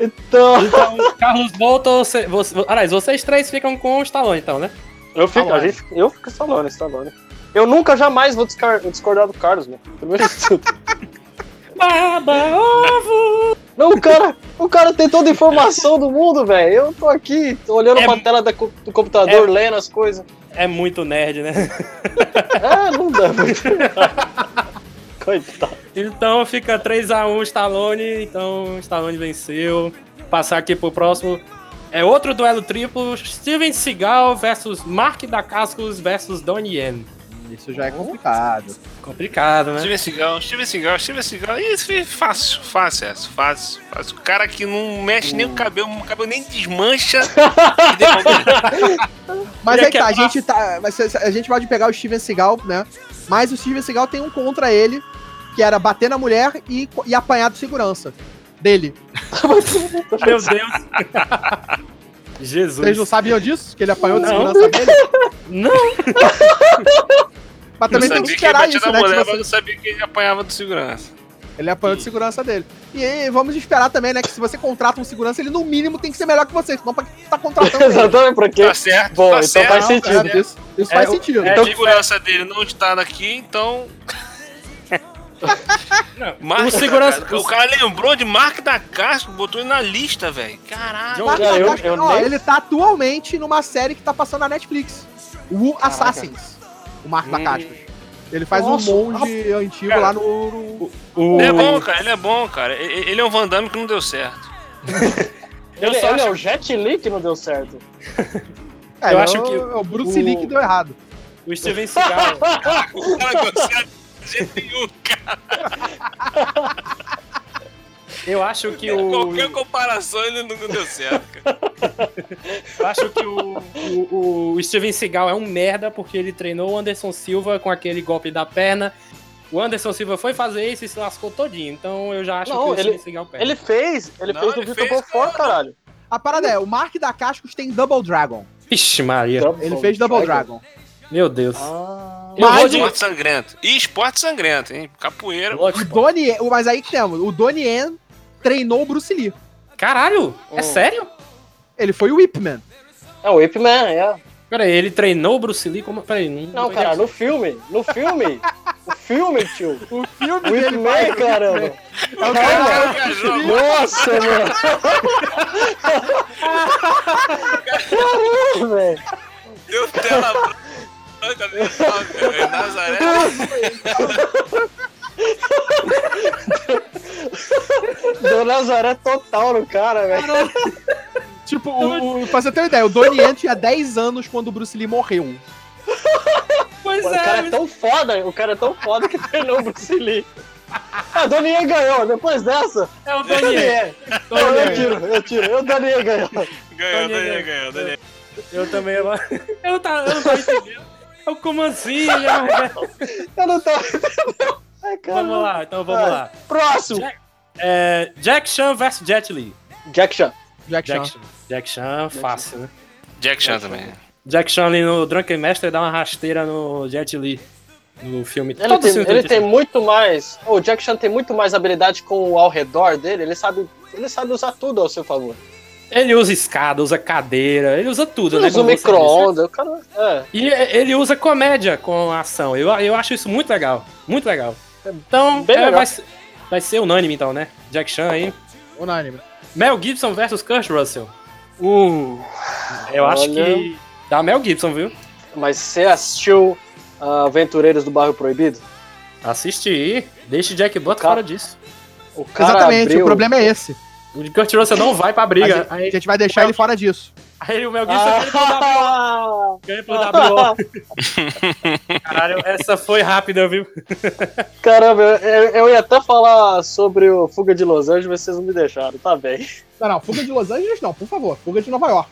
[SPEAKER 5] Então.
[SPEAKER 4] Então, Carlos Bolton, você, você, aliás, vocês três ficam com o Stallone, então, né?
[SPEAKER 5] Eu fico, a
[SPEAKER 8] Stallone.
[SPEAKER 5] gente, eu fico Stallone, Stallone. Eu nunca jamais vou discar- discordar do Carlos, mano. Primeiro de tudo.
[SPEAKER 4] Baba ovo!
[SPEAKER 5] Não, o cara, o cara tem toda a informação do mundo, velho. Eu tô aqui, tô olhando
[SPEAKER 4] É-
[SPEAKER 5] pra tela da co- do computador,
[SPEAKER 4] É-
[SPEAKER 5] lendo as coisas.
[SPEAKER 4] É muito nerd, né?
[SPEAKER 5] É, não dá muito. Coitado.
[SPEAKER 4] Então fica 3x1 Stallone, então Stallone venceu. Passar aqui pro próximo. É outro duelo triplo, Steven Seagal versus Mark Dacascos versus Donnie Yen.
[SPEAKER 8] Isso já é complicado.
[SPEAKER 4] Complicado, né?
[SPEAKER 6] Steven Seagal, Steven Seagal, Steven Seagal. Isso é fácil, fácil essa, fácil, fácil. O cara que não mexe nem o cabelo, o cabelo nem desmancha. e derruba.
[SPEAKER 8] Mas
[SPEAKER 4] Ele
[SPEAKER 8] aí tá, a
[SPEAKER 4] quebra-
[SPEAKER 8] gente tá. mas se- se- a gente pode pegar o Steven Seagal, né? Mas o Steven Seagal tem um contra ele, que era bater na mulher e, co- e apanhar do segurança. Dele.
[SPEAKER 4] Meu Deus. Jesus.
[SPEAKER 8] Vocês não sabiam disso? Que ele apanhou do
[SPEAKER 4] Não.
[SPEAKER 8] segurança dele?
[SPEAKER 4] Não,
[SPEAKER 8] Mas
[SPEAKER 6] Eu
[SPEAKER 8] também tem que
[SPEAKER 6] sabia que ele
[SPEAKER 8] esperar
[SPEAKER 6] batia
[SPEAKER 8] isso,
[SPEAKER 6] na
[SPEAKER 8] né?
[SPEAKER 6] mulher,
[SPEAKER 8] Que
[SPEAKER 6] mas
[SPEAKER 8] você-
[SPEAKER 6] eu sabia que ele apanhava do segurança.
[SPEAKER 8] Ele apanhou de segurança dele. E aí, vamos esperar também, né? Que se você contrata um segurança, ele no mínimo tem que ser melhor que você. Senão, pra que tá contratando? ele?
[SPEAKER 5] Exatamente, pra quê?
[SPEAKER 6] Tá certo,
[SPEAKER 5] Bom,
[SPEAKER 6] tá
[SPEAKER 5] então
[SPEAKER 6] certo.
[SPEAKER 5] faz
[SPEAKER 6] tá
[SPEAKER 5] sentido.
[SPEAKER 6] certo.
[SPEAKER 8] É, isso isso
[SPEAKER 4] É,
[SPEAKER 8] faz
[SPEAKER 4] o-
[SPEAKER 8] sentido. Então,
[SPEAKER 4] é,
[SPEAKER 6] A segurança dele não está aqui, então. Mark
[SPEAKER 4] o segurança-
[SPEAKER 6] da Casca- o cara lembrou de Mark da Casca, botou ele na lista, velho. Caralho.
[SPEAKER 8] Mark
[SPEAKER 5] é, eu-
[SPEAKER 8] Dacascos,
[SPEAKER 5] eu
[SPEAKER 8] ó,
[SPEAKER 5] nem-
[SPEAKER 8] Ele tá atualmente numa série que tá passando na Netflix. O Assassins. O Marco da Cascos. Ele faz
[SPEAKER 5] Nossa,
[SPEAKER 8] um monge antigo
[SPEAKER 6] cara.
[SPEAKER 8] lá no. no-
[SPEAKER 4] o...
[SPEAKER 6] Ele é bom, cara, ele é bom, cara. E- e- Ele é um Vandame que não deu certo.
[SPEAKER 4] Eu
[SPEAKER 5] ele,
[SPEAKER 4] só
[SPEAKER 5] ele
[SPEAKER 4] acho-
[SPEAKER 5] é o Jet Li que não deu certo.
[SPEAKER 8] É,
[SPEAKER 4] Eu
[SPEAKER 8] é
[SPEAKER 4] acho
[SPEAKER 8] o-
[SPEAKER 4] que
[SPEAKER 8] É o Bruce
[SPEAKER 4] o-
[SPEAKER 8] Lee que deu errado.
[SPEAKER 4] o Steven Seagal.
[SPEAKER 6] O cara deu certo de jeito nenhum, cara.
[SPEAKER 4] Eu acho que o.
[SPEAKER 6] Qualquer comparação ele nunca deu certo, cara.
[SPEAKER 4] Eu acho que o, o, o Steven Seagal é um merda porque ele treinou o Anderson Silva com aquele golpe da perna. O Anderson Silva foi fazer isso e se lascou todinho. Então eu já acho
[SPEAKER 5] Não,
[SPEAKER 4] que o
[SPEAKER 5] ele-
[SPEAKER 4] Steven Seagal perde.
[SPEAKER 5] Ele fez, ele
[SPEAKER 6] Não,
[SPEAKER 5] fez
[SPEAKER 6] ele
[SPEAKER 5] do Vitor
[SPEAKER 6] fez,
[SPEAKER 5] Belfort, caralho.
[SPEAKER 8] A parada é, o Mark da Cascos tem Double Dragon.
[SPEAKER 4] Ixi, Maria.
[SPEAKER 8] Ele fez
[SPEAKER 5] é
[SPEAKER 8] Double Dragon.
[SPEAKER 4] Meu Deus.
[SPEAKER 5] Então, Ah,
[SPEAKER 4] Eu vou de-
[SPEAKER 6] Esporte sangrento. E esporte sangrento, hein? Capoeira.
[SPEAKER 8] O Donnie, o- mas aí que temos, o Donnie Yen treinou o Bruce Lee.
[SPEAKER 4] Caralho! É
[SPEAKER 5] Oh.
[SPEAKER 4] sério?
[SPEAKER 8] Ele foi o Whipman.
[SPEAKER 5] é o Ip Man, é.
[SPEAKER 4] Peraí, ele treinou o Bruce Lee como. Peraí, não.
[SPEAKER 5] Não, cara, no filme, no filme, no filme, tio.
[SPEAKER 8] O filme
[SPEAKER 5] O Ip
[SPEAKER 8] dele vai-
[SPEAKER 5] Man, caramba.
[SPEAKER 6] O cara, cara viajou agora.
[SPEAKER 5] Nossa, mano. Caramba, velho.
[SPEAKER 6] Deu tela branca mental, cara. É Nazaré.
[SPEAKER 5] Deu Nazaré total no cara, velho.
[SPEAKER 8] Tipo, o, o, pra você ter uma ideia, o Donnie Yen tinha 10 anos quando o Bruce Lee morreu.
[SPEAKER 4] Pois
[SPEAKER 5] O cara é tão foda, o cara é tão foda que treinou o Bruce Lee. Ah, Donier ganhou, depois dessa,
[SPEAKER 4] É o Daniel.
[SPEAKER 5] Donier. Eu, eu tiro, eu tiro, eu Donier ganhou.
[SPEAKER 4] Daniel,
[SPEAKER 6] Ganhou, Daniel, ganhou, Daniel.
[SPEAKER 4] Eu também. Eu, eu, tá, eu não tô entendendo. Eu, como assim? Eu-
[SPEAKER 5] Eu não tava entendendo. Ai, caramba.
[SPEAKER 4] Vamos lá, então vamos lá.
[SPEAKER 5] Próximo.
[SPEAKER 4] É, Jack Chan vs Jet Li.
[SPEAKER 5] Jack Chan.
[SPEAKER 8] Jack
[SPEAKER 4] Jack
[SPEAKER 8] Chan.
[SPEAKER 4] Chan. Jack Chan, fácil, né?
[SPEAKER 6] Jack Chan também.
[SPEAKER 4] Jack Chan ali no Drunken Master dá uma rasteira no Jet Li. No filme.
[SPEAKER 5] Ele,
[SPEAKER 4] Todo
[SPEAKER 5] tem,
[SPEAKER 4] filme
[SPEAKER 5] ele
[SPEAKER 4] Jet
[SPEAKER 5] tem
[SPEAKER 4] Li.
[SPEAKER 5] muito mais... O Jack Chan tem muito mais habilidade com o ao redor dele. Ele sabe, ele sabe usar tudo ao seu favor.
[SPEAKER 4] Ele usa escada, usa cadeira, ele usa tudo,
[SPEAKER 5] Ele
[SPEAKER 4] né?
[SPEAKER 5] usa o
[SPEAKER 4] como você
[SPEAKER 5] micro-ondas. o cara- É,
[SPEAKER 4] disse. E ele usa comédia com a ação. Eu, eu acho isso muito legal. Muito legal. Então,
[SPEAKER 5] Bem
[SPEAKER 4] é,
[SPEAKER 5] legal.
[SPEAKER 4] Vai, ser- vai ser unânime, então, né? Jack Chan aí.
[SPEAKER 8] Unânime.
[SPEAKER 4] Mel Gibson versus Kurt Russell. Uh, Eu acho
[SPEAKER 5] Olha.
[SPEAKER 4] que dá Mel Gibson, viu?
[SPEAKER 5] mas você assistiu ah, Aventureiros do Bairro Proibido?
[SPEAKER 4] Assiste aí. Deixa o Jack Butler
[SPEAKER 5] Cara-
[SPEAKER 4] fora disso.
[SPEAKER 5] O cara
[SPEAKER 8] Exatamente,
[SPEAKER 5] abriu-
[SPEAKER 8] o problema é esse.
[SPEAKER 4] O Kurt Russell não vai pra
[SPEAKER 8] A
[SPEAKER 4] briga.
[SPEAKER 8] gente, a gente vai deixar ele fora disso.
[SPEAKER 4] Aí o Mel Gibson ganha pro W.O.
[SPEAKER 5] Ah!
[SPEAKER 4] ganha pro W.O. Caralho, essa foi rápida, viu?
[SPEAKER 5] Caramba, eu, eu ia até falar sobre o Fuga de Los Angeles, mas vocês não me deixaram, tá bem.
[SPEAKER 8] Não, não, fuga de Los Angeles não, por favor. Fuga de Nova York.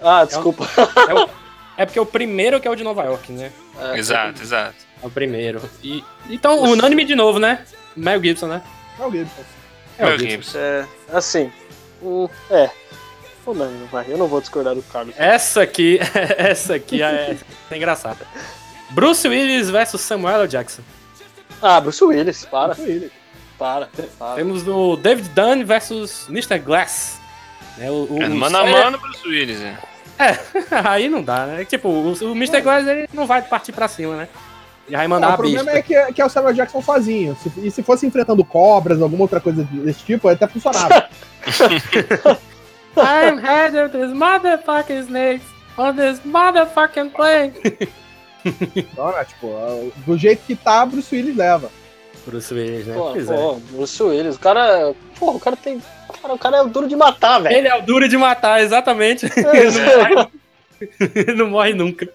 [SPEAKER 5] Ah, desculpa.
[SPEAKER 4] É, o- é porque o primeiro que é o de Nova York, né?
[SPEAKER 6] Exato, exato.
[SPEAKER 4] É o primeiro. E, então, unânime de novo, né? Mel Gibson, né?
[SPEAKER 8] É o Gibson.
[SPEAKER 4] É o
[SPEAKER 6] Meu
[SPEAKER 4] Gibson.
[SPEAKER 6] Gibson.
[SPEAKER 5] É, assim, hum, é. Ou não, não vai, eu não vou discordar do Carlos.
[SPEAKER 4] Essa aqui, essa aqui é, é engraçada. Bruce Willis versus Samuel L. Jackson.
[SPEAKER 5] Ah, Bruce Willis, para,
[SPEAKER 8] Foi ele.
[SPEAKER 5] para, para.
[SPEAKER 4] Temos o David Dunn versus Mr. Glass. Né, o, o-
[SPEAKER 6] É,
[SPEAKER 4] o-
[SPEAKER 6] Mano a mano, Bruce Willis, né?
[SPEAKER 4] É, aí não dá, né? Tipo, o, o Mr. Glass ele não vai partir pra cima, né? E vai mandar
[SPEAKER 8] Não,
[SPEAKER 4] a
[SPEAKER 8] o problema
[SPEAKER 4] bicha.
[SPEAKER 8] é que, que é o Samuel Jackson sozinho. Se- e se fosse enfrentando cobras, alguma outra coisa desse tipo, até funcionava. tá.
[SPEAKER 4] I'm head of this motherfucking snakes on this motherfucking plane.
[SPEAKER 8] então, é, tipo, do jeito que tá, Bruce Willis leva.
[SPEAKER 4] Bruce Willis, né?
[SPEAKER 5] Pô,
[SPEAKER 4] Pois
[SPEAKER 5] pô, Bruce Willis, o cara. Pô, o cara tem. Cara, o cara é duro de matar,
[SPEAKER 4] é.
[SPEAKER 5] velho.
[SPEAKER 4] Ele é o duro de matar, exatamente. né? Ele não morre nunca.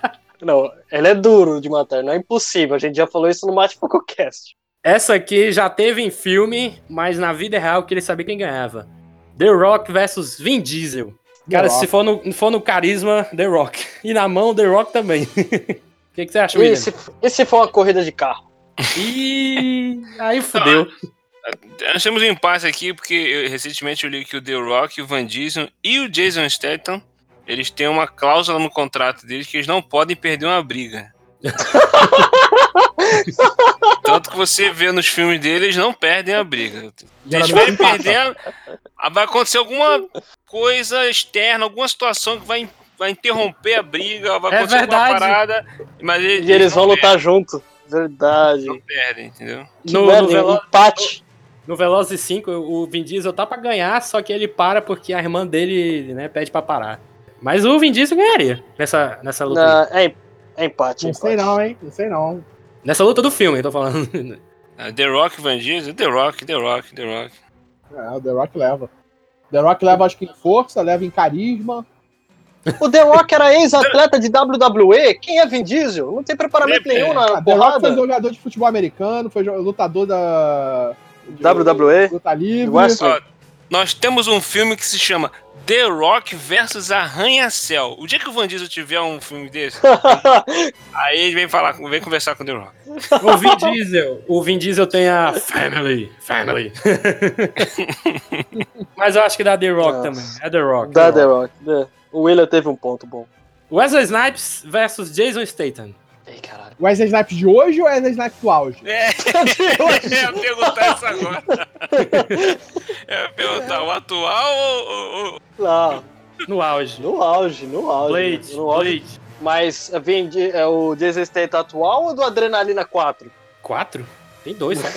[SPEAKER 5] Não, ele é duro de matar, não é impossível. A gente já falou isso no Mate Fococast.
[SPEAKER 4] Essa aqui já teve em filme, mas na vida real eu queria saber quem ganhava. The Rock versus Vin Diesel. Cara, se for no, for no carisma, The Rock. E na mão, The Rock também. O que, que você acha,
[SPEAKER 5] E
[SPEAKER 4] William?
[SPEAKER 5] se, e se for uma corrida de carro?
[SPEAKER 4] Ih, aí fudeu.
[SPEAKER 6] Nós temos um impasse aqui, porque eu- recentemente eu li que o The Rock, o Van Diesel e o Jason Statham, eles têm uma cláusula no contrato deles que eles não podem perder uma briga. Tanto que você vê nos filmes deles, eles não perdem a briga. Se eles
[SPEAKER 4] Geralmente
[SPEAKER 6] forem perder, a- vai acontecer alguma coisa externa, alguma situação que vai, in- vai interromper a briga, vai
[SPEAKER 4] É
[SPEAKER 6] acontecer
[SPEAKER 4] verdade.
[SPEAKER 6] alguma parada, mas
[SPEAKER 5] E
[SPEAKER 6] eles,
[SPEAKER 5] eles vão
[SPEAKER 6] não é.
[SPEAKER 5] lutar junto. Verdade.
[SPEAKER 6] perdem, não perdem, entendeu?
[SPEAKER 5] Que
[SPEAKER 4] No,
[SPEAKER 5] merda,
[SPEAKER 4] no, Velo-
[SPEAKER 5] empate.
[SPEAKER 4] no Velozes 5, o Vin Diesel tá pra ganhar, só que ele para porque a irmã dele né, pede pra parar. Mas o Vin Diesel ganharia nessa, nessa luta. aí.
[SPEAKER 5] Não, é, em- é empate.
[SPEAKER 8] Não
[SPEAKER 5] é
[SPEAKER 8] sei
[SPEAKER 5] empate.
[SPEAKER 8] não, hein? Não sei não.
[SPEAKER 4] Nessa luta do filme, eu tô falando.
[SPEAKER 6] Ah, The Rock, Van Diesel, The Rock, The Rock, The Rock.
[SPEAKER 8] É, o The Rock leva. The Rock leva, acho que em força, leva em carisma.
[SPEAKER 5] O The Rock era ex-atleta de WWE? Quem é Vin Diesel? Não tem preparamento nenhum na
[SPEAKER 8] Ah, The Rock foi
[SPEAKER 5] porrada.
[SPEAKER 8] jogador de futebol americano, foi jo- lutador da
[SPEAKER 5] WWE.
[SPEAKER 8] Luta livre.
[SPEAKER 5] Igual assim.
[SPEAKER 6] Ó, nós temos um filme que se chama The Rock versus Arranha-Céu. O dia que o Van Diesel tiver um filme desse, aí ele vem falar, vem conversar com o The Rock.
[SPEAKER 4] O Vin Diesel, o Vin Diesel tem a Family, Family. Mas eu acho que dá The Rock
[SPEAKER 5] Nossa.
[SPEAKER 4] também. É The Rock.
[SPEAKER 5] Da The Rock. né? O William teve um ponto bom.
[SPEAKER 4] Wesley Snipes versus Jason Statham.
[SPEAKER 5] Ei, caralho.
[SPEAKER 8] Wesley Snipes de hoje ou Wesley Snipes do auge?
[SPEAKER 6] É, eu ia perguntar isso agora. É, Eu ia perguntar o atual ou- ou. ou-
[SPEAKER 5] Não,
[SPEAKER 4] No auge.
[SPEAKER 5] Ah, no auge, no auge.
[SPEAKER 4] Blade,
[SPEAKER 5] no auge.
[SPEAKER 4] Blade.
[SPEAKER 5] Mas vem de- é o Jason Statham atual ou do Adrenalina 4?
[SPEAKER 4] Quatro? Tem dois, só.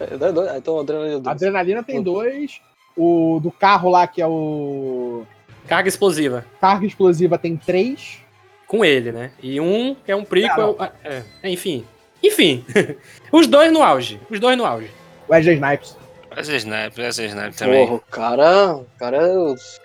[SPEAKER 5] É, dá dois- ah, Então, Adrenalina 2.
[SPEAKER 8] Adrenalina tem dois. O do carro lá, que é o.
[SPEAKER 4] Carga explosiva.
[SPEAKER 8] Carga explosiva, tem três.
[SPEAKER 4] Com ele, né? E um é um prequel.
[SPEAKER 5] Ah,
[SPEAKER 4] é, enfim. Enfim. Os dois no auge. Os dois no auge.
[SPEAKER 8] Wesley Snipes.
[SPEAKER 6] Wesley Snipes, Wesley Snipes também.
[SPEAKER 5] Porra, o cara. O cara é os-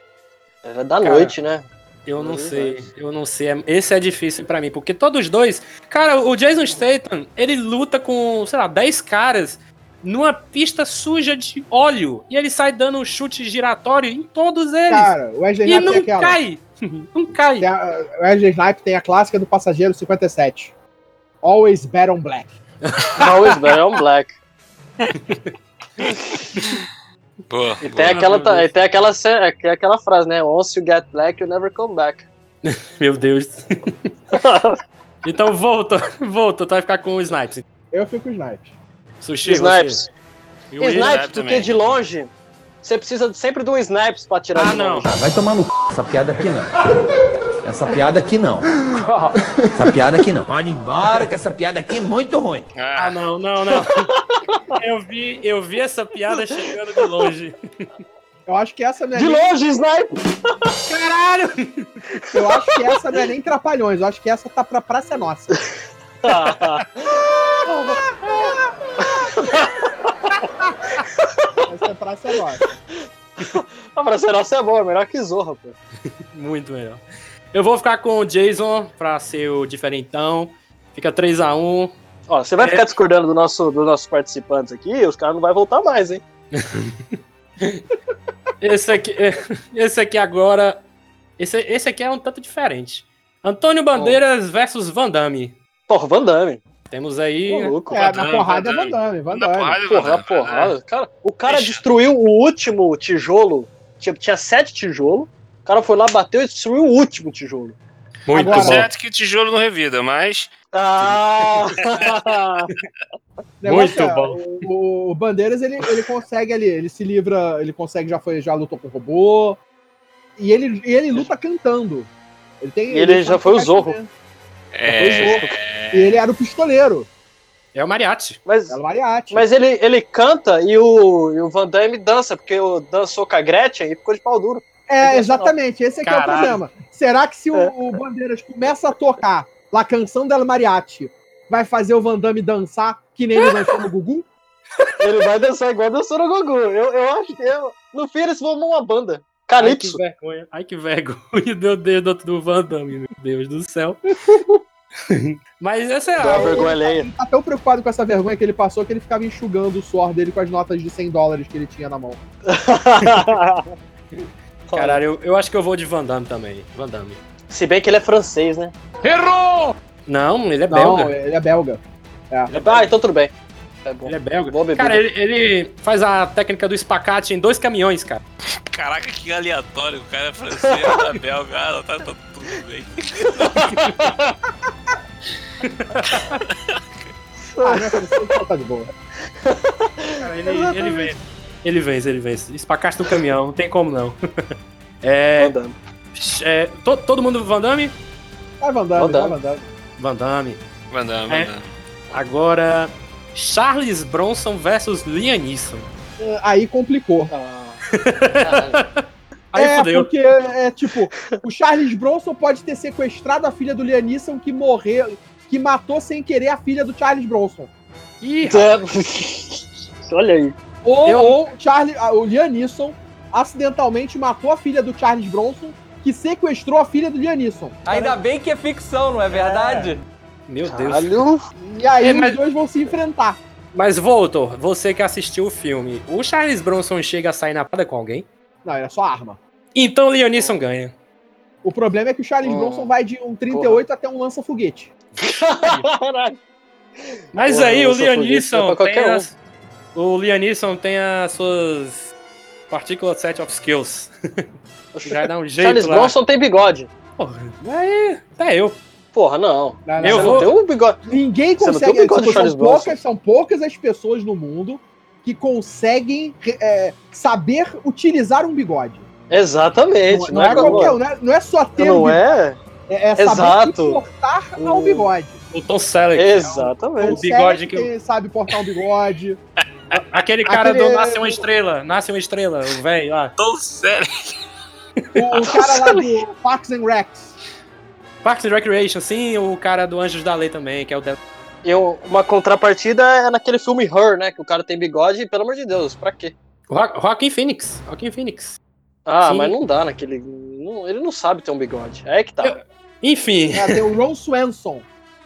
[SPEAKER 5] era da
[SPEAKER 4] Cara.
[SPEAKER 5] noite, né?
[SPEAKER 4] Eu não
[SPEAKER 5] Os
[SPEAKER 4] sei,
[SPEAKER 5] dois.
[SPEAKER 4] eu não sei. É- Esse é difícil pra mim, porque todos os dois. Cara, o Jason Statham, ele luta com, sei lá, 10 caras numa pista suja de óleo. E ele sai dando um chute giratório em todos eles.
[SPEAKER 8] Cara, Wesley
[SPEAKER 4] É e
[SPEAKER 8] Snipes
[SPEAKER 4] não
[SPEAKER 8] tem aquela.
[SPEAKER 4] cai. Não cai.
[SPEAKER 8] Tem a- Wesley Snipes tem a clássica do passageiro 57. Always Baron Black.
[SPEAKER 5] Always Baron é um Black.
[SPEAKER 6] Boa,
[SPEAKER 5] E
[SPEAKER 6] boa.
[SPEAKER 5] tem aquela, ta- e tem aquela, ce- é, que é aquela frase, né? Once you get black, you never come back.
[SPEAKER 4] Meu Deus. então volta, volta. Tu vai ficar com o Snipes.
[SPEAKER 8] Eu fico com o Snipes.
[SPEAKER 4] Sushi, você.
[SPEAKER 5] Snipes.
[SPEAKER 6] E o Wesley
[SPEAKER 5] Snipes, porque
[SPEAKER 6] também.
[SPEAKER 5] de longe, você precisa sempre de um Snipes pra tirar
[SPEAKER 4] Ah,
[SPEAKER 5] de
[SPEAKER 4] não.
[SPEAKER 5] longe.
[SPEAKER 7] Vai tomar no c... essa piada aqui não. Essa piada aqui não. Essa piada aqui não. Pode ir embora que essa piada aqui é muito ruim.
[SPEAKER 4] Ah,
[SPEAKER 6] Ah,
[SPEAKER 4] não, não, não. eu, vi, eu vi essa piada chegando de longe.
[SPEAKER 8] Eu acho que essa não é
[SPEAKER 5] De
[SPEAKER 8] nem,
[SPEAKER 5] longe, Snipes!
[SPEAKER 4] Caralho!
[SPEAKER 8] eu acho que essa não é nem Trapalhões, eu acho que essa tá pra Praça é Nossa. Essa é Praça é Nossa.
[SPEAKER 5] A frase nossa é boa, é melhor que Zorra, pô.
[SPEAKER 4] Muito melhor. Eu vou ficar com o Jason pra ser o diferentão. Fica 3x1.
[SPEAKER 5] Ó, você vai
[SPEAKER 4] É.
[SPEAKER 5] ficar discordando do nosso, dos nossos participantes aqui, os caras não vão voltar mais, hein?
[SPEAKER 4] Esse aqui, esse aqui agora. Esse, esse aqui é um tanto diferente. Antônio Bandeiras versus Van Damme.
[SPEAKER 5] Porra, Van Damme.
[SPEAKER 4] Temos aí.
[SPEAKER 5] Ô, louco,
[SPEAKER 8] É,
[SPEAKER 5] Van
[SPEAKER 8] na
[SPEAKER 6] Damme,
[SPEAKER 8] porrada é
[SPEAKER 6] Van
[SPEAKER 8] Van Damme, Van
[SPEAKER 6] na
[SPEAKER 8] Damme.
[SPEAKER 6] porrada,
[SPEAKER 5] Porra, é
[SPEAKER 6] mano.
[SPEAKER 5] porrada.
[SPEAKER 4] É.
[SPEAKER 5] O Cara, o cara
[SPEAKER 6] Deixa.
[SPEAKER 5] destruiu o último tijolo. Tinha, tinha sete tijolos. O cara foi lá, bateu e destruiu o último tijolo.
[SPEAKER 4] Muito
[SPEAKER 8] Agora-
[SPEAKER 4] bom.
[SPEAKER 6] Certo É, que tijolo não revida, mas.
[SPEAKER 5] Ah!
[SPEAKER 8] O negócio é,
[SPEAKER 4] Muito bom.
[SPEAKER 8] O, o Bandeiras, ele, ele consegue ali, ele se livra, ele consegue, já foi, já lutou com o robô. E ele, e ele luta cantando. Ele, tem,
[SPEAKER 5] E ele já
[SPEAKER 8] sabe
[SPEAKER 5] foi o
[SPEAKER 8] tocar
[SPEAKER 5] Zorro.
[SPEAKER 8] instrumento.
[SPEAKER 6] É,
[SPEAKER 8] E ele era o pistoleiro,
[SPEAKER 4] É o Mariachi.
[SPEAKER 5] mas
[SPEAKER 8] era o mariachi.
[SPEAKER 5] mas ele, ele canta e o, e o Van Damme dança, porque o dançou com a Gretchen e ficou de pau duro.
[SPEAKER 8] É, exatamente, esse aqui
[SPEAKER 4] Caralho.
[SPEAKER 8] é o problema. Será que se o,
[SPEAKER 5] É.
[SPEAKER 8] o Bandeiras começa a tocar La Canção del Mariachi, vai fazer o Van Damme dançar que nem ele dançou no Gugu?
[SPEAKER 5] Ele vai dançar igual dançou no Gugu. Eu, eu acho que eu, no fim eles formam uma banda.
[SPEAKER 4] Ai que
[SPEAKER 5] Calypso.
[SPEAKER 4] vergonha. Ai que vergonha. Meu Deus do, do Van Damme, meu Deus do céu. Mas essa é
[SPEAKER 5] Dá
[SPEAKER 4] a.
[SPEAKER 5] uma vergonha alheia.
[SPEAKER 8] Ele tá tão preocupado com essa vergonha que ele passou que ele ficava enxugando o suor dele com as notas de 100 dólares que ele tinha na mão.
[SPEAKER 4] Caralho, eu, eu acho que eu vou de Van Damme também. Van Damme.
[SPEAKER 5] Se bem que ele é francês, né?
[SPEAKER 1] Errou!
[SPEAKER 4] Não, ele é
[SPEAKER 8] Não,
[SPEAKER 4] belga.
[SPEAKER 8] ele é belga.
[SPEAKER 5] Ah, então tudo bem. É bom.
[SPEAKER 4] Ele é belga.
[SPEAKER 5] Boa bebida.
[SPEAKER 4] Cara, ele, ele faz a técnica do espacate em dois caminhões, cara.
[SPEAKER 6] caraca, que aleatório. O cara é francês, da belga, ah, tá, tá tudo bem.
[SPEAKER 8] Ah, né, francês, tá de boa.
[SPEAKER 4] Cara, ele, ele vence. Ele vence, ele vence. Espacate do caminhão, não tem como não. É.
[SPEAKER 5] Andando.
[SPEAKER 4] é, to- todo mundo Van Damme?
[SPEAKER 8] Vai Van Damme,
[SPEAKER 5] Van Damme.
[SPEAKER 8] vai Van Damme.
[SPEAKER 4] Van Damme.
[SPEAKER 6] Mandar,
[SPEAKER 4] É.
[SPEAKER 6] mandar.
[SPEAKER 4] Agora. Charles Bronson versus Liam Neeson.
[SPEAKER 8] Eh, Aí complicou.
[SPEAKER 5] Ah, caralho.
[SPEAKER 4] Aí
[SPEAKER 8] é,
[SPEAKER 4] fodeu.
[SPEAKER 8] porque é tipo, o Charles Bronson pode ter sequestrado a filha do Lianisson que morreu, que matou sem querer a filha do Charles Bronson.
[SPEAKER 4] Ih,
[SPEAKER 5] É. Olha aí.
[SPEAKER 8] Ou,
[SPEAKER 4] Eu-
[SPEAKER 8] ou Charlie, ah, o Lianisson acidentalmente matou a filha do Charles Bronson, que sequestrou a filha do Lianisson.
[SPEAKER 7] Ainda bem que é ficção, não é verdade?
[SPEAKER 4] meu Deus.
[SPEAKER 5] Caralho.
[SPEAKER 8] E aí
[SPEAKER 4] É, mas-
[SPEAKER 8] os dois vão se enfrentar.
[SPEAKER 4] Mas, Voltor, você que assistiu o filme, o Charles Bronson chega a sair na parada com alguém?
[SPEAKER 8] Não, era só arma.
[SPEAKER 4] Então Leonisson ganha.
[SPEAKER 8] O problema é que o Charles
[SPEAKER 4] Hum,
[SPEAKER 8] Bronson vai de um 38 até um lança-foguete.
[SPEAKER 4] Mas
[SPEAKER 8] Porra,
[SPEAKER 4] aí o
[SPEAKER 8] lança foguete,
[SPEAKER 4] Leonisson
[SPEAKER 8] dá pra
[SPEAKER 4] tem
[SPEAKER 8] qualquer
[SPEAKER 4] as, o Leonisson tem as suas particular set of skills. Já dá um jeito
[SPEAKER 5] Charles
[SPEAKER 4] lá.
[SPEAKER 5] Bronson tem bigode.
[SPEAKER 4] Porra, aí, até eu.
[SPEAKER 5] Porra, não.
[SPEAKER 8] Não,
[SPEAKER 4] Eu
[SPEAKER 5] Você
[SPEAKER 4] vou-
[SPEAKER 5] não tem um bigode.
[SPEAKER 8] Ninguém
[SPEAKER 5] Você não
[SPEAKER 8] consegue.
[SPEAKER 5] tem o bigode
[SPEAKER 8] tipo,
[SPEAKER 5] do Charles
[SPEAKER 8] são,
[SPEAKER 5] Bronson.
[SPEAKER 8] poucas, são poucas as pessoas no mundo que conseguem é, saber utilizar um bigode.
[SPEAKER 5] Exatamente.
[SPEAKER 8] Não, é qualquer um, não é, não é só ter um
[SPEAKER 5] Não
[SPEAKER 8] bigode.
[SPEAKER 5] é?
[SPEAKER 8] É, é saber
[SPEAKER 5] Exato.
[SPEAKER 8] se portar ao bigode.
[SPEAKER 4] O Tom Selleck.
[SPEAKER 5] Exatamente.
[SPEAKER 4] O bigode que o-
[SPEAKER 8] Consegue, sabe portar um bigode.
[SPEAKER 4] Aquele cara
[SPEAKER 8] Aquele- é
[SPEAKER 4] do Nasce uma Estrela, Nasce uma Estrela, o velho lá.
[SPEAKER 6] Tão sério.
[SPEAKER 8] O cara lá do Parks and Recs.
[SPEAKER 4] Parks and Recreation, sim, o cara do Anjos da Lei também, que é o Dan-
[SPEAKER 5] Eu, uma contrapartida é naquele filme Her, né? Que o cara tem bigode e, pelo amor de Deus, pra quê?
[SPEAKER 4] o Ro- Joaquin Phoenix. Joaquin Phoenix.
[SPEAKER 5] Ah,
[SPEAKER 4] Sim.
[SPEAKER 5] mas não dá naquele. não- ele não sabe ter um bigode. É que tá.
[SPEAKER 4] Enfim,
[SPEAKER 8] É, tem o Ron Swanson.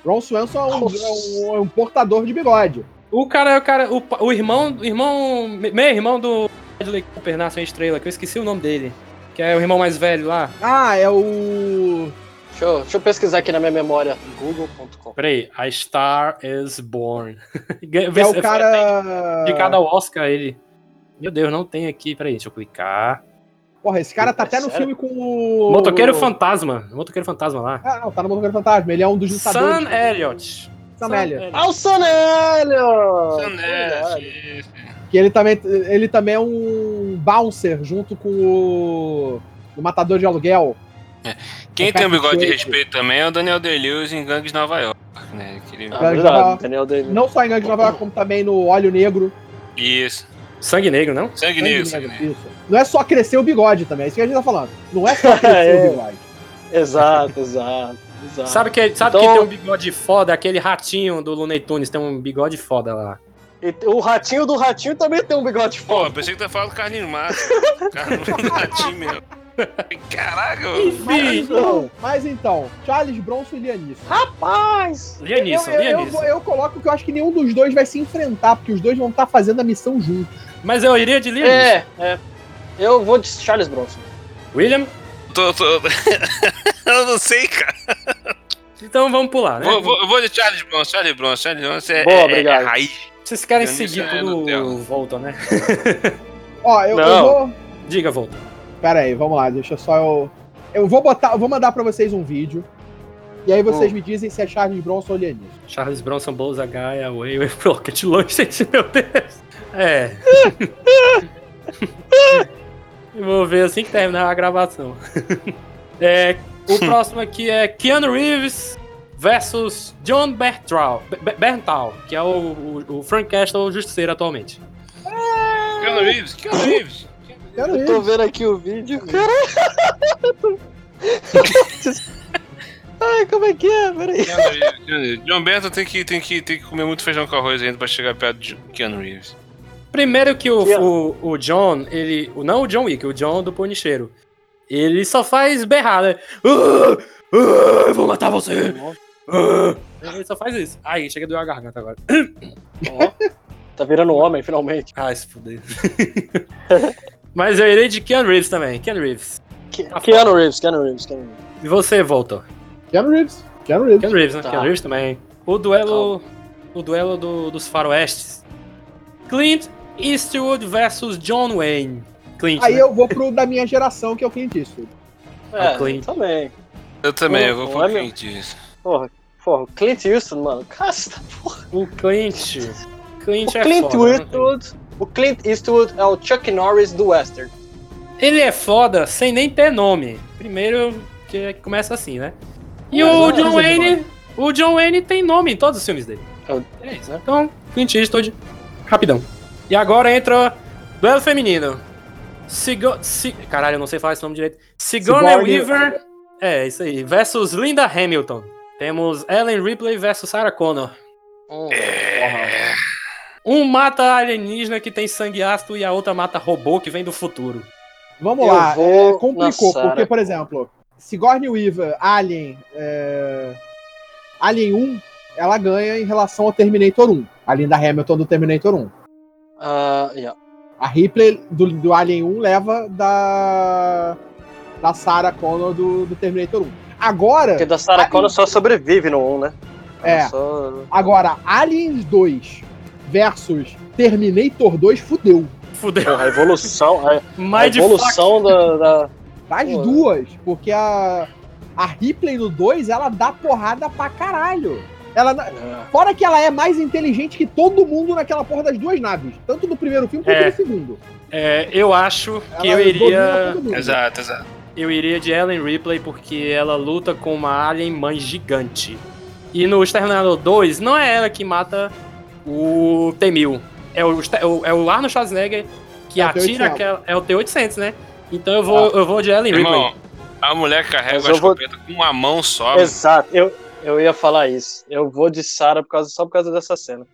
[SPEAKER 8] Ron Swanson é um, é um- é um portador de bigode.
[SPEAKER 4] o cara é o cara, o, pa- o irmão, o irmão, meio irmão do Bradley Cooper, Nasce uma Estrela, que eu esqueci o nome dele, que é o irmão mais velho lá.
[SPEAKER 8] Ah, é o.
[SPEAKER 5] Deixa eu, deixa eu pesquisar aqui na minha memória. Google.com.
[SPEAKER 4] Peraí, A Star is Born.
[SPEAKER 8] É o cara.
[SPEAKER 4] De cada Oscar ele. Meu Deus, não tem aqui, peraí, deixa eu clicar.
[SPEAKER 8] Porra, esse cara tá até no
[SPEAKER 5] É Sério?
[SPEAKER 8] filme com o.
[SPEAKER 4] Motoqueiro Fantasma, Motoqueiro Fantasma lá.
[SPEAKER 8] Ah, não, tá no Motoqueiro Fantasma. Ele é um dos lutadores.
[SPEAKER 4] Sam Elliott.
[SPEAKER 8] Sam Elliott.
[SPEAKER 5] Ah, o Sonélio!
[SPEAKER 6] né,
[SPEAKER 8] Que ele também, ele também é um bouncer junto com o. O matador de aluguel.
[SPEAKER 6] Quem
[SPEAKER 8] O
[SPEAKER 6] tem um bigode de
[SPEAKER 8] Patrick
[SPEAKER 6] respeito também é o Daniel Day-Lewis em Gangues de Nova York, né? Aquele-
[SPEAKER 5] Ah, verdade, Daniel Day.
[SPEAKER 8] Não só em Gangue de Nova York, como também no Óleo Negro.
[SPEAKER 6] Isso. né.
[SPEAKER 4] Sangue Negro, não?
[SPEAKER 6] Sangue negro, sangue negro.
[SPEAKER 8] Isso. Não é só crescer o bigode também, é isso que a gente tá falando. Não é só crescer
[SPEAKER 5] É.
[SPEAKER 8] o bigode.
[SPEAKER 5] Exato, exato, exato.
[SPEAKER 4] Sabe, que, sabe
[SPEAKER 5] Então-
[SPEAKER 4] quem tem um bigode foda? Aquele ratinho do Looney Tunes tem um bigode foda lá.
[SPEAKER 5] E o ratinho do ratinho também tem um bigode
[SPEAKER 6] Pô,
[SPEAKER 5] foda.
[SPEAKER 6] eu pensei que tu ia falar do Carlinhos Matos. Carlinhos Matos, meu. Caraca, mano.
[SPEAKER 8] Mas
[SPEAKER 4] Enfim,
[SPEAKER 8] então, mas então, Charles Bronson e Lianisson.
[SPEAKER 5] Rapaz!
[SPEAKER 4] Lianisson,
[SPEAKER 8] eu, eu, eu,
[SPEAKER 4] Lianisson.
[SPEAKER 8] vou- eu coloco que eu acho que nenhum dos dois vai se enfrentar, porque os dois vão estar fazendo a missão juntos.
[SPEAKER 4] Mas eu iria de Lianisson.
[SPEAKER 5] É, é. Eu vou de Charles Bronson.
[SPEAKER 4] William?
[SPEAKER 6] Tô- tô- Eu não sei, cara.
[SPEAKER 4] Então vamos pular, né?
[SPEAKER 6] Vou, vou- eu vou de Charles Bronson, Charles Bronson, Charles Bronson é,
[SPEAKER 5] É? Boa,
[SPEAKER 6] é-
[SPEAKER 5] obrigado.
[SPEAKER 6] é raiz.
[SPEAKER 4] Vocês querem
[SPEAKER 6] Lianisson
[SPEAKER 4] seguir
[SPEAKER 6] é
[SPEAKER 4] tudo
[SPEAKER 6] Nutella.
[SPEAKER 4] Volta, né?
[SPEAKER 8] Ó, eu, eu
[SPEAKER 5] Não.
[SPEAKER 8] vou.
[SPEAKER 4] Diga, Volta.
[SPEAKER 8] Pera aí, vamos lá, deixa só eu. Eu vou botar, eu vou mandar pra vocês um vídeo. E aí vocês
[SPEAKER 5] Oh.
[SPEAKER 8] me dizem se é Charles Bronson ou Lianisson.
[SPEAKER 4] Charles Bronson, Bolsa Gaia, Way, Rocket Launch, meu Deus. É. Eu vou ver assim que terminar a gravação. É, o próximo aqui é Keanu Reeves versus John Bertal, Bertal que é o, o, o Frank Castle Justiceiro atualmente.
[SPEAKER 6] Keanu Reeves, Keanu Reeves.
[SPEAKER 8] Quero
[SPEAKER 5] Eu
[SPEAKER 8] isso.
[SPEAKER 5] tô vendo aqui o vídeo. Ai, como é que é? Peraí.
[SPEAKER 6] Keanu Reeves, Keanu Reeves. John Berto tem que, tem, que, tem que comer muito feijão com arroz ainda pra chegar perto de Keanu Reeves.
[SPEAKER 4] Primeiro que o,
[SPEAKER 5] Keanu.
[SPEAKER 4] o, o John, ele. o- Não o John Wick, o John do Punicheiro. Ele só faz berrar, né? "Ah, ah, eu vou matar você! Ah." Ele só faz isso. Aí, chega doeu a garganta agora.
[SPEAKER 5] Tá virando homem, finalmente.
[SPEAKER 4] Ai, Ah, se fuder. Mas eu irei de Keanu Reeves também. Keanu Reeves.
[SPEAKER 5] Ke- Keanu Reeves, Keanu Reeves, Keanu Reeves.
[SPEAKER 4] E você, Volta?
[SPEAKER 8] Keanu Reeves. Keanu Reeves.
[SPEAKER 4] Keanu Reeves, né?
[SPEAKER 5] Tá.
[SPEAKER 4] Keanu Reeves também. O duelo. O duelo do- dos faroestes. Clint Eastwood versus John Wayne. Clint.
[SPEAKER 8] Aí
[SPEAKER 4] né?
[SPEAKER 8] eu vou pro da minha geração, que é o Clint Eastwood.
[SPEAKER 5] É,
[SPEAKER 4] O Clint.
[SPEAKER 5] também.
[SPEAKER 6] Eu também, eu vou
[SPEAKER 5] Olha.
[SPEAKER 6] por Clint disso.
[SPEAKER 5] Porra, porra, Clint Eastwood, mano. Casta, porra.
[SPEAKER 4] O Clint. Clint
[SPEAKER 5] O
[SPEAKER 4] é
[SPEAKER 5] Clint
[SPEAKER 4] foda. né?
[SPEAKER 5] Eastwood. O Clint Eastwood é o Chuck Norris do Western.
[SPEAKER 4] Ele é foda sem nem ter nome. Primeiro, que começa assim, né? E
[SPEAKER 5] Mas
[SPEAKER 4] o
[SPEAKER 5] não,
[SPEAKER 4] John
[SPEAKER 5] mas ele
[SPEAKER 4] Wayne. O John Wayne tem nome em todos os filmes dele.
[SPEAKER 5] É o-
[SPEAKER 4] É isso, né? Então, Clint Eastwood, rapidão. E agora entra duelo feminino. Sigo, si, caralho, eu não sei falar esse nome direito. Sigourney
[SPEAKER 8] Sigourney-
[SPEAKER 4] Weaver. É, isso aí. Versus Linda Hamilton. Temos Ellen Ripley versus Sarah Connor.
[SPEAKER 5] Porra.
[SPEAKER 4] Um mata alienígena que tem sangue ácido e a outra mata robô que vem do futuro.
[SPEAKER 8] Vamos
[SPEAKER 5] Eu
[SPEAKER 8] lá,
[SPEAKER 5] vou
[SPEAKER 8] é, complicou,
[SPEAKER 5] na Sarah
[SPEAKER 8] porque, por
[SPEAKER 5] Connor.
[SPEAKER 8] exemplo, Sigourney Weaver, Alien, é, Alien 1, ela ganha em relação ao Terminator 1. A Linda Hamilton do Terminator 1.
[SPEAKER 5] Ah, yeah.
[SPEAKER 8] A Ripley do, do Alien 1 leva da. da Sarah Connor do, do Terminator 1. Agora.
[SPEAKER 5] Porque da Sarah Connor só sobrevive no 1, né?
[SPEAKER 8] É.
[SPEAKER 5] Ela Só...
[SPEAKER 8] Agora, Aliens 2 versus Terminator 2, fudeu.
[SPEAKER 4] Fudeu.
[SPEAKER 5] Porra, a evolução, a, a
[SPEAKER 4] Mindfuck.
[SPEAKER 5] É, evolução da, da-
[SPEAKER 8] Das
[SPEAKER 5] Pô.
[SPEAKER 8] duas, porque a, a Ripley no 2, ela dá porrada pra caralho. Ela, na- fora que ela é mais inteligente que todo mundo naquela porra das duas naves. Tanto no primeiro filme quanto
[SPEAKER 4] É.
[SPEAKER 8] no segundo.
[SPEAKER 4] É, eu acho que
[SPEAKER 8] Ela
[SPEAKER 4] eu
[SPEAKER 8] domina
[SPEAKER 4] iria.
[SPEAKER 8] todo mundo.
[SPEAKER 6] Exato, exato.
[SPEAKER 4] Eu iria de Ellen Ripley porque ela luta com uma alien mãe gigante. E no Exterminador 2, não é ela que mata o T-1000. É o, Ste- é o- é o Arnold Schwarzenegger que
[SPEAKER 8] É o
[SPEAKER 4] atira
[SPEAKER 8] T-800.
[SPEAKER 4] aquela... É o T-800, né? Então eu vou, eu vou de Ellen Ripley.
[SPEAKER 6] Irmão, a mulher
[SPEAKER 5] Mas
[SPEAKER 6] carrega a
[SPEAKER 5] eu vou-
[SPEAKER 6] escopeta com uma mão só. mano.
[SPEAKER 5] Exato, eu, eu ia falar isso. Eu vou de Sarah por causa, só por causa dessa cena.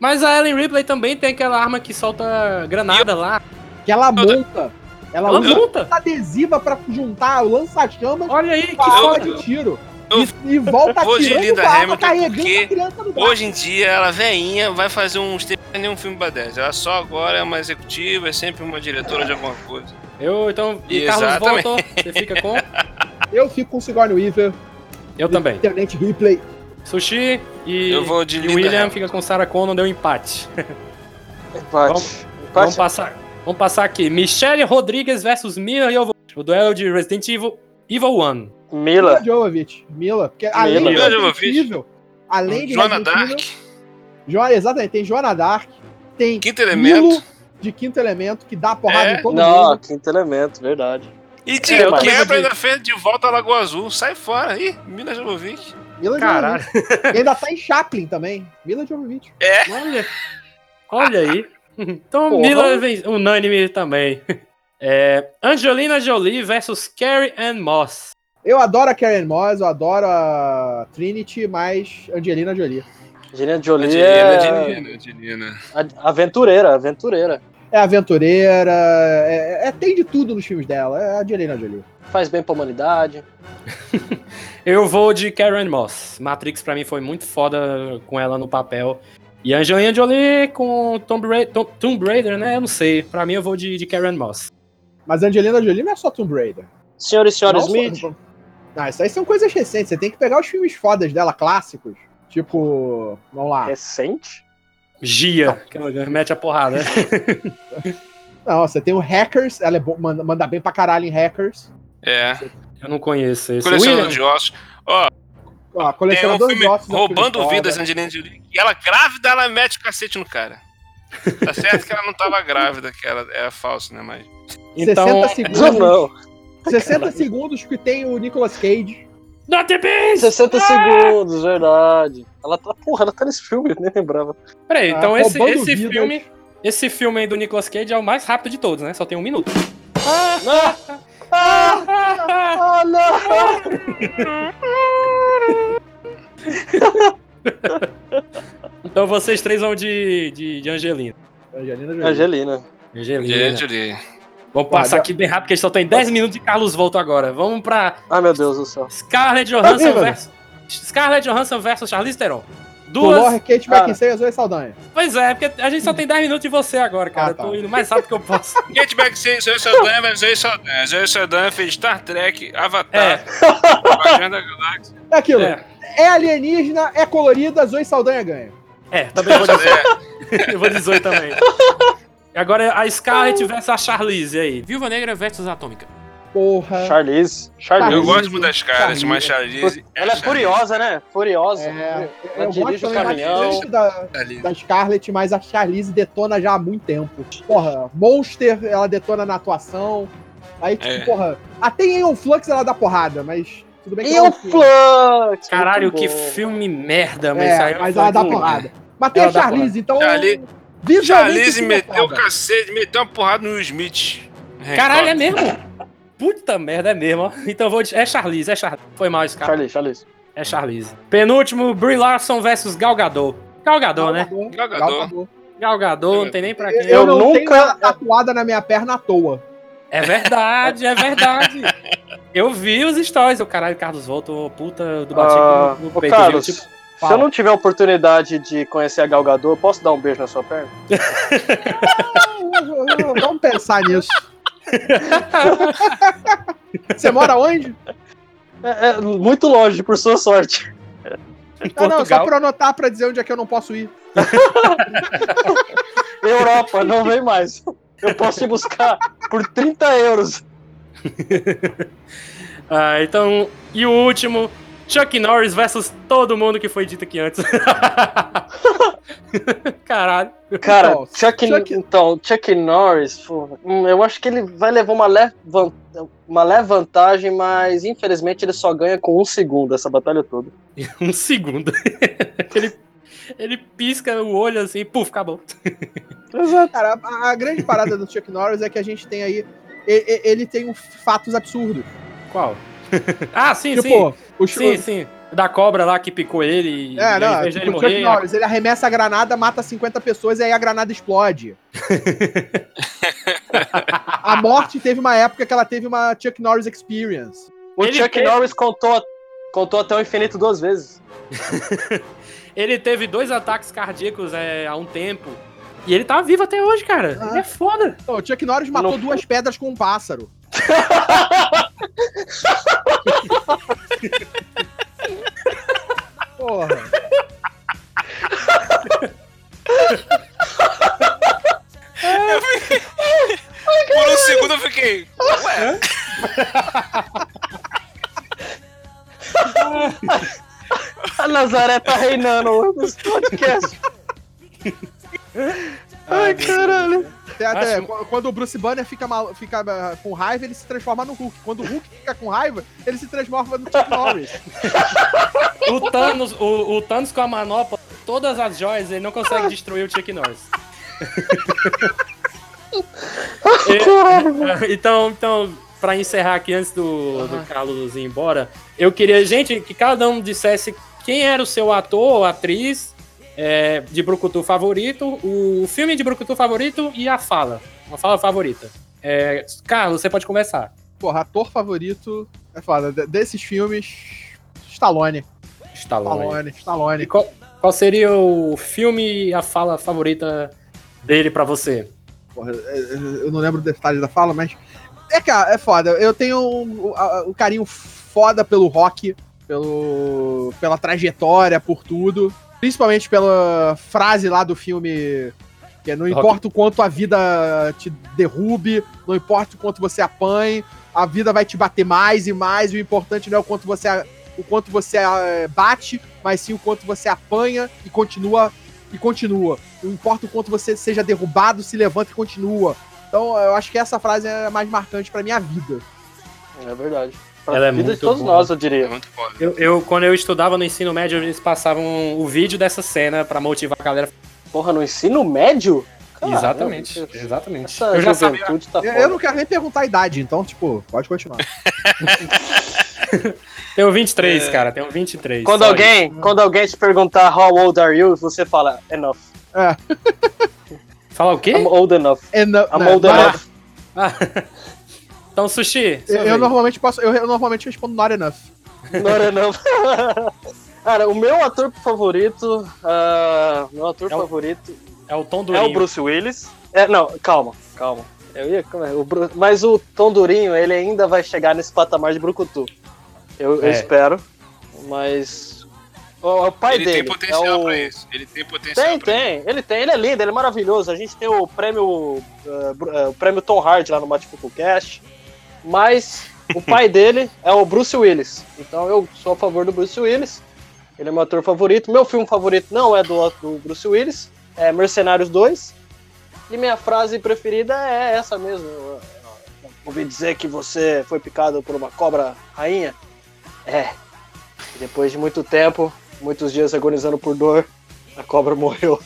[SPEAKER 4] Mas a Ellen Ripley também tem aquela arma que solta granada lá.
[SPEAKER 8] Que ela monta. Ela
[SPEAKER 4] Ela
[SPEAKER 8] usa
[SPEAKER 4] luta.
[SPEAKER 8] uma adesiva pra juntar, lança chamas
[SPEAKER 4] Olha aí, que
[SPEAKER 8] e arma
[SPEAKER 4] foda.
[SPEAKER 8] de tiro.
[SPEAKER 6] eu-
[SPEAKER 8] e, e volta
[SPEAKER 6] eu vou de
[SPEAKER 8] atirando
[SPEAKER 6] Linda
[SPEAKER 8] com a arma
[SPEAKER 6] Hamilton
[SPEAKER 8] carregando
[SPEAKER 6] porque
[SPEAKER 8] a criança no braço.
[SPEAKER 6] Hoje em dia, ela veinha vai fazer um nenhum filme pra 10. Ela só agora é uma executiva, é sempre uma diretora de alguma coisa.
[SPEAKER 4] Eu, então, e Carlos
[SPEAKER 6] Exatamente.
[SPEAKER 4] Volto, você fica com?
[SPEAKER 8] Eu fico com o Sigourney Weaver,
[SPEAKER 4] Eu também.
[SPEAKER 8] Internet Replay.
[SPEAKER 4] Sushi e,
[SPEAKER 6] Eu vou de
[SPEAKER 4] e
[SPEAKER 6] Linda
[SPEAKER 4] William
[SPEAKER 6] Hamilton.
[SPEAKER 4] fica com Sarah Connor, deu um empate.
[SPEAKER 5] Empate.
[SPEAKER 4] Vamos
[SPEAKER 5] Empate.
[SPEAKER 4] passar, vamos passar aqui. Michelle Rodrigues versus Mila Jovovich. O duelo de Resident Evil Evil 1.
[SPEAKER 5] Mila.
[SPEAKER 8] Mila Jovovich. Mila. Porque além
[SPEAKER 5] Mila.
[SPEAKER 8] de
[SPEAKER 6] Mila
[SPEAKER 8] Resident
[SPEAKER 6] Jovovich.
[SPEAKER 8] Evil, além de
[SPEAKER 6] Joana
[SPEAKER 8] Resident Evil,
[SPEAKER 6] Dark,
[SPEAKER 8] Jo- exatamente, tem Joana Dark, tem
[SPEAKER 6] quinto elemento.
[SPEAKER 8] Milo de Quinto Elemento, que dá porrada
[SPEAKER 6] É?
[SPEAKER 8] em todo
[SPEAKER 5] Não,
[SPEAKER 8] mundo.
[SPEAKER 5] quinto elemento, verdade.
[SPEAKER 6] E de
[SPEAKER 5] É, mas-
[SPEAKER 6] quebra ainda fez de volta a Lagoa Azul. Sai fora. Ih, Minas Jovovich.
[SPEAKER 8] Mila
[SPEAKER 4] Caralho.
[SPEAKER 8] Jovovich. E ainda tá em Chaplin também. Mila Jovovich.
[SPEAKER 4] Olha, olha aí. Então
[SPEAKER 5] Porra.
[SPEAKER 4] Mila vem unânime também. É, Angelina Jolie versus Carrie Ann Moss.
[SPEAKER 8] Eu adoro a Karen Moss, eu adoro a Trinity, mas Angelina Jolie.
[SPEAKER 5] Angelina Jolie
[SPEAKER 6] Angelina,
[SPEAKER 5] é
[SPEAKER 6] Angelina, Angelina.
[SPEAKER 5] a- aventureira, aventureira.
[SPEAKER 8] É aventureira, é, é- tem de tudo nos filmes dela. É a Angelina Jolie.
[SPEAKER 5] Faz bem pra humanidade.
[SPEAKER 4] Eu vou de Carrie Ann Moss. Matrix pra mim foi muito foda com ela no papel. E Angelina Jolie com Tomb, Ra Tom- Tomb Raider, né? Eu não sei. Pra mim eu vou de, de Carrie Ann Moss.
[SPEAKER 8] Mas Angelina Jolie não é só Tomb Raider.
[SPEAKER 5] Senhora e senhora
[SPEAKER 8] Não,
[SPEAKER 5] Smith.
[SPEAKER 8] só- Não, isso aí são coisas recentes. Você tem que pegar os filmes fodas dela, clássicos. Tipo, vamos lá.
[SPEAKER 5] É. Recente?
[SPEAKER 4] Gia, que ela mete a porrada. né?
[SPEAKER 8] Não, você tem o Hackers, ela é bo- manda, manda bem pra caralho em Hackers.
[SPEAKER 6] É.
[SPEAKER 4] Eu não conheço esse.
[SPEAKER 6] Colecionador
[SPEAKER 4] William?
[SPEAKER 6] de ossos.
[SPEAKER 8] Ó,
[SPEAKER 6] Tem um
[SPEAKER 8] colecionador
[SPEAKER 6] filme
[SPEAKER 8] de ossos. é um filme
[SPEAKER 6] roubando
[SPEAKER 8] foda.
[SPEAKER 6] vidas, né? Angelina Jolie. E ela grávida, ela mete o cacete no cara. Tá certo que ela não tava grávida, que ela é falso, né? Mas.
[SPEAKER 8] 60
[SPEAKER 5] Então, Não,
[SPEAKER 8] segundos.
[SPEAKER 5] não.
[SPEAKER 8] 60 segundos que tem o Nicolas Cage.
[SPEAKER 4] Not the beast!
[SPEAKER 5] 60 segundos, verdade. Ela tá, porra, ela tá nesse filme, eu nem lembrava.
[SPEAKER 4] Peraí,
[SPEAKER 8] Ah,
[SPEAKER 4] então esse,
[SPEAKER 8] roubando
[SPEAKER 4] esse
[SPEAKER 8] vidas.
[SPEAKER 4] filme. Esse filme aí do Nicolas Cage é o mais rápido de todos, né? Só tem um minuto.
[SPEAKER 5] Ah, ah, não!
[SPEAKER 4] Então vocês três vão de, de, de Angelina.
[SPEAKER 8] Angelina Jolie.
[SPEAKER 5] Angelina.
[SPEAKER 6] Angelina
[SPEAKER 4] Angelina.
[SPEAKER 6] Jolie.
[SPEAKER 4] Vamos passar aqui bem rápido, porque só tem 10 minutos de Carlos Volto agora. Vamos pra
[SPEAKER 5] Ai, meu Deus do céu.
[SPEAKER 4] Scarlett
[SPEAKER 8] Tá
[SPEAKER 4] Johansson
[SPEAKER 8] vivo, né?
[SPEAKER 4] versus. Scarlett Johansson versus Charlize Theron.
[SPEAKER 8] Duas...
[SPEAKER 4] Duas.
[SPEAKER 8] Kate
[SPEAKER 5] Cara.
[SPEAKER 8] McKinsey e a Zoe Saldanha.
[SPEAKER 4] Pois é, porque a gente só tem 10 minutos de você agora, cara.
[SPEAKER 8] Ah,
[SPEAKER 4] Eu tô
[SPEAKER 8] tá.
[SPEAKER 4] indo mais rápido que eu posso.
[SPEAKER 6] Kate Beckinsale, Zoe Saldanha, mas Zoe Saldanha. Zoe Saldanha fez Star Trek,
[SPEAKER 4] É,
[SPEAKER 6] Avatar, Guardiã da Galáxia.
[SPEAKER 8] É aquilo. É,
[SPEAKER 4] é,
[SPEAKER 8] alienígena, é colorida, a Zoe Saldanha ganha.
[SPEAKER 4] é, também vou dizer. Eu vou 18 também. Agora a
[SPEAKER 8] Ah.
[SPEAKER 4] Scarlett versus a Charlize aí. Viúva Negra versus Atômica.
[SPEAKER 8] Porra.
[SPEAKER 5] Charlize.
[SPEAKER 6] Eu
[SPEAKER 5] Charlize.
[SPEAKER 6] gosto muito das caras, mas Charlize.
[SPEAKER 5] Ela é furiosa, né? Furiosa.
[SPEAKER 8] É,
[SPEAKER 5] Ela
[SPEAKER 8] eu gosto
[SPEAKER 5] dirige o
[SPEAKER 8] também
[SPEAKER 5] caminhão.
[SPEAKER 8] bastante da,
[SPEAKER 6] Charlize.
[SPEAKER 8] da Scarlett, mas a Charlize detona já há muito tempo. Porra, Monster, ela detona na atuação. Aí, tipo,
[SPEAKER 6] É.
[SPEAKER 8] porra. Até em Aeon Flux ela dá porrada, mas tudo bem que
[SPEAKER 5] E o
[SPEAKER 8] ela-
[SPEAKER 5] Flux!
[SPEAKER 4] Caralho,
[SPEAKER 5] muito
[SPEAKER 4] que
[SPEAKER 5] bom.
[SPEAKER 4] filme merda, mas isso aí
[SPEAKER 8] É,
[SPEAKER 4] eu
[SPEAKER 8] mas
[SPEAKER 4] falo
[SPEAKER 8] ela dá
[SPEAKER 4] de-
[SPEAKER 8] porrada. Mas tem
[SPEAKER 4] Ela
[SPEAKER 8] a
[SPEAKER 4] dá
[SPEAKER 8] Charlize, então.
[SPEAKER 6] Charli-
[SPEAKER 8] visualmente
[SPEAKER 6] Charlize
[SPEAKER 8] o filme é
[SPEAKER 6] meteu o
[SPEAKER 8] foda.
[SPEAKER 6] cacete, meteu uma porrada no Will Smith.
[SPEAKER 4] Caralho, é mesmo? Puta merda, é mesmo. ó. Então eu vou. de- É Charlize, é Charlize. Foi mal esse cara.
[SPEAKER 5] Charlize, Charlize.
[SPEAKER 4] É Charlize. Penúltimo, Brie Larson versus Galgador. Galgador, né?
[SPEAKER 8] Galgador,
[SPEAKER 6] Gal Gadot.
[SPEAKER 8] Galgador.
[SPEAKER 4] Galgador, não tem nem pra quem.
[SPEAKER 8] Eu, não
[SPEAKER 5] nunca-
[SPEAKER 8] tenho ela tatuada na minha perna à toa.
[SPEAKER 4] É verdade, é verdade. Eu vi os stories, o caralho, Carlos Volto, puta do batido
[SPEAKER 5] Ah,
[SPEAKER 4] no
[SPEAKER 5] ô,
[SPEAKER 4] peito.
[SPEAKER 5] Carlos,
[SPEAKER 4] viu? Tipo,
[SPEAKER 5] Se eu não tiver oportunidade de conhecer a Galgador, eu posso dar um beijo na sua perna?
[SPEAKER 8] Vamos pensar nisso. Você mora onde?
[SPEAKER 5] É, é muito longe, por sua sorte.
[SPEAKER 8] Ah, Não, não, só pra eu anotar pra dizer onde é que eu não posso ir.
[SPEAKER 5] Europa, não vem mais. Eu posso te buscar por 30 euros.
[SPEAKER 4] Ah, então, e o último, Chuck Norris versus todo mundo que foi dito aqui antes. Caralho.
[SPEAKER 5] Cara, Chuck, então, Chuck Norris, pô, hum, eu acho que ele vai levar uma leve, van- uma leve vantagem, mas infelizmente ele só ganha com um segundo essa batalha toda.
[SPEAKER 4] Um segundo. ele, ele pisca o olho assim, puf, acabou.
[SPEAKER 8] Cara, a, a grande parada do Chuck Norris é que a gente tem aí. e- e- Ele, tem um fatos absurdos.
[SPEAKER 4] Qual? Ah, sim,
[SPEAKER 8] Tipo,
[SPEAKER 4] sim.
[SPEAKER 8] o
[SPEAKER 4] sim,
[SPEAKER 8] Chu-
[SPEAKER 4] sim. Da cobra lá que picou ele e
[SPEAKER 8] É,
[SPEAKER 4] ao
[SPEAKER 8] não,
[SPEAKER 4] invés de ele
[SPEAKER 8] tipo, o Chuck
[SPEAKER 4] morrer. né?
[SPEAKER 8] Norris, ele arremessa a granada, mata 50 pessoas e aí a granada explode. a morte teve uma época que ela teve uma Chuck Norris Experience.
[SPEAKER 5] O
[SPEAKER 4] Ele
[SPEAKER 5] Chuck
[SPEAKER 4] fez-
[SPEAKER 5] Norris contou, contou até o infinito duas vezes.
[SPEAKER 4] Ele teve dois ataques cardíacos é, há um tempo. E ele tá vivo até hoje, cara.
[SPEAKER 8] Ah.
[SPEAKER 4] Ele é foda.
[SPEAKER 8] Não, o Chuck Norris matou
[SPEAKER 5] Não-
[SPEAKER 8] duas pedras com um pássaro. Porra.
[SPEAKER 6] Por um segundo eu fiquei. Ué,
[SPEAKER 5] A Nazaré tá reinando nesse podcast. Ai, caralho.
[SPEAKER 8] Tem até-
[SPEAKER 4] Acho-
[SPEAKER 8] qu- Quando o Bruce Banner fica, mal- fica ah, com raiva, ele se transforma no Hulk. Quando o Hulk fica com raiva, ele se transforma no Chuck Norris.
[SPEAKER 4] O Thanos, o, o Thanos com a manopla, todas as joias, ele não consegue destruir o Chuck Norris. E- então, então, pra encerrar aqui antes do, do Carlos ir embora, eu queria, gente, que cada um dissesse quem era o seu ator ou atriz é, de Brucutu favorito, o filme de Brucutu favorito e a fala. Uma fala favorita. É, Carlos, você pode começar.
[SPEAKER 8] Porra, ator favorito. É foda. de- Desses filmes. Stallone.
[SPEAKER 4] Stallone.
[SPEAKER 8] Stallone, Stallone.
[SPEAKER 4] E qual, qual seria o filme e a fala favorita dele pra você?
[SPEAKER 8] Porra, é- é- eu não lembro o detalhe da fala, mas. É, cara, é foda. Eu tenho um, um- a- um carinho foda pelo rock, pelo, pela trajetória, por tudo. Principalmente pela frase lá do filme. Que é, não
[SPEAKER 4] Rock.
[SPEAKER 8] importa o quanto a vida te derrube, não importa o quanto você apanhe, a vida vai te bater mais e mais, e o importante não é o quanto você, a- o quanto você eh, bate, mas sim o quanto você apanha e continua e continua. Não importa o quanto você seja derrubado, se levanta e continua. Então, eu acho que essa frase é a mais marcante pra minha vida.
[SPEAKER 5] É verdade. Pra
[SPEAKER 4] Ela é
[SPEAKER 5] vida de
[SPEAKER 4] muito
[SPEAKER 5] todos
[SPEAKER 4] boa.
[SPEAKER 5] nós, eu
[SPEAKER 6] é
[SPEAKER 5] diria.
[SPEAKER 6] muito foda.
[SPEAKER 4] Eu, eu- quando eu estudava no ensino médio, eles passavam o vídeo dessa cena pra motivar a galera.
[SPEAKER 5] Porra, no ensino médio? Caralho,
[SPEAKER 4] exatamente,
[SPEAKER 5] Ah, meu Deus.
[SPEAKER 4] exatamente.
[SPEAKER 5] Essa
[SPEAKER 4] Eu já sabia.
[SPEAKER 5] juventude tá
[SPEAKER 8] Eu,
[SPEAKER 5] foda.
[SPEAKER 8] eu não quero nem perguntar a idade, então, tipo, pode continuar.
[SPEAKER 4] Tenho 23, cara, um tenho 23.
[SPEAKER 5] É. Quando
[SPEAKER 4] só
[SPEAKER 5] alguém, quando alguém te perguntar how old are you, você fala enough.
[SPEAKER 4] isso. Fala o quê?
[SPEAKER 5] I'm old enough.
[SPEAKER 8] É, não-
[SPEAKER 4] Tá
[SPEAKER 5] I'm
[SPEAKER 8] não,
[SPEAKER 5] old
[SPEAKER 8] não,
[SPEAKER 5] enough.
[SPEAKER 4] Ah. então, Sushi, sua
[SPEAKER 8] eu, eu
[SPEAKER 4] vez.
[SPEAKER 8] normalmente posso, eu, eu normalmente respondo not enough.
[SPEAKER 5] Not enough. Cara, o meu ator favorito. ah, meu ator
[SPEAKER 4] É o-
[SPEAKER 5] favorito
[SPEAKER 4] é o Tom
[SPEAKER 5] é
[SPEAKER 4] Durinho.
[SPEAKER 5] o Bruce Willis. É, não, calma, calma. Eu ia, calma aí, o Bru- mas o Tom Durinho, ele ainda vai chegar nesse patamar de Brucutu. Eu, eu
[SPEAKER 4] É.
[SPEAKER 5] espero. Mas. O, o pai
[SPEAKER 6] Ele
[SPEAKER 5] dele.
[SPEAKER 6] tem potencial
[SPEAKER 5] é o...
[SPEAKER 6] pra isso. Ele tem potencial
[SPEAKER 5] Tem,
[SPEAKER 6] pra isso.
[SPEAKER 5] tem. Ele tem, ele é lindo, ele é maravilhoso. A gente tem o prêmio. eh, Bru- eh, o prêmio Tom Hardy lá no Matipuco Cast. Mas o pai dele é o Bruce Willis. Então eu sou a favor do Bruce Willis. Ele é meu ator favorito. Meu filme favorito não é do, do Bruce Willis, é Mercenários 2. E minha frase preferida é essa mesmo. Eu- eu Ouvi dizer que você foi picado por uma cobra rainha. É. E depois de muito tempo, muitos dias agonizando por dor, a cobra morreu.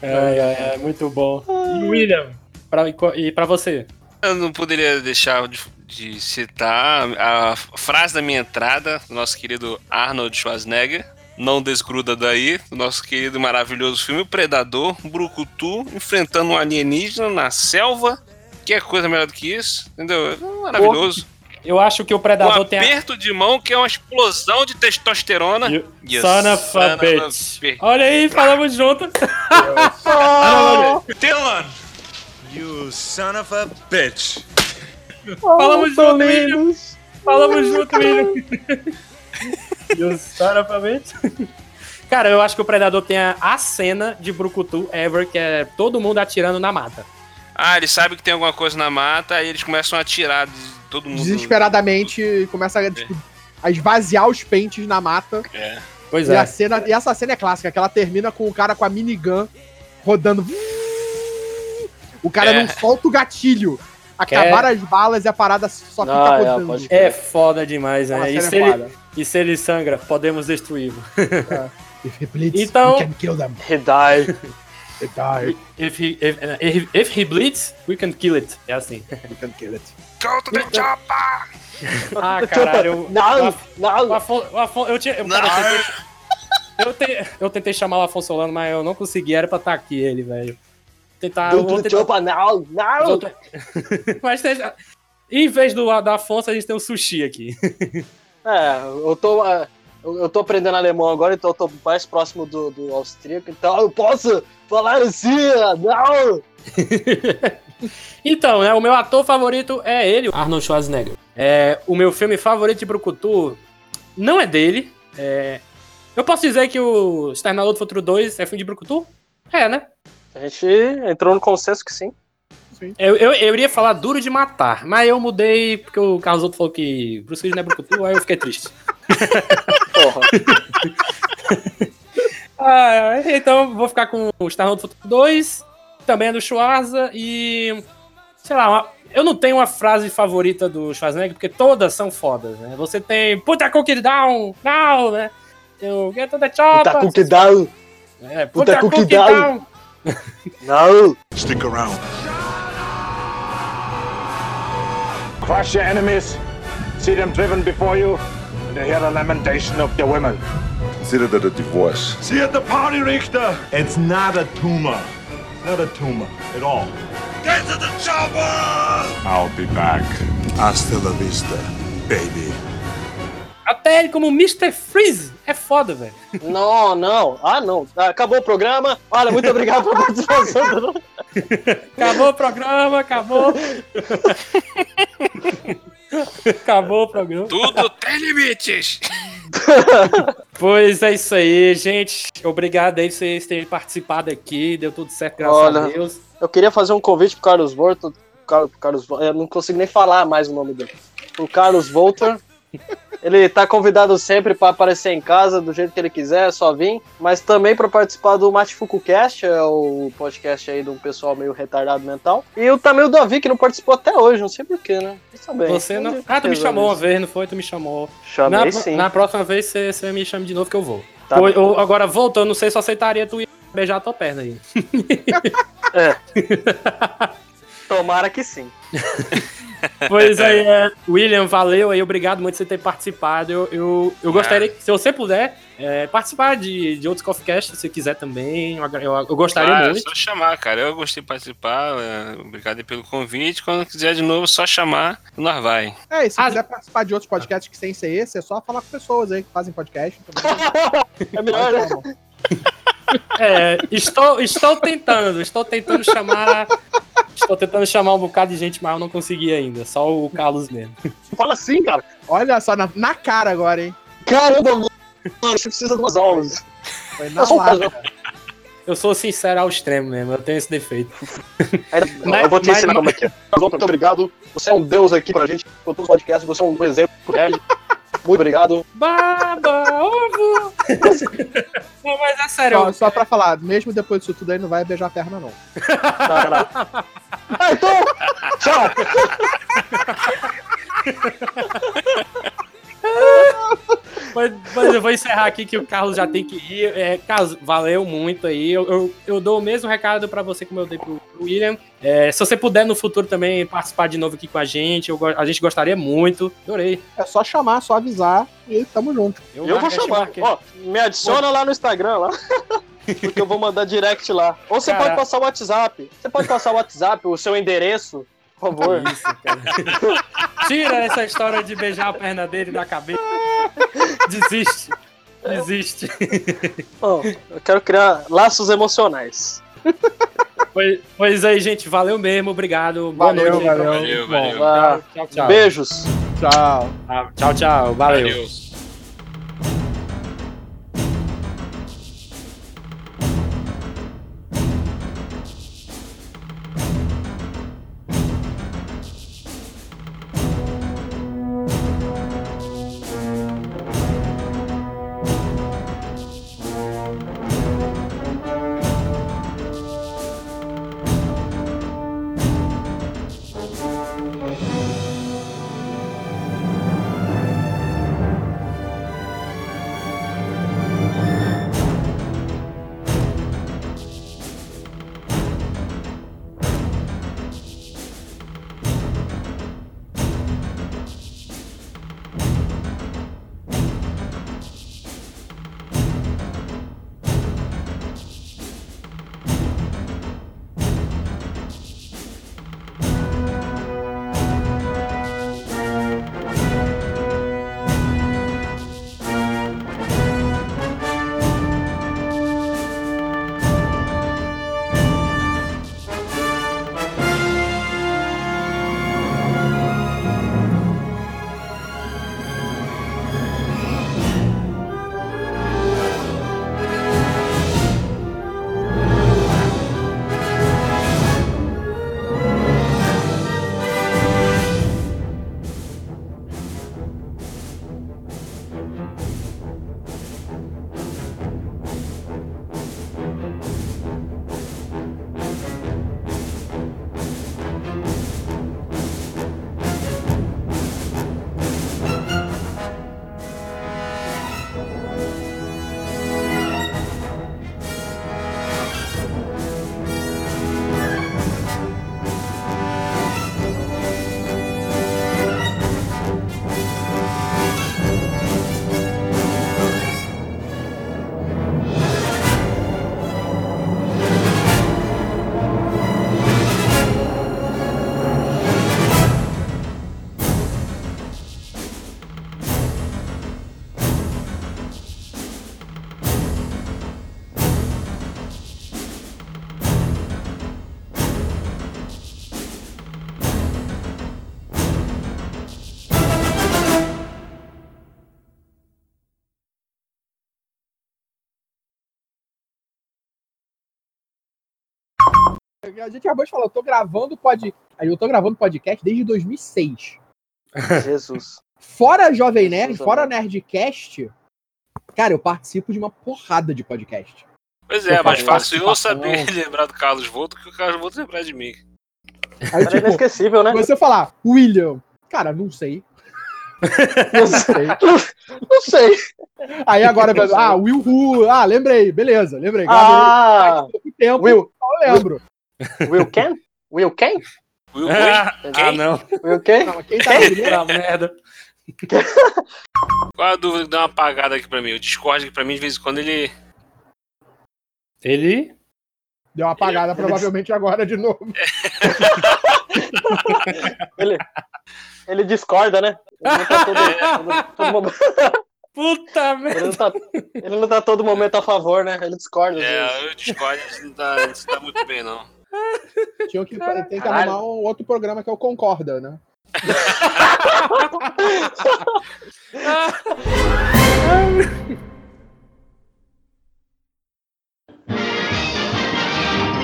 [SPEAKER 4] Ai, ai, ai, é, muito bom. E William, pra, e co- e pra você?
[SPEAKER 6] Eu não poderia deixar de, de citar a frase da minha entrada, do nosso querido Arnold Schwarzenegger. Não desgruda daí, do nosso querido e maravilhoso filme Predador, Brucutu, enfrentando um alienígena na selva. Que é coisa melhor do que isso, entendeu? É Maravilhoso.
[SPEAKER 4] Eu acho que o
[SPEAKER 6] Um
[SPEAKER 4] Predador tem Tá, a...
[SPEAKER 6] aperto de mão que é uma explosão de testosterona.
[SPEAKER 4] You-
[SPEAKER 6] You
[SPEAKER 4] Son of a bitch. Olha aí, falamos junto.
[SPEAKER 13] Dylan! You son of a bitch!
[SPEAKER 4] falamos junto, William. Falamos junto, William. E o Sara pra mim? Cara, eu acho que o Predador tem a, a cena de Brucutu Ever, que é todo mundo atirando na mata.
[SPEAKER 6] Ah, eles sabem que tem alguma coisa na mata, aí eles começam a atirar de todo
[SPEAKER 4] Uhum.
[SPEAKER 6] mundo.
[SPEAKER 8] Desesperadamente começa a, tipo, a esvaziar os pentes na mata.
[SPEAKER 6] É.
[SPEAKER 4] Pois
[SPEAKER 8] e
[SPEAKER 4] é.
[SPEAKER 8] A cena, e essa cena é clássica, que ela termina com o cara com a minigun rodando. O cara
[SPEAKER 4] É.
[SPEAKER 8] não solta o gatilho.
[SPEAKER 4] Quer-
[SPEAKER 8] Acabaram as balas e a parada só fica
[SPEAKER 4] Ah, é,
[SPEAKER 8] rodando.
[SPEAKER 4] pode crer. é foda demais,
[SPEAKER 8] Aquela
[SPEAKER 4] né? E
[SPEAKER 8] cena
[SPEAKER 4] se,
[SPEAKER 8] é
[SPEAKER 4] ele,
[SPEAKER 8] foda.
[SPEAKER 4] e se ele sangra, podemos destruí-lo.
[SPEAKER 8] If he bleeds,
[SPEAKER 4] Então-
[SPEAKER 8] we can kill them.
[SPEAKER 5] He died.
[SPEAKER 8] He died.
[SPEAKER 4] If he, if, if- if he bleeds, we can kill it. É assim.
[SPEAKER 8] We can kill it.
[SPEAKER 6] Go to the chopper!
[SPEAKER 4] Ah, caralho.
[SPEAKER 5] Não,
[SPEAKER 4] não. O Afon, o Afon, eu tinha. Eu, cara, eu tentei- eu, te- eu tentei chamar o Afonso Solano, mas eu não consegui. Era pra estar aqui ele, velho. Tentar. eu
[SPEAKER 5] Don't
[SPEAKER 4] vou
[SPEAKER 5] do the
[SPEAKER 4] tentar-
[SPEAKER 5] job now, now.
[SPEAKER 4] Vou te- mas seja- em vez do da Afonso, a gente tem o sushi aqui.
[SPEAKER 5] É, eu tô. ah, Eu eu tô aprendendo alemão agora, então eu tô mais próximo do, do austríaco, então eu posso falar assim, ah, não!
[SPEAKER 4] Então, né, o meu ator favorito é ele, Arnold Schwarzenegger. É, o meu filme favorito de Brucutu não é dele. é- eu posso dizer que o Exterminador do Futuro 2 é filme de Brucutu? É, né?
[SPEAKER 5] A gente entrou no consenso que sim.
[SPEAKER 4] Eu, eu, eu iria falar Duro de Matar, mas eu mudei porque o Carlos Outro falou que Bruce Willis não é Brucutu, aí eu fiquei triste.
[SPEAKER 5] Porra.
[SPEAKER 4] Ah, então vou ficar com o Star Wars Futuro 2, também é do Schwarza e. Sei lá, uma- eu não tenho uma frase favorita do Schwarzenegger, porque todas são fodas, né? Você tem Puta Cookie Down, Down, né? Tem o Get to the Chopper.
[SPEAKER 5] Puta cookie down,
[SPEAKER 4] É,
[SPEAKER 5] Puta
[SPEAKER 4] Puta
[SPEAKER 5] Cookie
[SPEAKER 4] Cookie
[SPEAKER 5] Down.
[SPEAKER 4] Down.
[SPEAKER 5] não!
[SPEAKER 2] Stick around.
[SPEAKER 13] Crush your enemies, see them driven before you, and hear the lamentation of the women.
[SPEAKER 7] Consider that a divorce.
[SPEAKER 13] See at the party, Richter! It's not a tumor. Not a tumor at all. Get to the chopper!
[SPEAKER 7] I'll be back. Hasta la vista, baby.
[SPEAKER 4] Até ele como Mr. Freeze. É foda, velho.
[SPEAKER 5] Não, não. Ah, não. Acabou o programa. Olha, muito obrigado pela participação. do-
[SPEAKER 4] Acabou o programa, acabou. acabou o programa.
[SPEAKER 6] Tudo tem limites!
[SPEAKER 4] Pois é isso aí, gente. Obrigado aí por vocês terem participado aqui. Deu tudo certo, graças
[SPEAKER 5] Olha.
[SPEAKER 4] a Deus.
[SPEAKER 5] Eu queria fazer um convite pro Carlos Voltor. Car- Carlos, Vol- eu não consigo nem falar mais o nome dele. O Carlos Voltor. Ele tá convidado sempre para aparecer em casa do jeito que ele quiser, é só vir. Mas também para participar do Matifuku Cast, é o podcast aí de um pessoal meio retardado mental. E o, também o Davi, que não participou até hoje, não sei porquê, né? Não sabe.
[SPEAKER 4] Você não. Ah, tu me chamou uma vez, não foi? Tu me chamou.
[SPEAKER 5] Chamei
[SPEAKER 4] na,
[SPEAKER 5] sim.
[SPEAKER 4] na próxima vez você, você me chama de novo que eu vou.
[SPEAKER 5] Tá
[SPEAKER 4] Eu-
[SPEAKER 5] bom.
[SPEAKER 4] eu- agora, voltando, não sei se eu aceitaria tu ir beijar a tua perna aí.
[SPEAKER 5] Tomara que sim.
[SPEAKER 4] Pois aí, é. William, valeu aí, obrigado muito por você ter participado. Eu, eu, eu gostaria, que, se você puder, é, participar de, de outros Coffeecast, se quiser também. Eu, eu- eu gostaria
[SPEAKER 6] Ah, é
[SPEAKER 4] muito.
[SPEAKER 6] só chamar, cara. Eu gostei de participar. é, Obrigado aí pelo convite. Quando quiser de novo, só chamar e nós vai.
[SPEAKER 8] É, e se quiser participar de outros podcasts que sem ser esse, é só falar com pessoas aí que fazem podcast.
[SPEAKER 5] É melhor, né?
[SPEAKER 4] É, estou, estou tentando, estou tentando chamar. Estou tentando chamar um bocado de gente, mas eu não consegui ainda. Só o Carlos mesmo.
[SPEAKER 5] Fala assim, cara.
[SPEAKER 8] Olha só, na, na cara agora, hein?
[SPEAKER 5] Caramba, mano, você precisa de umas aulas.
[SPEAKER 8] Foi na lata.
[SPEAKER 4] Eu sou sincero ao extremo mesmo, eu tenho esse defeito.
[SPEAKER 5] Não, eu vou te
[SPEAKER 4] Mas-
[SPEAKER 5] ensinar
[SPEAKER 4] mas-
[SPEAKER 5] como é que é. Mas, Volta, muito obrigado. Você é um deus aqui pra gente, com todos os podcasts. Você é um exemplo pro Nerd. Muito obrigado.
[SPEAKER 4] Baba, ovo! não, mas é sério.
[SPEAKER 8] Só, só pra falar, mesmo depois disso tudo aí, não vai beijar a perna, não.
[SPEAKER 5] Ah, então, tchau.
[SPEAKER 4] Mas, mas eu vou encerrar aqui que o Carlos já tem que ir. É, Carlos, valeu muito aí. Eu, eu, eu dou o mesmo recado pra você como eu dei pro, pro William. É, se você puder no futuro também participar de novo aqui com a gente, eu go- a gente gostaria muito. Adorei.
[SPEAKER 8] É só chamar, só avisar e tamo junto.
[SPEAKER 5] Eu vou
[SPEAKER 4] marquei-
[SPEAKER 5] chamar.
[SPEAKER 4] marquei.
[SPEAKER 5] Ó, me adiciona lá no Instagram, lá. Porque eu vou mandar direct lá. Ou você
[SPEAKER 4] Cara.
[SPEAKER 5] pode passar o WhatsApp. Você pode passar o WhatsApp, o seu endereço. Por favor.
[SPEAKER 4] Isso, cara. Tira essa história de beijar a perna dele da cabeça. Desiste. Desiste.
[SPEAKER 5] Bom, eu quero criar laços emocionais.
[SPEAKER 4] Pois, pois aí, gente, valeu mesmo, obrigado. Boa
[SPEAKER 5] Valeu,
[SPEAKER 4] noite.
[SPEAKER 5] valeu.
[SPEAKER 4] Valeu, valeu. Tchau, tchau.
[SPEAKER 5] Beijos.
[SPEAKER 14] Tchau.
[SPEAKER 4] Tchau, tchau. valeu.
[SPEAKER 8] A gente acabou de falar, eu tô gravando pod... eu tô gravando podcast desde 2006.
[SPEAKER 5] Jesus.
[SPEAKER 8] Fora Jovem Nerd,
[SPEAKER 5] Jesus,
[SPEAKER 8] fora Nerdcast, cara, eu participo de uma porrada de podcast.
[SPEAKER 6] Pois é,
[SPEAKER 8] Eu
[SPEAKER 6] mais
[SPEAKER 8] faço
[SPEAKER 6] fácil eu saber lembrar do Carlos Volto que o Carlos Volto lembrar de mim.
[SPEAKER 8] Aí,
[SPEAKER 5] Cara, é inesquecível, né?
[SPEAKER 8] Você falar, William, cara, não sei.
[SPEAKER 5] Não sei. Não sei.
[SPEAKER 8] Aí agora, ah, Will Who, ah, lembrei, beleza, lembrei. gravei.
[SPEAKER 5] Ah,
[SPEAKER 8] Faz pouco tempo,
[SPEAKER 5] Will.
[SPEAKER 8] só eu lembro.
[SPEAKER 5] Will Ken? Will Ken?
[SPEAKER 6] Will
[SPEAKER 4] Ah, não.
[SPEAKER 5] Will Ken?
[SPEAKER 8] Quem tá aí, né?
[SPEAKER 4] Puta merda.
[SPEAKER 6] Qual é a dúvida que dá uma apagada aqui pra mim? O Discord aqui pra mim, de vez em quando, ele.
[SPEAKER 4] Ele?
[SPEAKER 8] Deu uma apagada provavelmente agora de novo.
[SPEAKER 5] Ele, ele discorda, né? Ele não tá todo, todo- todo momento,
[SPEAKER 4] Puta
[SPEAKER 5] ele,
[SPEAKER 4] merda.
[SPEAKER 5] não tá, ele não tá todo momento a favor, né? Ele discorda. às vezes.
[SPEAKER 6] É, o Discord a gente não tá, não se dá muito bem, não.
[SPEAKER 8] Tinha que, tem que
[SPEAKER 5] Caralho.
[SPEAKER 8] arrumar um outro programa que é o Concorda, né?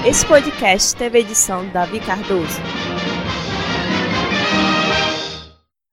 [SPEAKER 3] Esse podcast teve edição Davi Cardoso.